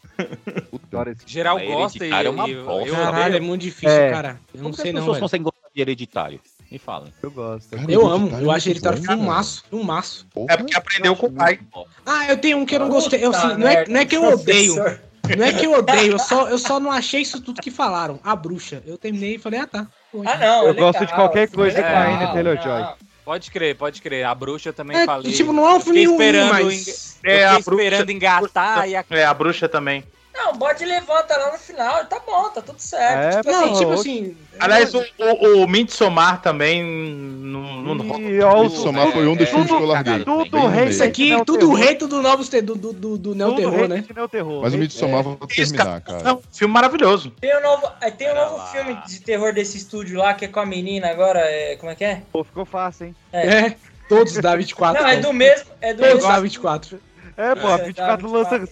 Puta.
Adoro esse filme.
Geral
Mas
gosta e.
Hereditário é uma
e- eu-
bosta.
eu-
Caralho, é muito difícil,
É.
cara. Eu não
Como que
sei
as
não,
pessoas
velho.
conseguem gostar de hereditário? Me fala.
Eu gosto.
Cara,
Eu
Hereditário
amo,
é
eu
muito
acho ele tá
bom, cara.
filmaço, filmaço.
Porra.
É porque aprendeu com o pai.
Ah, eu tenho um que eu não gostei. Eu,
puta
assim, não, é,
merda,
não é que eu odeio,
professor.
não é que eu odeio, eu só, eu só não achei isso tudo que falaram. A bruxa. Eu terminei e falei, ah tá.
Ah, não.
Eu
é
gosto de
legal,
qualquer coisa
legal,
com a Anya Taylor-Joy.
não.
Pode crer, pode crer. A bruxa também
É,
falei.
tipo, não é um filme
fiquei
ruim,
esperando
mas...
Eu
É, a
fiquei
bruxa-
esperando engatar e a...
É, a bruxa também.
Não, o bode levanta lá no final, tá bom, tá tudo certo.
É,
tipo
Não,
assim,
tipo
eu-
assim...
Aliás, o, o, o Midsommar também não, não
Hum.
rola.
E é ó, os-
Midsommar
tudo-
foi um dos
tudo-
filmes que eu larguei.
Tudo
Bem no
rei,
meio.
Isso aqui,
Não,
tudo
terror.
reto do novos te- do, do, do, do Neo
tudo
Terror,
hate
né?
de neo-terror.
Mas o
Esse-
Midsommar vou terminar, cara.
Não, um filme maravilhoso.
Tem um novo, é, tem um
Pera
novo
lá.
filme de terror desse estúdio lá, que é com a menina agora, é, como é que é?
Pô, ficou fácil, hein?
É.
É, todos da 24.
Não, é
cara.
do mesmo, é do
Todos da
mesmo.
24.
É, pô, a
É,
24
tá,
lança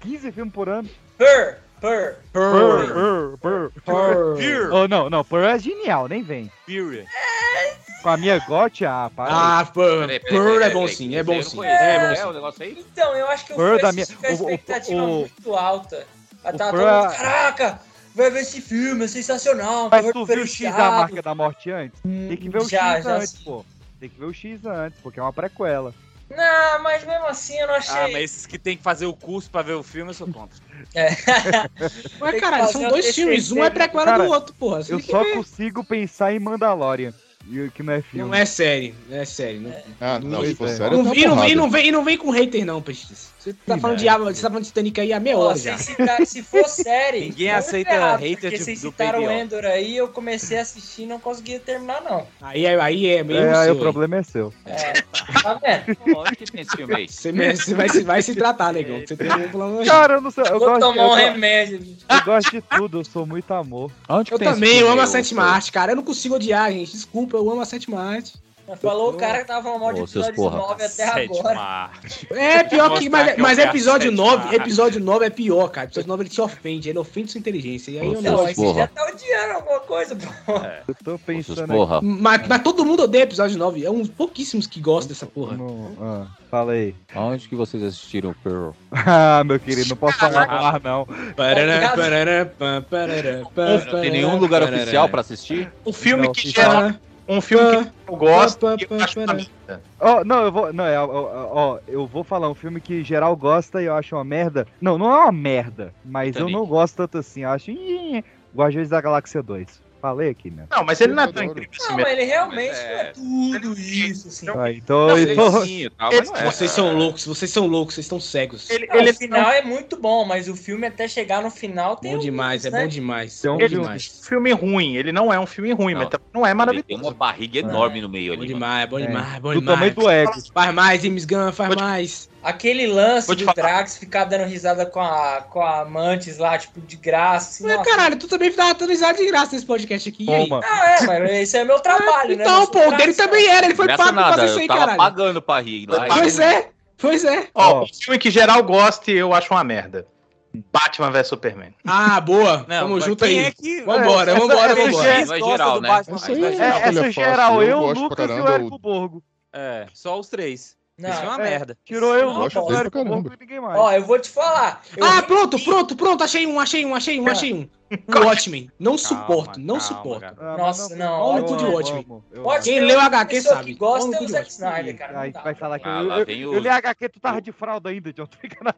15 filmes por ano.
Purr, purr.
Purr, purr, purr.
Purr.
Oh, não, não, Purr é genial, nem vem.
Fury.
Com a minha gote, ah, para.
Ah, Purr.
Peraí, peraí,
Purr
peraí,
é
peraí,
bom
peraí,
sim,
que
é bom
eu
sim.
não
É,
conheço.
bom
É o negócio aí?
Então, eu acho que eu
Purr
fui
da
assistir
minha-
com a
o- o-
expectativa
o-
muito alta.
o
Eu tava
Purr-
todo mundo, caraca, vai ver esse filme, é sensacional.
Mas
terror
tu viu o X da
diferenciado."
marca da morte antes? Tem que ver o
já,
X
já
antes,
sim.
pô. Tem que ver o X antes, porque é uma prequela.
Não, mas mesmo assim eu não achei.
Ah, mas esses que tem que fazer o curso pra ver o filme, eu sou contra.
Tem
Mas,
que
caralho,
fazer
são
uma
dois
TCC,
filmes. Um é prequela
Cara,
do outro, porra. Assim Você
Eu
tem que
só
ver.
consigo pensar em Mandalorian, e que não é filme.
Não é série, não é série. Não,
Ah, não, se for
Pois é.
sério, eu
não,
dou
e, não vem,
porrada.
e não vem, e não vem com hater, não, Pestis. Você tá falando de Ava- você tá falando de Titanic aí há meia
Ó,
hora já.
vocês citaram- se for série.
Ninguém
eu
aceita
tô errado,
hater
porque
de-
vocês
do
citaram o
PBO.
Endor aí, eu comecei a assistir e não conseguia terminar, não.
Aí, aí, aí é meio.
É, aí
seu,
o problema é seu.
Tá vendo?
Olha que tem esse filme aí.
aí. Você, me- você vai, se- vai se tratar, negão. Você tem um plano aí.
Cara, eu não sei, eu
Vou
gosto,
tomar um
eu,
remédio.
eu gosto de tudo, eu sou muito amor.
Eu também, eu amo a sétima arte, cara. Eu não consigo odiar, gente. Desculpa, eu amo a sétima arte.
Falou o cara que tava falando mal de
Ô, seus
episódio
porra.
9 até
Sétima
agora.
arte.
É pior que.
Mostrar
Mas,
que eu
mas
quero
episódio
sétima
9,
arte.
episódio 9 é pior, cara. Episódio 9 ele te ofende, ele ofende sua inteligência. E aí eu
Ô,
não
Não,
seus
mas
gosto.
você já
porra.
tá odiando alguma coisa, pô.
Eu tô
Vocês,
pensando
porra.
Mas, mas todo mundo odeia episódio 9. É uns pouquíssimos que gostam dessa
aqui.
porra.
né?
no- ah, fala aí.
Onde que vocês assistiram o Pearl?
Ah, meu querido, não posso falar no ar, não.
Parará, parará, pá, parará, pá,
Não tem nenhum lugar
parará.
oficial pra assistir?
Um filme
Não,
que
se
geral, um filme que eu gosto
pá,
e eu
pá,
acho
pá,
uma
pá.
merda.
Ó, não, eu vou. Não, é, ó, ó, ó, eu vou falar um filme que geral gosta e eu acho uma merda. Não, não é uma merda, mas eu
Titanic.
não gosto tanto assim. Eu acho. Ih, Guardiões da Galáxia 2. Falei aqui, né?
Não, mas ele não é tão
Eu
incrível assim
Não,
mesmo.
mas ele realmente
Mas
não
é-
é tudo isso, assim.
Tá,
Não,
Ah, então.
Não,
eu
Vocês
tô-
sim e tal, mas não é.
Vocês são loucos, vocês são loucos, vocês estão cegos.
Ele,
Não,
ele
o final é muito bom, mas o filme até chegar no final tem
Bom
um-
demais, é
né?
bom demais.
Tem um
Bom
filme-
demais.
um filme ruim, ele não é um filme ruim,
Não.
mas também não é
Ele Tem uma
maravilhoso.
barriga enorme no meio
Bom
ali. mano.
demais, bom
É.
demais, bom
do tamanho
demais.
do ego.
Faz mais, James Gunn, faz
Vou te-
mais.
Aquele lance
Vou te
do
falar.
Drax ficar dando risada com a, com a Mantis lá, tipo, de graça. Assim,
Ué,
nossa.
caralho, tu também tá dando risada de graça nesse podcast aqui. e aí?
Toma.
Não, é, mas esse é meu trabalho, né?
Então,
Eu sou
pô, o
Drax,
dele
cara.
também era, ele foi
Nessa
pago pra
nada,
fazer isso
eu
aí,
tava
caralho.
pagando pra rir lá. e-
Pois é, pois
Ah,
é.
Ó,
Ó.
um filme que geral gosta e eu acho uma merda. Batman vs Superman.
Ah, boa.
Não,
Tamo
mas
junto
quem
aí.
É que...
Vambora,
Essa-
vambora,
essa
vambora.
gente-
Não é
gosta
geral,
do
né?
Batman.
Isso aí
Mas
é
é
uma
É,
escolha
essa geral,
fácil,
eu,
gosto pra
Lucas e o
caramba,
Érico Borgo.
É, só os três.
Não,
Isso é uma
é.
merda.
Tirou eu,
Eu
Lucas,
gosto
o
dele
pra
Érico
caramba.
Borgo e ninguém mais.
Ó, eu vou te falar. Eu
Ah, pronto, pronto, pronto. Achei um, achei um, achei um, achei um. O Watchmen. Não
Calma,
suporto, não
calma,
suporto.
cara.
Ah, mas
Nossa, não,
eu
olha o cu de
amo,
Watchmen.
amo, eu
Pode
amo.
Quem
ser
leu
uma
HQ
pessoa
sabe.
que gosta
Olha
é
o
o
cu
Zack
de
Snyder, cara. não
Aí
dá.
vai falar que eu,
Ah, lá
eu,
vem
eu,
o-
li HQ, é tu tava de fralda ainda, John.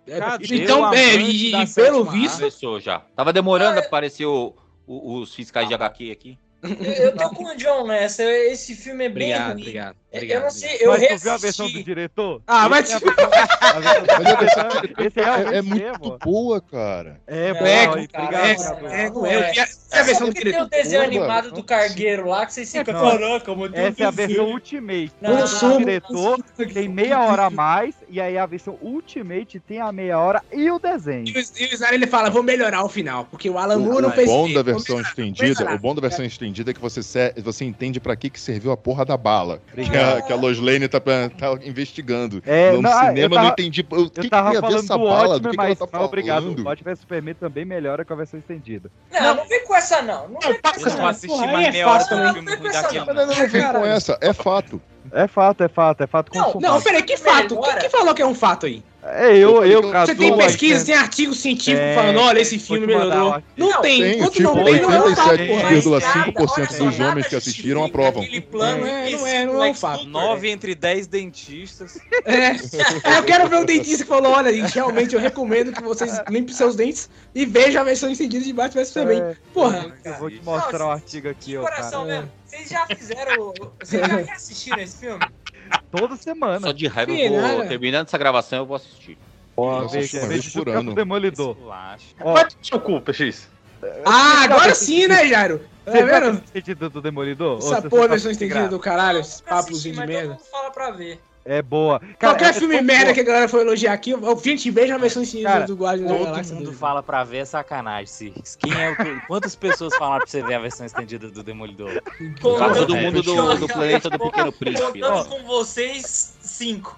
É,
Cadê o
Então, é,
amante
e,
da
e pelo
sétima
visto.
Começou já. Tava demorando a aparecer o- o- os fiscais de HQ aqui.
Eu, eu tô com o John nessa. Esse filme é bem
Obrigado,
ruim. É,
obrigado.
eu
obrigado.
não sei, eu
Mas tu viu a versão do
reassisti.
diretor?
Ah,
Esse
mas-
é a versão- a versão do
Mas a versão-
diretor, Esse
É,
realmente
é
é,
muito
mano.
boa, cara.
É,
Não,
bom,
é,
aí,
cara,
obrigado,
é,
Gabriel.
é,
não é. Eu vi a,
Sabe
versão do
que tem
diretor.
o desenho
Porra,
animado
mano.
do Cargueiro lá que você fica,
Não.
caraca, meu Deus
Essa é a
do
versão
céu."
Ultimate.
Não,
Tem
sou-
o diretor tem meia hora a mais, e aí a versão Ultimate tem a meia hora e o
E
desenho.
o, e o Snyder, ele fala, vou melhorar o final, porque o Alan Moore não
O
fez
é,
bom da
isso.
versão estendida,
melhorar.
o bom da versão estendida é que você, se- você entende pra que, que serviu a porra da bala. Que
Obrigado.
a, que a Lois Lane tá, pra- tá investigando.
É,
no
não, ah, eu
cinema eu
tava-
não entendi. O que,
Eu
que
tava
tem a ver
falando
essa
do
bala?
ótimo,
Do que, que ela
mas
tá
não,
falando?
obrigado. O Batman vs Superman também melhora com a versão estendida.
Não, não vem com essa não. Não vem com
Vocês
essa
vão
não.
assistir
porra, aí é
mais meia hora
fácil
do
também.
filme ruim daqui a
Não, não, não, não vem com essa. É fato.
É fato, é fato, é fato
Não,
consumado.
Não, peraí, que fato?
Melhora.
Quem que falou que é um fato aí?
É, eu, eu,
Você
Cadu,
Você tem
a
pesquisa,
gente-
tem artigo científico
É,
falando, olha, esse
vou
filme
te mandar, eu
melhorou.
acho.
Não tem,
Tem,
enquanto
tipo,
não tem, não é um fato.
mas nada,
87,4%
olha
dos
só,
homens
nada
que assistiram aprovam.
Aquele plano
É,
é,
não é, não é um fato.
9 entre 10 dentistas.
É, eu quero ver o dentista que falou, olha, gente, realmente eu recomendo que vocês limpem seus dentes e vejam a versão estendida de Batman vs Superman.
É,
Porra,
eu vou te mostrar um artigo aqui,
De
ó,
coração
cara. é.
mesmo. Vocês já fizeram. o- Vocês já reassistiram esse filme?
Toda semana.
Só de raiva, eu
Filho,
vou,
olha.
terminando essa gravação, eu vou assistir.
Ó,
Nossa,
vê que é
mano,
vídeo do
furando.
Campo Demolidor.
Relaxa.
Ó,
Vai tomar seu cu, PX.
ah, agora sim, né, Jairo? Tá
você viu a
vendo?
estendida do Demolidor? Ou
Essa
você tá
porra,
só
versão
fica
estendida do caralho, esses
Pra
papos
assistir,
de
mas
merda.
Todo mundo fala pra ver.
É boa.
Qualquer filme merda que a galera foi elogiar aqui, eu- eu- gente, veja a versão
Cara,
estendida do Guardiões da
Todo
Galáxia.
mundo
doido.
fala pra ver é sacanagem, Sirks. Quem é o que- Quantas pessoas falaram pra você ver a versão estendida do Demolidor?
Com-
Tá todo
é,
mundo do, do planeta do Pequeno Príncipe.
Contando
Lá.
com vocês, cinco.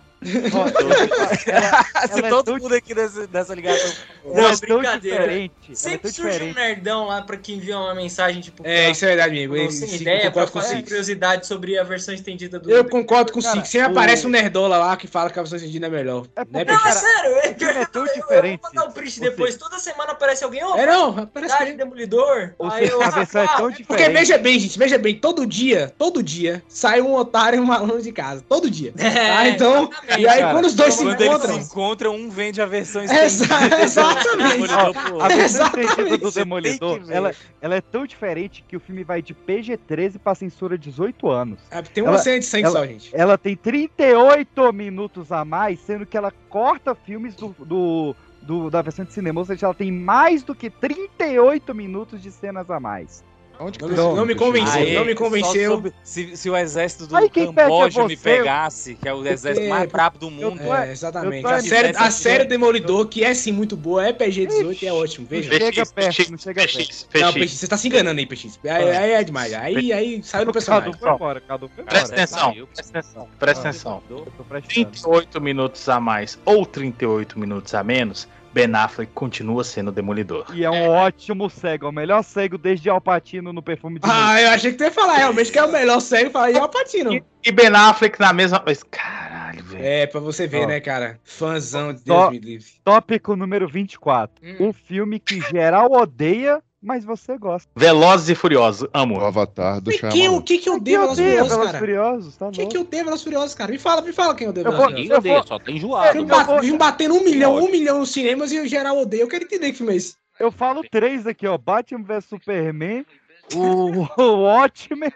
Ah, Se
é
todo
tão-
mundo aqui dessa, dessa ligação.
Ela é tão
brincadeira.
diferente. Ela é tão
Sempre surge um
diferente.
merdão lá pra quem envia uma mensagem, tipo,
É, isso é verdade, amigo.
não
Eu
sem
sim,
ideia, pra
concordo com o
falar
Six.
curiosidade sobre a versão estendida do.
Eu concordo com o
Cara,
Six. Sempre
o-
aparece um nerdola lá que fala que a versão estendida é melhor.
É
Né,
porque,
Não, é
cara,
sério,
o filme é tão
Eu
diferente.
vou mandar o print
Ou
depois. Toda semana aparece alguém, ó,
É, não, aparece
verdade,
que...
Demolidor.
Ou
Aí
seja,
eu,
a versão é
ah,
tão
Porque
diferente.
veja bem, gente, veja bem, todo dia, todo dia, sai um otário e um malandro de casa. Todo dia. Tá?
É,
Então,
exatamente.
e aí
cara.
quando os dois se
Quando eles se
encontram.
encontram, um vende a versão
Exa-
estendida.
exatamente.
A versão
Exatamente.
estendida do
Você tem
Demolidor,
que ver.
ela, ela é tão diferente que o filme vai de PG-13 pra censura 18 anos.
Ah, Tem
Ela-
uma cena de sangue
ela-
só, gente.
Ela tem 38 minutos a mais, sendo que ela corta filmes do, do- do- da versão de cinema. Ou seja, ela tem mais do que 38 minutos de cenas a mais.
Onde que
Não,
tem esse
não me
filme,
convenceu,
Chico?
não me
só
convenceu.
sobre- se, se o exército do
Aí quem pede é
Camboja me
você.
pegasse, que é o exército
É,
mais
porque
brabo do
eu
mundo,
tô-
É, exatamente.
eu tô
A série, a
animado.
série Demolidor, que é sim muito boa, é PG-18 e é ótimo,
Não
veja.
chega
Peixe,
perto,
peixe,
não chega perto.
Não, Peixe, você tá se enganando aí, Peixe. Aí, aí é demais. Aí, aí saiu do personagem.
Cadu foi embora, Cadu foi embora.
Presta atenção, presta atenção,
Ah,
presta atenção.
Eu tô prestando.
38 minutos a mais ou 38 minutos a menos, Ben Affleck continua sendo demolidor.
E é um ótimo cego, é o melhor cego desde Alpatino no perfume de
Ah, eu achei que você ia falar realmente que é o melhor cego falar, e é o Patino.
E Ben Affleck na mesma. Mas, caralho, velho.
É, pra você
Ó.
ver, né, cara? Fãzão de
Só-
Deus me livre.
Tópico número 24.
Hum.
Um filme que geral odeia, mas você gosta.
Velozes e Furiosos, amo.
O Avatar do
E quem, o
Shyamalan.
que que eu devo aos
odeia
Furiosos,
é Velozes e
cara?
Furiosos, tá
O que
louco.
que eu devo aos Furiosos, cara? Me fala, me fala quem é eu devo
Eu
aos
vou-
Furiosos.
Ninguém odeia, só tá enjoado.
eu
Filme
vou-
ba- Filme batendo um milhão, um
Ótimo.
milhão nos cinemas e em geral odeio. Eu quero entender que filme é esse.
Eu falo três aqui, ó. Batman vs Superman, o, o Watchmen,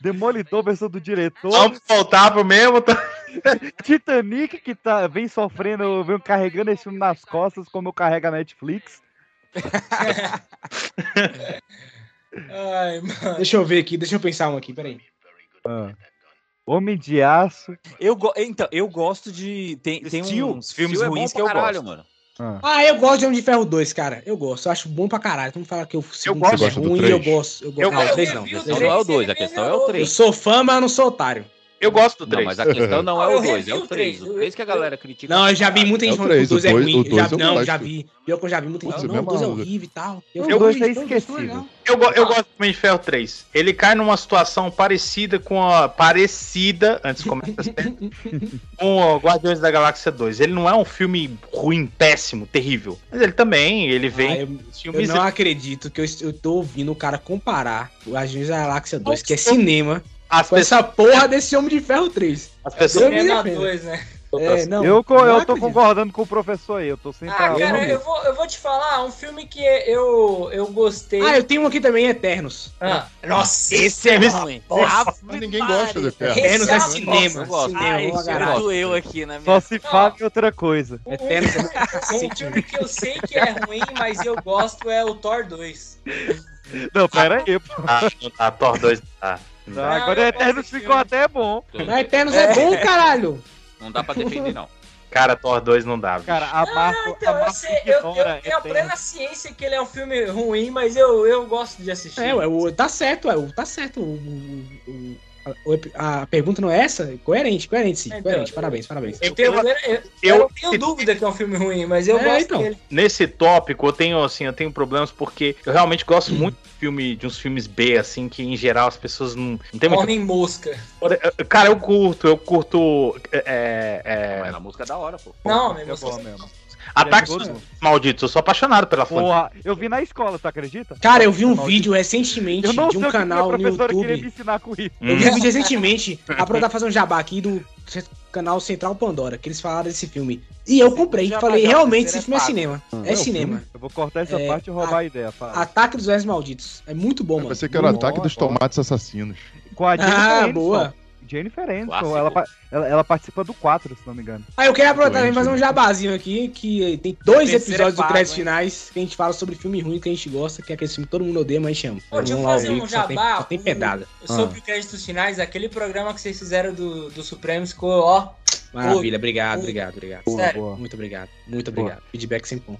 Demolidor versão do diretor,
Vamos voltar pro mesmo. tá?
Titanic, que tá, vem sofrendo, vem carregando esse filme nas costas, como eu carrego a Netflix.
Ai, mano.
Ah, Deixa eu ver aqui, deixa eu pensar um aqui, peraí.
Homem de Aço.
Eu go- Então, eu gosto de. Tem, tem uns filmes
Steel é bom
ruins
pra
que eu
caralho,
gosto.
Mano.
Ah, eu gosto de Homem de Ferro 2, cara. Eu gosto, eu acho bom pra caralho. Todo mundo fala que o segundo filme é
gosto do
ruim e
três.
eu gosto. Eu gosto.
Eu
Não, o
gosto.
três não.
vi
o
o
Não,
três
não é
não.
o
três,
2, a
ele
questão é o
melhorou.
3.
Eu sou fã, mas eu não sou otário.
Eu gosto
Não,
do 3.
mas a questão não é
Eu
o 2, é
revi
o
o
3.
três.
O 3 que a galera critica.
Não, eu já vi muita
É
gente
o
falando que o
três, o
2 é
dois-
ruim.
o
Eu já-
dois eu
Não,
gosto.
já vi. Pior que eu já vi muita gente
Putz, é
falando, não, o 2 é
mesmo,
horrível e tal.
O
fico,
dois
gente,
é
pô, o dois foi
esquecível.
legal.
Eu, go- eu gosto também de Ferro 3. Ele cai numa situação parecida com a. Parecida, antes de começar a série, com o Guardiões da Galáxia 2. Ele não é um filme ruim, péssimo, terrível. Mas ele também, ele
Ah,
vem.
eu-
dos
Eu
filmes
não acredito que eu, eu tô ouvindo o cara comparar o Agentes da Galáxia 2, que é cinema,
as,
com
pe-
essa porra desse Homem de Ferro 3.
as pessoas.
Eu me
Menor
defendo.
dois, né?
É, não.
eu, co-
não
eu tô
acredito.
concordando com o professor aí, eu tô sem
Ah,
palavras
cara,
mesmo.
eu vou, eu vou te falar, um filme que eu, eu gostei.
Ah, eu tenho um aqui também, Eternos.
Ah, nossa,
Esse é ruim.
Mas Ninguém gosta do Ferro.
Eternos é
Esse é
cinema.
massa, eu
gosto. Cinema,
Ah,
eu
esse
gosto.
doeu aqui na minha.
Só se fala em outra coisa.
Um,
Eternos é
um, um filme que eu sei que é ruim, mas eu gosto é o Thor 2.
Não,
Tá
pera aí, pô.
Ah, não tá, Thor 2 tá.
Tá, agora o
eu
Eterno
gosto desse
ficou
filme.
até bom.
Mas Eternos é, bom, caralho.
Não dá pra defender, não.
Cara, Thor 2 não dá.
Cara, a Marvel.
Então,
a
eu,
Marvel
sei, eu, eu
ignora
tenho a
Eterno.
plena ciência que ele é um filme ruim, mas eu, eu gosto de assistir.
É, ué, o- tá certo, ué, o- tá certo. O, o, o, o epi- a pergunta não é essa? Coerente, coerente, sim.
Então,
coerente, parabéns, parabéns.
Eu, tenho, eu, eu não tenho dúvida que é um filme ruim, mas eu
É,
gosto
então.
dele.
Nesse tópico, eu tenho, assim, eu tenho problemas porque eu realmente gosto muito de filme, de uns filmes B, assim, que em geral as pessoas não, não tem muito.
Homem mosca.
Cara, eu curto, eu curto. é, é,
Mas a música é da hora, pô.
Não, homem
É
mosca.
bom mesmo.
Ataques dos Malditos, eu sou apaixonado pela fã.
é Porra, eu vi na escola, tu acredita?
Cara, eu vi um
Maldito.
vídeo recentemente
Eu não
de
sei
um
o que minha
canal no
professora queria me
YouTube.
ensinar com isso.
Hum.
Eu vi um vídeo recentemente, aproveitar pra fazer um jabá aqui do c- canal Central Pandora, que eles falaram desse filme. E eu comprei,
Jabá,
falei,
jabá,
realmente
você
esse
é
filme é
pago.
cinema.
é
É
o
cinema.
Eu vou cortar essa
É,
parte e roubar a, ideia, fala.
Ataque dos Velhos Malditos. É muito bom, mano.
Vai ser que era o
Muito
ataque
Boa,
dos
boa.
tomates assassinos.
Com a
bom.
Jennifer
Ah,
Aniston.
boa.
Jennifer Aniston,
Clássico.
ela, pa- ela, ela participa do 4, se não me engano.
Ah, eu quero aproveitar também e
Doente,
fazer um
né?
jabazinho aqui, que tem dois
Terceiro
episódios
é
do
pago,
Créditos
hein?
Finais que a gente fala sobre filme ruim que a gente gosta, que é aquele filme que todo mundo odeia, mas a gente ama.
Pô, deixa eu
Vamos lá
fazer
ouvir,
um
que só tem-
jabá,
Só tem
um-
pedada.
Sobre o créditos finais, aquele programa que vocês fizeram do, do Supremo ficou, ó.
Maravilha, obrigado,
Ui.
obrigado, obrigado.
Sério.
Muito obrigado, muito obrigado. Feedback sempre bom.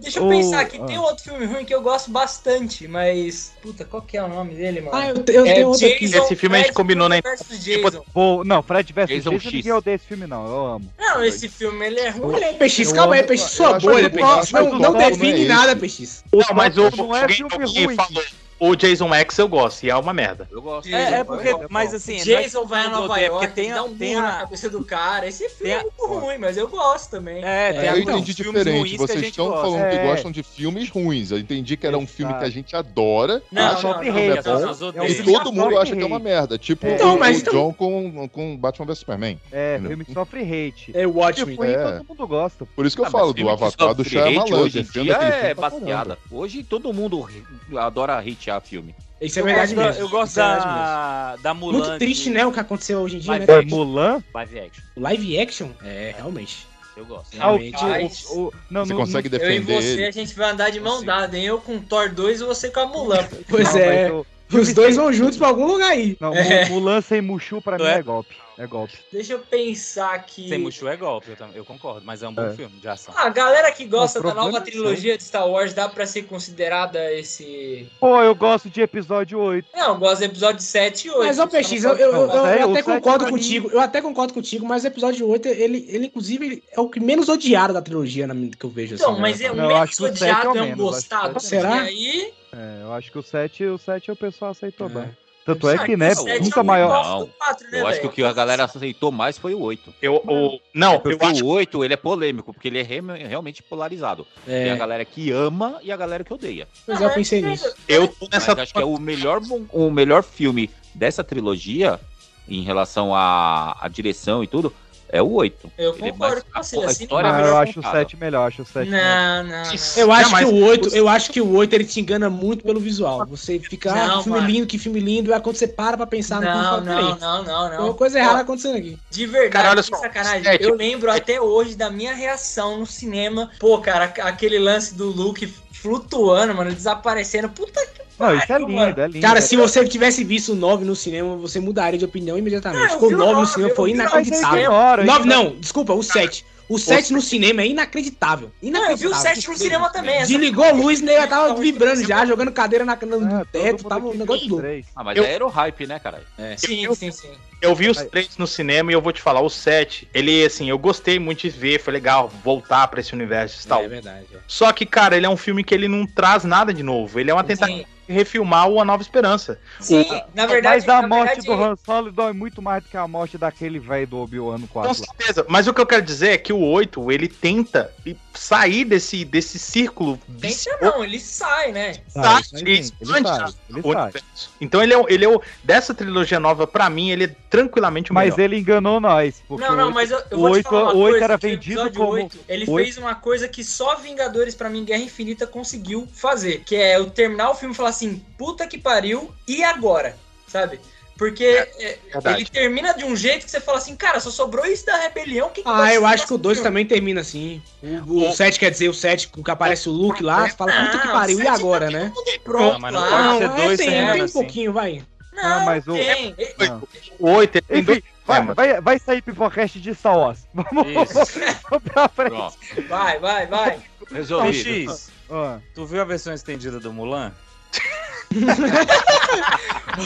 Deixa eu
O-
pensar aqui,
ah.
tem outro filme ruim que eu gosto bastante, mas. Puta, qual que é o nome dele, mano?
Ah, eu, te- eu
É
tenho outro aqui.
Jason
Esse filme a gente
Fred
combinou, né?
versus Jason.
Pô, não, Fred vs.
Jason
Jason,
X.
ninguém odeia esse filme, não. Eu amo.
Não, esse filme ele é ruim.
Olha aí, Peixes,
Eu
calma aí,
acho-
Peixes,
eu
sua
acho
bolha,
que o
Peixes.
tópico-
Não,
o
não
tópico
define
é esse.
nada, Peixes.
Não, mas o,
Não é
alguém
filme
aqui
ruim.
falou. O Jason X eu gosto, e é uma merda.
Eu gosto.
É,
É,
é
porque,
bom.
mas assim, não é que
Jason vai a
todo mundo
Nova
odeia,
York,
porque tem,
dá um
tem
burro na
a-
cabeça do cara. Esse filme
tem
é
a-
muito ruim, mas eu gosto também.
É, tem
É,
eu
alguns
entendi
filmes ruins
diferente.
que
Vocês
a gente
estão
gosta.
falando que
É.
gostam de filmes ruins. Eu entendi que era um filme que a
Exato.
gente adora.
Não,
acha
não,
que
não,
o filme
não,
é bom.
não.
pessoas
É um
E
odeiam.
filme
todo mundo
só
acha que é uma
hate.
merda. Tipo
Então,
o,
mas
o
então-
John com, com Batman vs Superman.
É,
Não.
filme que sofre hate.
É o
Filme
Watchmen.
ruim,
É.
todo mundo gosta.
Por isso que eu
Ah, mas
falo do
filme que
Avatar do
sofre hate
Shyamalan.
Hoje em
Defendo
dia
aquele
é
filme pra
baseada. Hoje todo mundo ri- adora hatear filme.
Isso é
Eu
verdade
gosto, da-
mesmo.
eu gosto
isso é verdade mesmo.
da, da Mulan.
Muito triste,
de
né, o que aconteceu hoje em dia,
Vai
né?
ver.
É,
Peixes?
Mulan?
Live action.
O Live action? É, realmente.
Eu gosto.
Ah, o-
Realmente.
Rapaz.
o- o- não,
Você
não-
consegue
Eu e
defender
você,
ele.
a gente vai andar de
Assim.
mão dada, hein? Eu com Thor 2 e você com a Mulan.
não,
Pois
mas
é,
eu-
os dois vão juntos pra algum lugar aí.
Não, Mu- Mulan sem Mushu pra mim
É.
é golpe. É golpe.
Deixa eu pensar aqui.
Sem Mushu é golpe, eu, tam- eu concordo, mas é um bom
É.
filme de ação.
Ah, a galera que gosta
O
da
problema
nova
é que-
trilogia de Star Wars dá pra ser considerada esse.
Pô, eu gosto de episódio 8.
Não, eu gosto do episódio 7 e 8.
Mas, ó,
só não
PX, eu,
posso
eu, eu-
falar.
eu
Sério,
até
o sete
concordo
pra mim-
contigo, eu até concordo contigo, mas o episódio 8, ele, ele inclusive, ele é o que menos odiado da trilogia na minha- que eu vejo.
Então,
assim,
mas
né?
é o
Não, eu acho
menos
que o sete é o
odiado, é um
menos, acho que
gostado.
o
sete é o
E
menos.
aí,
É, eu acho que o 7, o 7 o pessoal aceitou
É.
bem. Tanto é
Ah,
que, né,
o sete
nunca
é o
maior.
gosto do quatro, né,
Eu acho que o
velho?
que a galera aceitou mais foi o 8.
Eu, o, não, eu
Porque
acho
o 8 ele é polêmico, porque ele é re- realmente polarizado. Tem a
É,
galera que ama e a galera que odeia.
pois é,
Ah,
eu pensei nisso.
eu tô
Mas
nessa.
acho que é o melhor, mon- o melhor filme dessa trilogia, em relação à, à direção e tudo, é o 8.
Eu
Ele é
concordo
mais-
com você.
a- a
assim,
história
não
Ah,
é
eu
dá.
melhor
acho
tá
o
contada.
7 melhor, acho o 7 melhor.
Não,
é
não, não.
Eu acho,
mas-
que o 8, eu acho que o 8 ele te engana muito pelo visual. Você fica, ah,
Não,
que filme
mano.
lindo, que filme lindo. Aí quando você para pra pensar no filme,
Não,
fala, peraí,
não, não, não,
tem uma
não.
coisa errada acontecendo aqui.
De verdade,
Cara, olha
que
só,
sacanagem.
sete.
Eu lembro até hoje da minha reação no cinema. Pô, cara, aquele lance do Luke flutuando, mano, desaparecendo. Puta que
Não, isso é
pariu, mano.
lindo, é lindo.
Cara, se você tivesse visto o 9 no cinema, você mudaria de opinião
Não,
imediatamente.
eu
Ficou
vi o
9 no
nove,
cinema,
eu
foi
vi o nove,
inacreditável.
Senhora,
9 né? não, desculpa, o 7. O 7 no cinema é inacreditável.
Não, eu vi
Inacreditável.
o 7 no cinema também. essa-
Desligou a luz, né? Eu tava
Então,
vibrando
esse-
já, jogando cadeira na, no
Ah,
no
todo
teto,
mundo
tava um
aqui
negócio
viu
louco.
três.
Ah, mas
Eu-
aí era o hype, né, cara?
Sim, sim, sim.
Eu vi os
Mas-
três no cinema e eu vou te falar, o 7, ele, assim, eu gostei muito de ver, foi legal voltar pra esse universo e tal.
né?
É verdade. é.
Só que, cara, ele é um filme que ele não traz nada de novo. Ele é uma tentativa
Sim,
de refilmar o A Nova Esperança.
sim. Na verdade,
mas a
na
morte
verdade,
do Han Solo dói muito mais do que a morte daquele velho do Obi-Wan no
Com
4.
certeza. Mas o que eu quero dizer é que o 8, ele tenta sair desse, desse círculo
Tenta não, ele sai, né?
Sai, sai
Sai,
Tá, sim, ele
expande
sai, ele tá.
o
sai.
universo. Então ele é, o- ele é o. Dessa trilogia nova, pra mim, ele é tranquilamente o
Mas
melhor.
ele enganou nós. Porque
não, não,
o-
mas eu, eu
o
vou te
oito-
falar uma
o oito
coisa,
era
que o
vendido
episódio
como-
oito, ele
oito-
fez uma coisa que só Vingadores, pra mim, Guerra Infinita conseguiu fazer, que é eu terminar o filme e falar assim, puta que pariu, e agora? Sabe? Porque é,
verdade.
ele termina de um jeito que você fala assim, cara, só sobrou isso da rebelião, o que que
Ah,
vai
eu
ser
acho que o
nosso
2
filme?
também termina assim. O 7 quer dizer o 7, que aparece o Luke lá, você fala, puta que
Ah, o
pariu, e
sete
agora,
tá
né?
todo Pronto,
Não, mas
mas
não
Ah,
pode ser dois
tem,
sem
tem
ela,
um
assim.
pouquinho, vai.
Ah, mas o-
tem. E-
Não.
O 8, ele tem dois
Enfim, vai,
temas.
vai, vai sair pipocast de Star Wars. Vamos
Isso.
vamos pra frente.
Pronto,
Vai, vai, vai.
resolvido.
PX,
Ah,
tu viu a versão estendida do Mulan?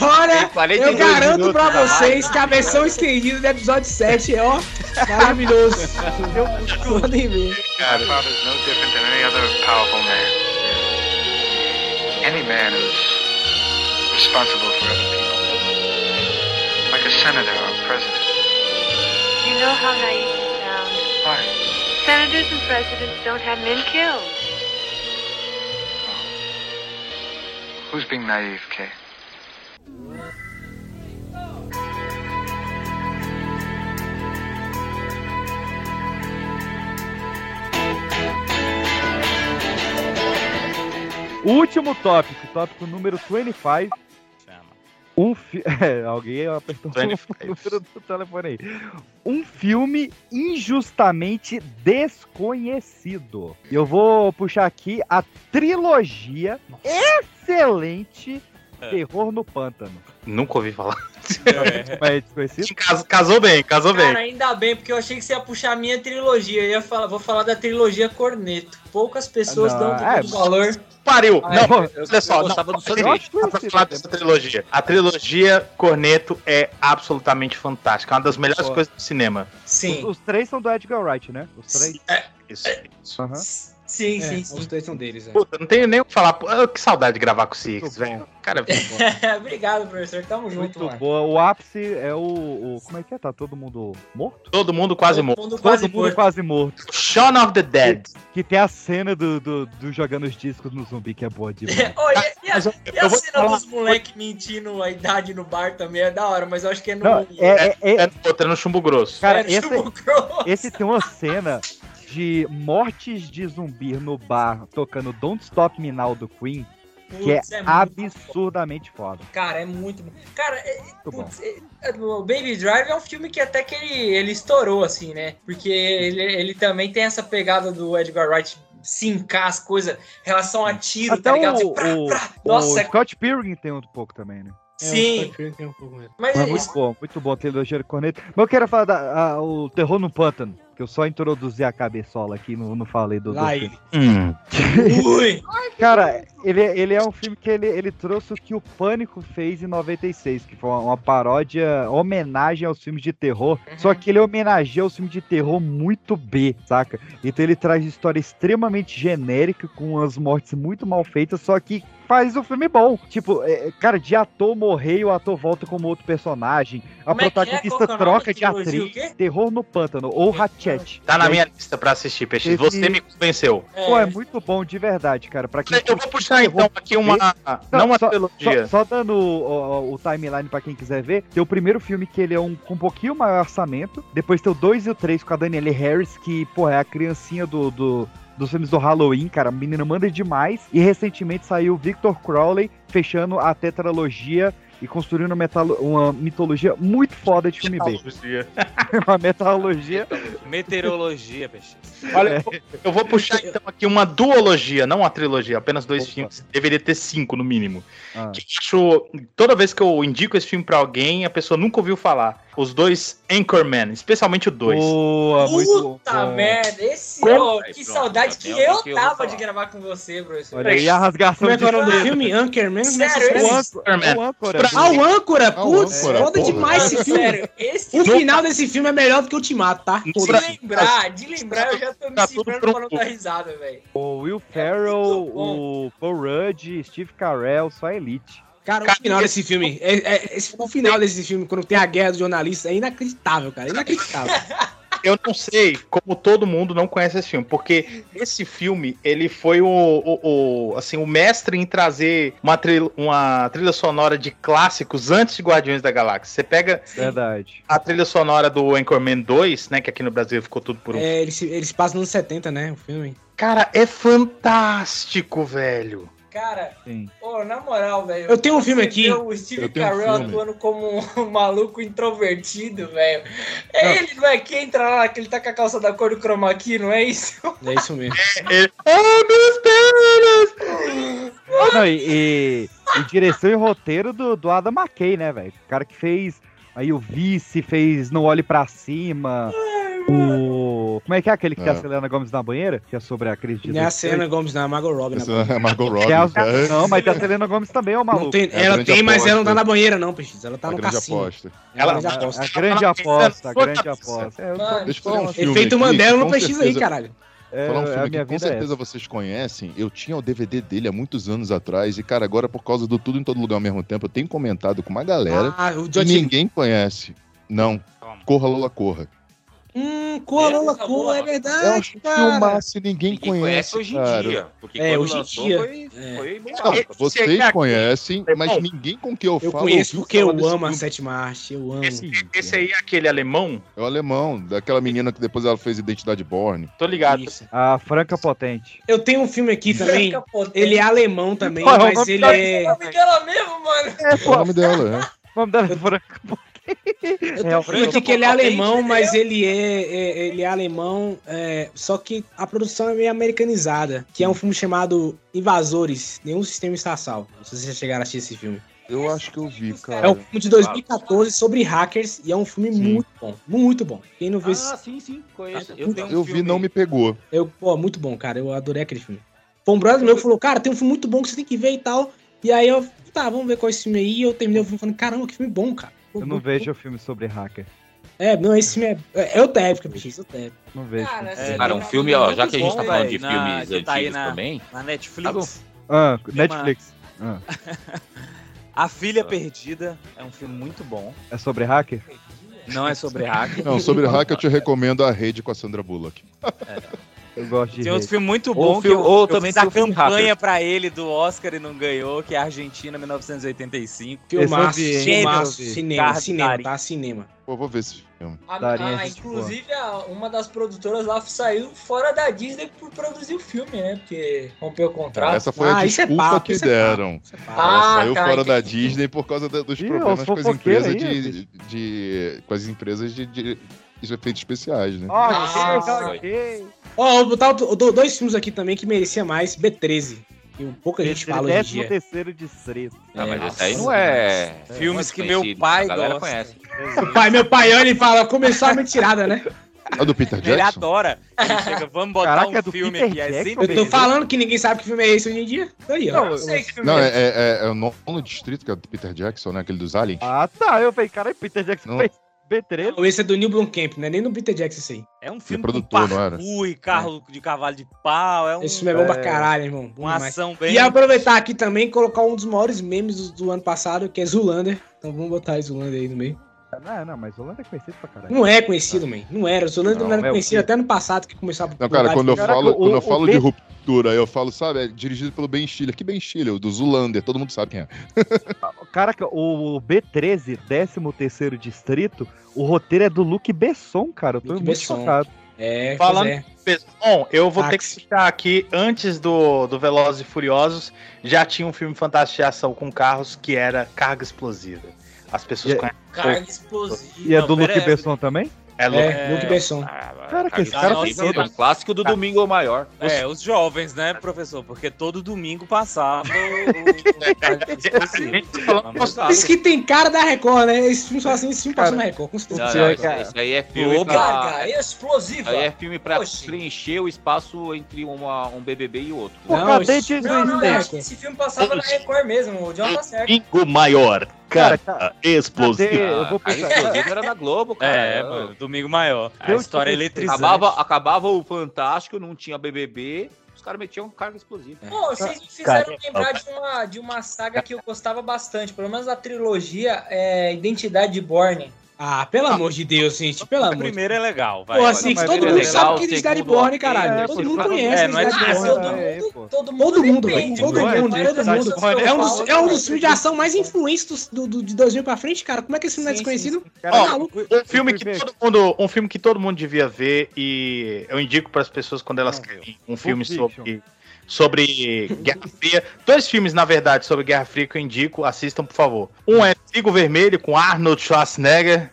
Olha,
Tem 42
eu garanto
minutos
pra
da
vocês que a versão estendida do episódio 7 é, ó, maravilhoso. Podem ver.
My father's no different than any other powerful man. Any man who's responsible for other people. Like a senator or a president.
You know how naive you sound.
Why?
Senators and presidents don't have men killed.
Who's being naive, Kay?
Último tópico, tópico número 25. Um fi... é, alguém apertou o
25.
número do telefone aí. Um filme injustamente desconhecido. Eu vou puxar aqui a trilogia excelente Terror no Pântano.
Nunca ouvi falar.
Mas é desconhecido?
Casou, casou bem, casou
Cara,
bem.
ainda bem, porque eu achei que você ia puxar a minha trilogia. Eu ia falar, vou falar da trilogia Corneto. Poucas pessoas
Ah, não,
dão tanto
é,
valor.
Pariu.
Ah,
não,
eu-
olha só.
eu
não,
gostava do
peraí,
sanduíche.
dá Tá pra falar
é
dessa trilogia. A trilogia Corneto é absolutamente fantástica. É uma das melhores
Pô.
coisas do cinema.
Os,
Sim.
os três são do Edgar Wright, né? Os três.
Isso. isso.
Aham.
Sim,
É,
sim,
os
sim.
dois são deles, é.
Puta, não tenho nem o que falar. Pô, Que saudade de gravar com o Six,
Muito
velho. Cara,
Obrigado, professor. Tamo junto,
Muito
mano.
boa. O ápice é o, o- Como é que é? Tá todo mundo morto?
todo mundo quase morto.
Todo
Todo
mundo quase
mundo
morto.
quase morto.
Shaun of the Dead.
Que tem a cena do, do, do jogando os discos no zumbi, que é boa demais.
Ô, e, e a,
Mas eu-
e a
eu vou
cena
falar-
dos moleques mentindo a idade no bar também é da hora, mas eu acho que é no.
Não, é, é- é-
É outra no chumbo grosso.
cara,
é
esse,
no Chumbo Crow.
esse tem uma cena de mortes de zumbi no bar tocando Don't Stop Me Now do Queen, que é
Putz, muito
absurdamente foda.
Cara, é muito bom. Cara, é-
Muito bom.
putz, é- é- o Baby Drive é um filme que até que ele, ele estourou, assim, né? Porque ele, ele também tem essa pegada do Edgar Wright sincar as coisas em relação a tiro,
Até
tá
o,
ligado? Assim, pra-
o,
Nossa,
o
é-
Scott Pilgrim tem um pouco também, né?
É, o
Sim,
Scott Pilgrim tem um pouco mesmo.
Mas
mas É isso-
muito bom, muito bom, trilogia de corneta. Mas eu quero falar da, a- o Terror no Pântano, que eu só introduzi a cabeçola aqui, não, não falei do, do
Lá
filme.
ele.
Ui,
Cara, ele, ele é um filme que ele, ele trouxe o que o Pânico fez em 96, que foi uma, uma paródia, homenagem aos filmes de terror.
Uhum.
Só que ele homenageia os filmes de terror muito B, saca? Então ele traz história extremamente genérica, com umas mortes muito mal feitas, só que faz o filme bom. Tipo, é, cara, de ator morrer e o ator volta como outro personagem. A
Como é que é? Qual que
protagonista
é o nome da
troca de
trilogia?
atriz.
O quê?
Terror no Pântano, ou Hatchet.
Tá
E
na
aí,
minha lista pra assistir, Peixe. Você
Esse-
me convenceu.
Pô, é
É,
muito bom, de verdade, cara. Pra quem
Eu vou puxar então aqui uma.
Não,
Não uma
só-
trilogia.
Só, só dando o, o- o timeline pra quem quiser ver, tem o primeiro filme que ele é um, com um pouquinho maior orçamento, depois tem o 2 e o 3 com a Danielle Harris, que, porra, é a criancinha do, do- dos filmes do Halloween, cara, a menina manda demais, e recentemente saiu o Victor Crowley fechando a tetralogia e construindo uma, metalo- uma mitologia muito foda de filme B. uma metalogia
Meteorologia, peixe.
Olha,
É.
eu- eu vou puxar então aqui uma duologia, não uma trilogia, apenas dois
Opa.
filmes. Deveria ter cinco no mínimo.
Ah.
Que acho, toda vez que eu indico esse filme pra alguém, a pessoa nunca ouviu falar. Os dois Anchorman, especialmente o dois.
boa, muito
puta
bom.
merda. Esse,
Como-
ó,
Aí,
que
pronto,
saudade
já
que
tem alguém
eu
que eu vou
tava
falar.
de gravar com você, professor.
Olha aí a rasgação
Como é que é o
de...
nome do filme? Anchorman? Como é que
Sério,
é
esse-
esse-
Anchorman.
É o âncora.
Ah, o Âncora!
Ah, o
Putz,
Âncora,
foda
porra.
demais esse filme.
Sério, esse
O final desse filme é melhor do que o Ultimato, tá?
Não,
De
Pra-
lembrar, de lembrar, eu já tô me
Tá tudo
segurando pra não
pronto.
dar risada, velho.
O Will
muito
Ferrell,
bom.
o Paul Rudd, Steve Carell, só elite.
Cara,
Cara,
o final desse filme, é- é- esse- o final desse filme, quando tem a guerra dos jornalistas, é inacreditável, cara. É inacreditável.
Eu não sei como todo mundo não conhece esse filme, porque esse filme ele foi o, o- o- assim o mestre em trazer uma trilha, uma trilha sonora de clássicos antes de Guardiões da Galáxia. Você pega
Verdade.
a trilha sonora do Anchorman 2, né, que aqui no Brasil ficou tudo por um.
É, ele, se, ele se passa nos anos 70, né? O filme.
Cara, é fantástico, velho.
Cara,
Sim.
ô, na moral, velho.
Eu tenho um filme
você
aqui.
vê O Steve
Eu tenho um
Carell
filme.
atuando como um maluco introvertido, velho. É ele, velho, que entra lá, que ele tá com a calça da cor do chroma key, não é isso?
É isso mesmo.
Oh, meus Deus!
Não, e, e- e direção e roteiro do, do Adam McKay, né, velho? O cara que fez aí o Vice, fez Não Olhe Pra Cima, o. Como é que é aquele que tem
É.
a Selena Gomes na banheira? Que é sobre a crise de.
Não é a Selena Gomes, não, é a Margot Robbie. na
Essa é a Margot Robbie. né?
É a-
cara.
Não, mas tem a Selena Gomes também, ô maluco.
Não tem-
É a
ela
grande
tem, mas
aposta.
ela não tá na banheira, não, Peixe. Ela tá
A
no
grande
cassino.
aposta.
Ela,
A,
é uma grande aposta.
a grande aposta, a grande aposta. É, eu tô-
Deixa eu falar um filme
Efeito
aqui,
Mandela
com
no pesquisa aí,
certeza-
caralho.
É,
falar um filme
a
que
minha
com
vida é
certeza
essa.
vocês conhecem. Eu tinha o DVD dele há muitos anos atrás e, cara, agora por causa do Tudo em Todo Lugar ao mesmo tempo, eu tenho comentado com uma galera
Ah, o
que
John Tim.
ninguém conhece. Não. Corra, Lola, corra.
Hum, Corolla
Essa
Cor,
boa, mano.
é
É um
verdade, cara.
filmaço e ninguém,
Ninguém
conhece,
conhece hoje em
cara.
dia. Porque
É,
quando
hoje em
lançou
dia.
foi,
É.
foi bom.
Não, vocês
aqui-
conhecem, mas
Bom,
ninguém com quem eu
Eu
falo.
conheço
ouviu
porque eu
falar é desse
amo a
filme.
Sete Marte, eu amo.
Esse, esse aí é aquele alemão?
É o alemão, daquela menina que depois ela fez Identidade Borne.
Tô ligado.
Isso.
A Franca Potente.
Eu tenho um filme aqui também. Ele é alemão também,
Porra,
mas
vamos
ele
dar-
é.
O nome dela mesmo, mano.
É o nome dela, é.
Vamos dar Franca
Eu
Potente.
tenho
É,
um filme aqui que ele é alemão, mas ele é, é- ele é alemão, é, só que a produção é meio americanizada, que é um filme chamado Invasores, Nenhum Sistema Estatal. Não sei se vocês já chegaram a assistir esse filme.
Eu acho que eu vi,
É um
cara.
filme de 2014 sobre hackers e é um filme
Sim.
muito bom, muito bom. Quem não viu esse
Ah, sim, sim, conheço.
Ah,
Eu, tenho um
Eu vi,
filme-
não me pegou.
Eu, pô, muito bom, cara. Eu adorei aquele filme. Foi um brother meu que falou, cara, tem um filme muito bom que você tem que ver e tal. E aí eu, tá, vamos ver qual é esse filme aí. E eu terminei o filme falando, caramba, que filme bom, cara.
Eu não vejo filme sobre hacker.
É, não, esse filme é. É, é o tépico, bicho, isso é o tépico.
Não vejo.
Cara,
É,
assim,
Cara, um filme, ó, já que a gente tá
Bom,
falando de
velho,
filmes
na- que tá aí
antigos
na-
também,
Na Netflix.
Tá bom.
Ah, Netflix. Ah,
A Filha Perdida é um filme muito bom.
é sobre hacker?
Não é sobre hacker.
Não, sobre hack eu te recomendo a rede com a Sandra Bullock.
Eu gosto de.
Tem outro
rede.
filme muito
Ou
bom
filme-
que eu,
ou
eu
também
fiz a
tem o filme
campanha pra ele do Oscar e não ganhou, que é Argentina 1985.
Filmaço,
eu vi, hein?
filmaço,
Eu vi.
cinema,
Cara,
cinema,
cara.
tá? Cinema.
Pô, vou ver esse filme.
A-
Darinha,
a-
gente
inclusive, a- uma das produtoras lá saiu fora da Disney por produzir o filme, né? Porque rompeu o contrato.
Essa foi a
Ah, isso é
desculpa
papo,
que
isso é
deram.
Isso é papo.
Ela
Ah,
saiu
tá,
fora da
entendi.
Disney por causa da- dos
Ih,
problemas
os
com as
fofoqueiros
empresas
aí,
de, de- com as empresas de, de- de efeitos especiais, né?
Ok,
Nossa.
ok.
Ó, eu vou botar outro- do- dois filmes aqui também que merecia mais: B13. Que pouca um gente fala hoje em
Décimo
dia.
terceiro distrito.
Ah, mas
Nossa.
esse aí não é.
Filmes
não é
que meu
conhecido,
pai
a galera
gosta.
conhece.
Pai, meu pai olha e fala, começou a mentirada, né?
A É do Peter
Ele
Jackson?
adora. Ele chega, vamos botar
Caraca,
um
é do
filme
Peter
aqui. É
Jackson,
sempre
Eu tô
Beleza.
falando que ninguém sabe que filme é esse hoje em dia. Aí, ó.
Eu não sei que filme
Não,
é.
é, é- é- é o nono distrito, que é do Peter Jackson, né? Aquele dos aliens.
Ah, tá. Eu falei, cara, Peter Jackson
Não.
fez B13.
Não, esse é do Neil Blomkamp, não é nem do Peter Jackson esse aí.
É um filme
Ele é
com
produtor, não era?
parkour e carro
É.
de cavalo de pau. É um,
Esse filme é bom pra
É.
caralho, irmão. Bom
uma
demais.
ação bem...
E aproveitar aqui também e colocar um dos maiores memes do, do ano passado, que é Zulander. Então vamos botar aí Zulander aí no meio.
Não, não, mas o Holanda é conhecido pra caralho.
Não é conhecido, man. Não era. Zulander não,
Não,
era
é o
conhecido
quê?
até no passado que começava
Não, cara, quando eu
é
Caraca,
falo,
o-
quando
o
eu falo
Ben-
de ruptura, eu falo, sabe, é dirigido pelo Ben Stiller. Que Ben Stiller? O do Zulander, todo mundo sabe quem é.
Caraca, o B13, 13º distrito, o roteiro é do Luke Besson, cara. Eu tô
Luc
muito
Besson.
chocado.
É,
Falando-
falando. É.
Bom, eu vou ter que
Táxi.
citar aqui, antes do, do Velozes e Furiosos, já tinha um filme fantástico de ação com carros que era Carga Explosiva. As pessoas
E-
conhecem.
Carga explosiva.
E é do
Não, pera
Luke
aí.
Besson também?
É louco.
É, Luke Besson.
Cara, que esse cara tem
É
todo.
um clássico do Domingo ao Maior.
É, os jovens, né, professor? Porque todo domingo passava o...
Nossa,
o-
Isso que tem cara da Record, né? Esse filme só assim, esse filme passou na Record, com certeza.
Não,
Sim,
não,
é,
esse,
cara.
esse aí é filme
Globo.
pra,
Carga explosiva.
aí é filme pra
Poxa.
preencher o espaço entre uma- um BBB e outro.
Pô,
Não,
cadê
isso-
Jason
Não, não,
Statham?
é.
acho que esse filme passava na Record mesmo. O John tá certo.
Domingo maior.
Cara,
Carga
ca- cadê?
Explosiva.
Eu vou
Carga
pensar.
Explosiva Ah, era da Globo, cara.
É, mano, domingo maior. A
Deus
história
te
eletrizante.
Acabava, acabava o Fantástico, não tinha BBB, os caras metiam um carga explosiva.
Pô, vocês me fizeram lembrar de uma, de uma saga que eu gostava bastante, pelo menos a trilogia é, Identidade de Borne.
Ah, pelo amor de Deus, gente. Pelo
O
amor de
primeiro é legal, vai. é
Pô,
vai,
assim,
vai.
que todo
Legal,
mundo sabe que
segundo,
Identidade Borne,
é,
né,
por
caralho. Todo mundo
favor.
conhece
É, não é de
Identidade
Ah,
Borne,
Borne.
todo
é, é, pô.
mundo, todo mundo,
Todo mundo,
tem,
velho.
todo
Todo mundo,
mundo,
maioria do
todo
mundo.
mundo fala,
É um dos,
todo
é um
mundo.
dos filmes de ação mais influentes dos- do, do- de 2000 pra frente, cara. Como é que esse filme não é desconhecido?
Cara,
Ó,
maluco.
Um filme, que
Primeiro.
todo mundo, um filme que todo mundo devia ver e eu indico para as pessoas quando elas querem um filme
Fiction.
sobre, sobre Guerra Fria. Dois filmes, na verdade, sobre Guerra Fria que eu indico, assistam, por favor. Um é Trigo Vermelho, com Arnold Schwarzenegger.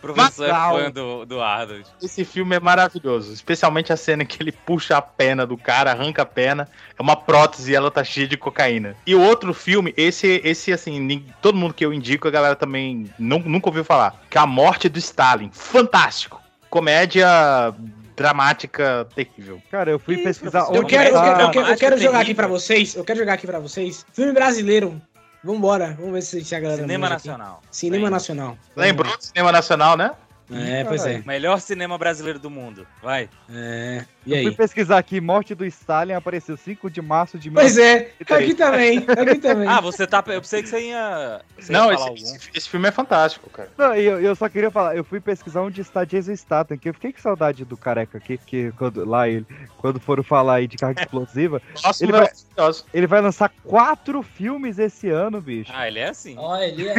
Professor é
Mas-
fã do, do Arnold.
Esse filme é maravilhoso, especialmente a cena em que ele puxa a pena do cara, arranca a pena, é uma prótese e ela tá cheia de cocaína. E o outro filme, esse, esse assim, nin- todo mundo que eu indico, a galera também nu- nunca ouviu falar, que é A Morte do Stalin. Fantástico! Comédia dramática terrível.
Cara, eu fui pesquisar.
Eu
ontem-
quero, eu quero, eu
Ah,
quero- eu quero jogar aqui pra vocês. Eu quero jogar aqui pra vocês. Filme brasileiro. Vambora. Vamos ver se, se a galera.
Cinema
manja aqui.
nacional.
Cinema Nacional.
Lembrou do cinema nacional, né?
É, pois é.
Melhor cinema brasileiro do mundo. Vai.
É.
eu fui pesquisar aqui, morte do Stalin apareceu 5 de março de
Pois é,
1993.
aqui também, aqui também.
Ah, você tá. Eu pensei que você ia. Você ia
Não,
falar
esse,
algum.
esse- esse filme é fantástico, cara.
Não, e eu, eu só queria falar, eu fui pesquisar onde está Jason Statham, que eu fiquei com saudade do careca aqui, que quando, lá ele, quando foram falar aí de carga explosiva,
Nossa,
ele,
não é
vai, ele vai lançar quatro filmes esse ano, bicho.
Ah, ele é assim.
Olha, ele é.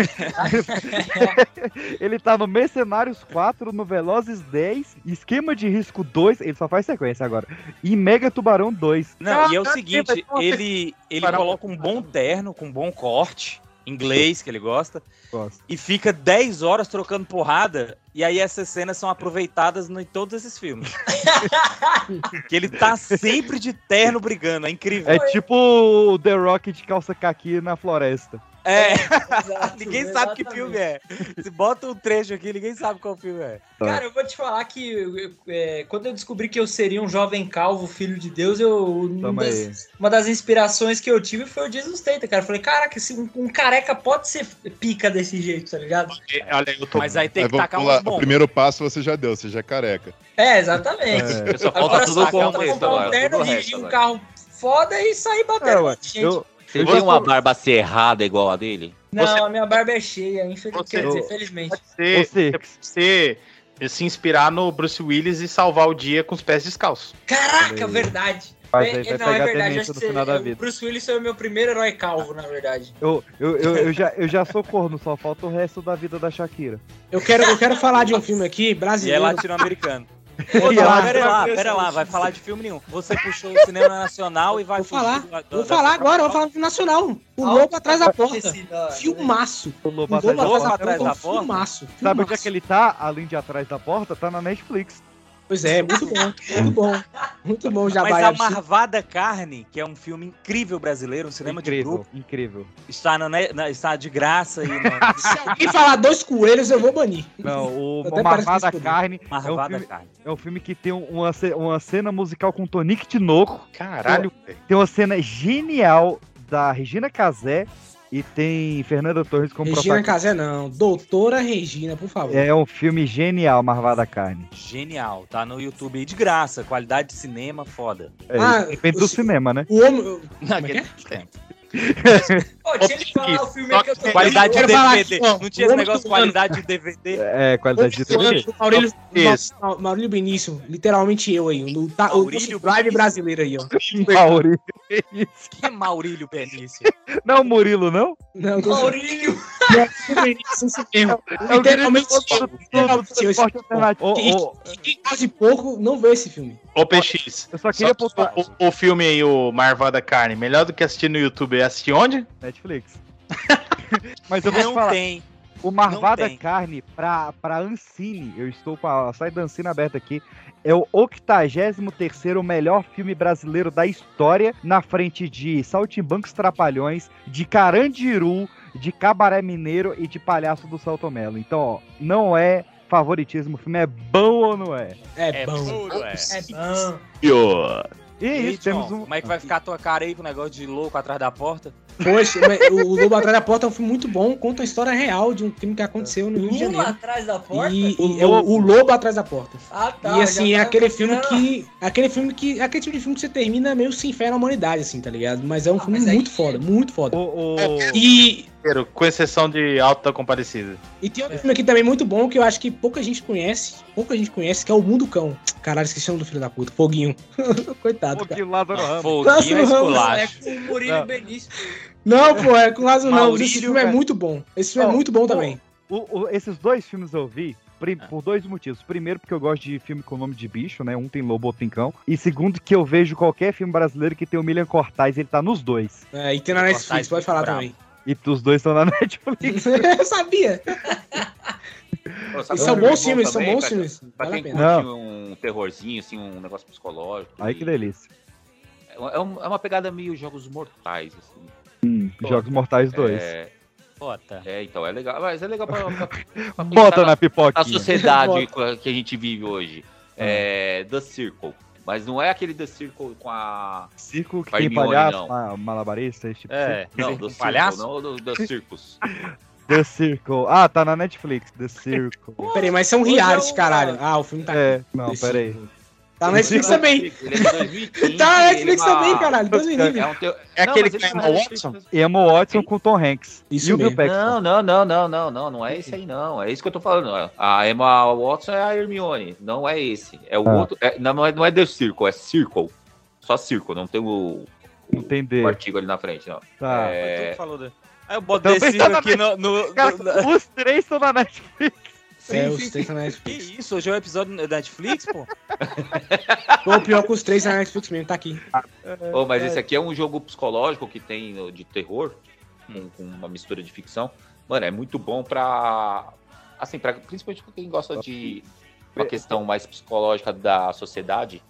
Ele tá no Mercenários 4, no Velozes 10, Esquema de Risco 2, ele só faz sequência agora, e Mega Tubarão 2.
Ah,
Não,
tá,
e é o
Caraca,
seguinte,
vai ter uma
ele, ele
Pará-
coloca um bom terno, com um bom corte, inglês, que ele gosta,
Gosto.
e fica 10 horas trocando porrada, e aí essas cenas são aproveitadas no- em todos esses filmes. que ele tá sempre de terno brigando, é incrível.
É tipo o The Rock de calça caqui na floresta.
É,
Exato,
ninguém sabe que filme é. Se bota um trecho aqui, ninguém sabe qual filme é.
Cara, eu vou te falar que eu- eu- é, quando eu descobri que eu seria um jovem calvo, filho de Deus, eu uma
Tamo aí.
das, uma das inspirações que eu tive foi o Jesus Tatum, cara. Eu falei, caraca, esse, um, um careca pode ser pica desse jeito, tá ligado?
Olha, eu tô...
Mas aí tem
Aí
que
vamos
tacar
pular.
umas
O
bombas.
primeiro passo você já deu, você já é careca.
É, exatamente.
É.
Só falta
Agora
tá tudo
só
o
falta
contexto
comprar um
agora,
terno,
tudo o
dirigir
resto
um
agora.
carro foda e sair
É,
batendo.
ué,
gente.
eu,
Você
eu
tem
já
uma
tô-
barba cerrada igual a dele?
Não, a minha barba é cheia, infelizmente. Quer dizer, felizmente.
Você,
Você.
você se inspirar no Bruce Willis e salvar o dia com os pés descalços.
Caraca, verdade.
Mas
É,
aí vai
não,
pegar
é verdade.
demência
acho
no
que
final da
você-
vida.
O Bruce Willis foi o meu primeiro herói calvo, na verdade.
Eu, eu, eu, eu já, eu já sou corno, só falta o resto da vida da Shakira.
Eu quero, eu quero falar de um filme aqui,
E é
brasileiro.
latino-americano.
E
Pera
ela-
lá, pera lá, pera lá, vai falar de filme nenhum. Você puxou o cinema nacional e vai
Vou falar,
fugir do- do-
Vou
da-
falar agora, vou falar do nacional. O Lobo Atrás da Porta.
né?
Filmaço.
O
O
lobo
Lobo
atrás da porta.
Atrás da Porta. é um Filmaço.
Sabe
filmaço.
onde é que ele tá? Além de atrás da porta, tá na Netflix.
Pois é, muito bom, muito bom. Muito bom, Jabá.
Mas
é
a
absurdo.
Marvada Carne, que é um filme incrível brasileiro, um cinema de
incrível,
grupo,
incrível.
está, na, ne- na- está de graça aí
Se
no
alguém falar dois coelhos, eu vou banir.
Não,
Até
o
parece que
Marvada
escondeu.
Carne é um,
Marvada
filme,
Carne.
é um filme que tem uma, ce- uma cena musical com Tonique Tinoco,
Caralho, velho.
tem uma cena genial da Regina Casé e tem Fernanda Torres como
Regina
protagonista.
Casé, não. Doutora Regina, por favor.
É um filme genial, Marvada Carne.
Genial, tá no YouTube aí de graça, qualidade de cinema foda.
É,
Ah,
depende
o
do
ci-
cinema, né?
O homem.
Naquele
é?
É.
tempo.
Pô, deixa ele falar o filme é que eu tô
Qualidade de
quero falar aqui,
DVD, não
ó,
tinha
o
esse
homem
negócio de
do ano.
qualidade de DVD.
É, qualidade de
Maurílio-
TV.
Maurílio,
Isso.
Ma- Maurílio Benício, literalmente eu aí, o, ta- o
Maurílio
drive
Benício.
brasileiro aí, ó.
Maurílio.
Que é Maurílio Benício?
Não, o Murilo, não?
Não,
falando. Maurílio.
Maurílio Benício, isso mesmo.
É o
Literalmente eu.
diretor do- do
Literalmente eu. esse
Esporte
filme.
Alternativo. Ô, ô,
E Quem gosta de pouco não vê esse filme.
Ô, PX.
Eu só é queria
só-
pontuar.
o, o filme aí, o Marvada Carne, melhor do que assistir no YouTube é assistir onde?
Netflix. Mas eu vou te
Não
falar,
tem.
o Marvada
não tem.
Carne pra, pra Ancine, eu estou com a saída da Ancine aberta aqui, é o 83º melhor filme brasileiro da história, na frente de Saltimbancos Trapalhões, de Carandiru, de Cabaré Mineiro e de Palhaço do Salto Melo. Então, ó, não é favoritismo, o filme é bom ou não é?
É,
É
bom.
tudo, é.
É bom.
E
E
é
aí,
isso, temos
João,
um...
como é que vai ficar a tua cara aí com o negócio de louco atrás da porta?
Poxa, mas o Lobo Atrás da Porta é um filme muito bom, conta a história real de um crime que aconteceu no Rio de
Lula
Janeiro.
atrás da porta?
E, e é o, o Lobo Atrás da Porta.
Ah, tá.
E assim, é
já tava
aquele filme
pensando.
que. Aquele filme que. Aquele tipo de filme que você termina meio sem fé na humanidade, assim, tá ligado? Mas é um
Ah,
filme
mas aí-
muito foda, muito foda.
O, o...
E,
Com exceção de Alta Comparecida.
e tem outro filme aqui também muito bom que eu acho que pouca gente conhece. Pouca gente conhece, que é o Mundo Cão. Caralho, esqueci o nome do filho da puta. Foguinho. Coitado, cara.
Foguinho Lázaro Ramos.
Foguinho é
Nossa, não,
É
esculacho.
com o Murilo
Não.
Benício.
Não, pô, é com o Lázaro Ramos.
Maurílio,
Esse filme é
velho.
muito bom. Esse filme
Ó,
é muito bom
pô,
também.
O- o- esses dois filmes eu vi Pri- Por dois motivos. Primeiro, porque eu gosto de filme com nome de bicho, né? Um tem lobo, outro tem cão. E segundo, que eu vejo qualquer filme brasileiro que tem o William Cortaz, ele tá nos dois.
É, e tem na Netflix, pode falar também.
E os dois estão na Netflix.
Eu sabia.
Pô,
E
sabe
são
um filme bom
bons filmes, são
também,
bons
pra-
filmes.
Pra
Vale a
quem
pena.
curte um terrorzinho, assim, um negócio psicológico.
Aí que delícia.
É, um- é um- é uma pegada meio Jogos Mortais, assim.
Jogos Mortais 2.
É... É, então, é legal. Mas é legal pra, pra, pra
Bota na pipoquinha.
A sociedade
Bota.
que a gente vive hoje.
Ah.
É, The Circle. Mas não é aquele The Circle com a...
Circo que
Vai
tem
me olhar,
palhaço,
não.
ma- malabarista, esse tipo
É,
de
não,
coisa.
Um
um
do
Palhaço?
palhaço? Circle, não do, do Circus.
The Circle. Ah, tá na Netflix. The Circle.
Peraí, mas são
Hoje
riados,
é uma-
caralho. Ah, o filme tá.
É, não, peraí.
Tá na Netflix também.
Ele é de 2015.
Tá na Netflix
ele é uma-
também, caralho. Deus me livre.
É, um teo-
É
Não,
aquele
mas
que
ele
tem
tá
o
na
Watson?
Netflix.
E Emma Watson com Tom Hanks.
Isso
e o Bill
mesmo.
Paxton.
Não, não, não, não, não, não, não é esse aí, não. É isso que eu tô falando. A Emma Watson é a Hermione, não é esse. É o
Ah.
outro. é- não, é, não é The Circle, é Circle. Só Circle, não tem o,
Entender.
o artigo ali na frente, não.
Ah.
Tá.
É,
Falou da- Aí eu boto
Também
The
tá
Circle
na
aqui no. no-
Cara,
no- na-
os três estão na Netflix.
Sim,
é,
sim,
os três
sim.
na Netflix.
Que isso? Hoje é um episódio da Netflix, pô?
Pô, pior é que os três na Netflix mesmo, tá aqui.
Ô, mas esse aqui é um jogo psicológico que tem no- de terror, com, com uma mistura de ficção. Mano, é muito bom pra. Assim, pra, principalmente pra quem gosta de uma questão mais psicológica da sociedade.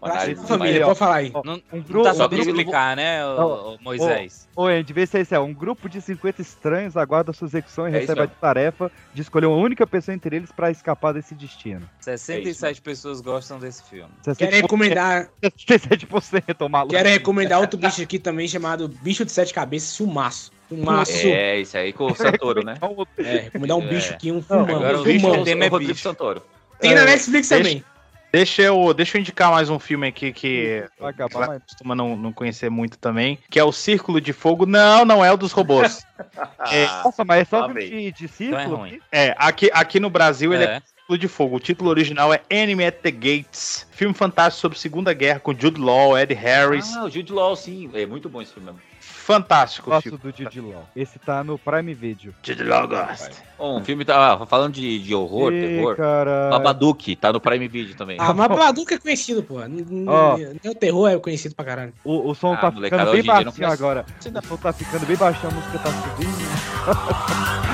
Uma
Pra
análise
família,
mais-
pode falar aí.
Ó,
Não, não
grupo-
tá sabendo
um grupo-
explicar, né, ô-
Não,
ô Moisés?
né?
Ô, Andy, vê se é isso. é. Um grupo de 50 estranhos aguarda sua execução e
É isso
recebe a
mesmo.
tarefa de escolher uma única pessoa entre eles pra escapar desse destino.
67 pessoas gostam desse filme.
Quero recomendar,
67%, ô maluco.
quero recomendar outro bicho aqui também chamado Bicho de Sete Cabeças, filmaço. Filmaço. É,
É, isso aí com o Santoro, né?
É,
recomendar um bicho aqui, um
Não,
filmão.
agora
um
o bicho, é,
filmão.
o tema é Rodrigo Santoro.
Tem na Netflix
Deixa-
também.
Deixa eu, deixa eu indicar mais um filme aqui que
Vai
É,
acabar,
ela
mas-
costuma não, não conhecer muito também, que é o Círculo de Fogo. Não, não é o dos robôs.
Ah,
Nossa, mas é só
amei.
filme de, de
Então é
círculo?
ruim.
É, aqui, aqui no Brasil ele é.
É.
Círculo de Fogo. O título original é Enemy at the Gates. Filme fantástico sobre Segunda Guerra com Jude Law, Ed Harris.
Ah, o Jude Law, sim. É muito bom esse filme mesmo.
Eu
Fantástico o
Gosto
filme.
do Didi Law. Esse tá no Prime Video.
Jude Law gosta.
Bom, o filme tá ah, falando de, de horror,
Ih,
terror.
cara.
Babadook, tá no Prime Video também.
Ah, mas Babadook é conhecido, pô. N- n-
Ó.
Nem o terror é conhecido pra caralho.
O, o som
Ah,
tá ficando bem
molecada, hoje em dia não
baixinho
presta.
agora. O som tá ficando bem baixinho, a música tá subindo.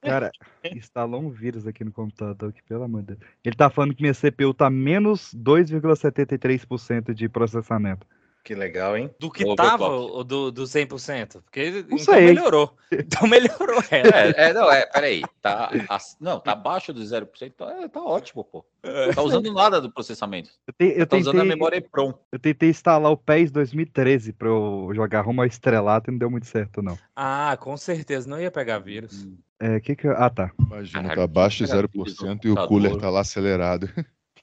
Cara, instalou um vírus aqui no computador, que pelo amor de Deus. Ele tá falando que minha CPU tá menos 2,73% de processamento.
Que legal, hein?
Do que
Overclock.
tava, ou do, do 100%? Porque então
sei.
melhorou. Então melhorou ela.
É, é, não, é, peraí. Tá, ac- não, tá abaixo do 0%, então é, tá ótimo, pô. Não tá usando nada do processamento.
Eu, te- eu
Tá usando a
tentei,
memória EPROM.
eu tentei instalar o PES 2013 pra eu jogar rumo ao estrelato e não deu muito certo, não.
Ah, com certeza, não ia pegar vírus.
É, que que eu- Ah, tá.
Imagina, tá abaixo de 0% e o cooler tá lá acelerado.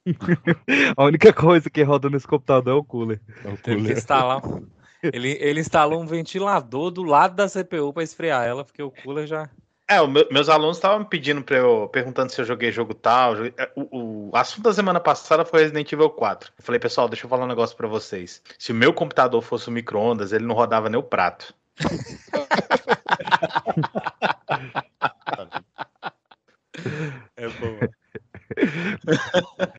A única coisa que roda nesse computador é o cooler.
É o
Teve que
cooler.
instalar um- Ele, ele instalou um ventilador do lado da CPU pra esfriar ela, porque o cooler já.
É, o meu- meus alunos estavam me pedindo para eu perguntando se eu joguei jogo tal. jo- é, O, o assunto da semana passada foi Resident Evil 4. Eu falei, pessoal, deixa eu falar um negócio para vocês. Se o meu computador fosse um micro-ondas, ele não rodava nem o prato.
É boa.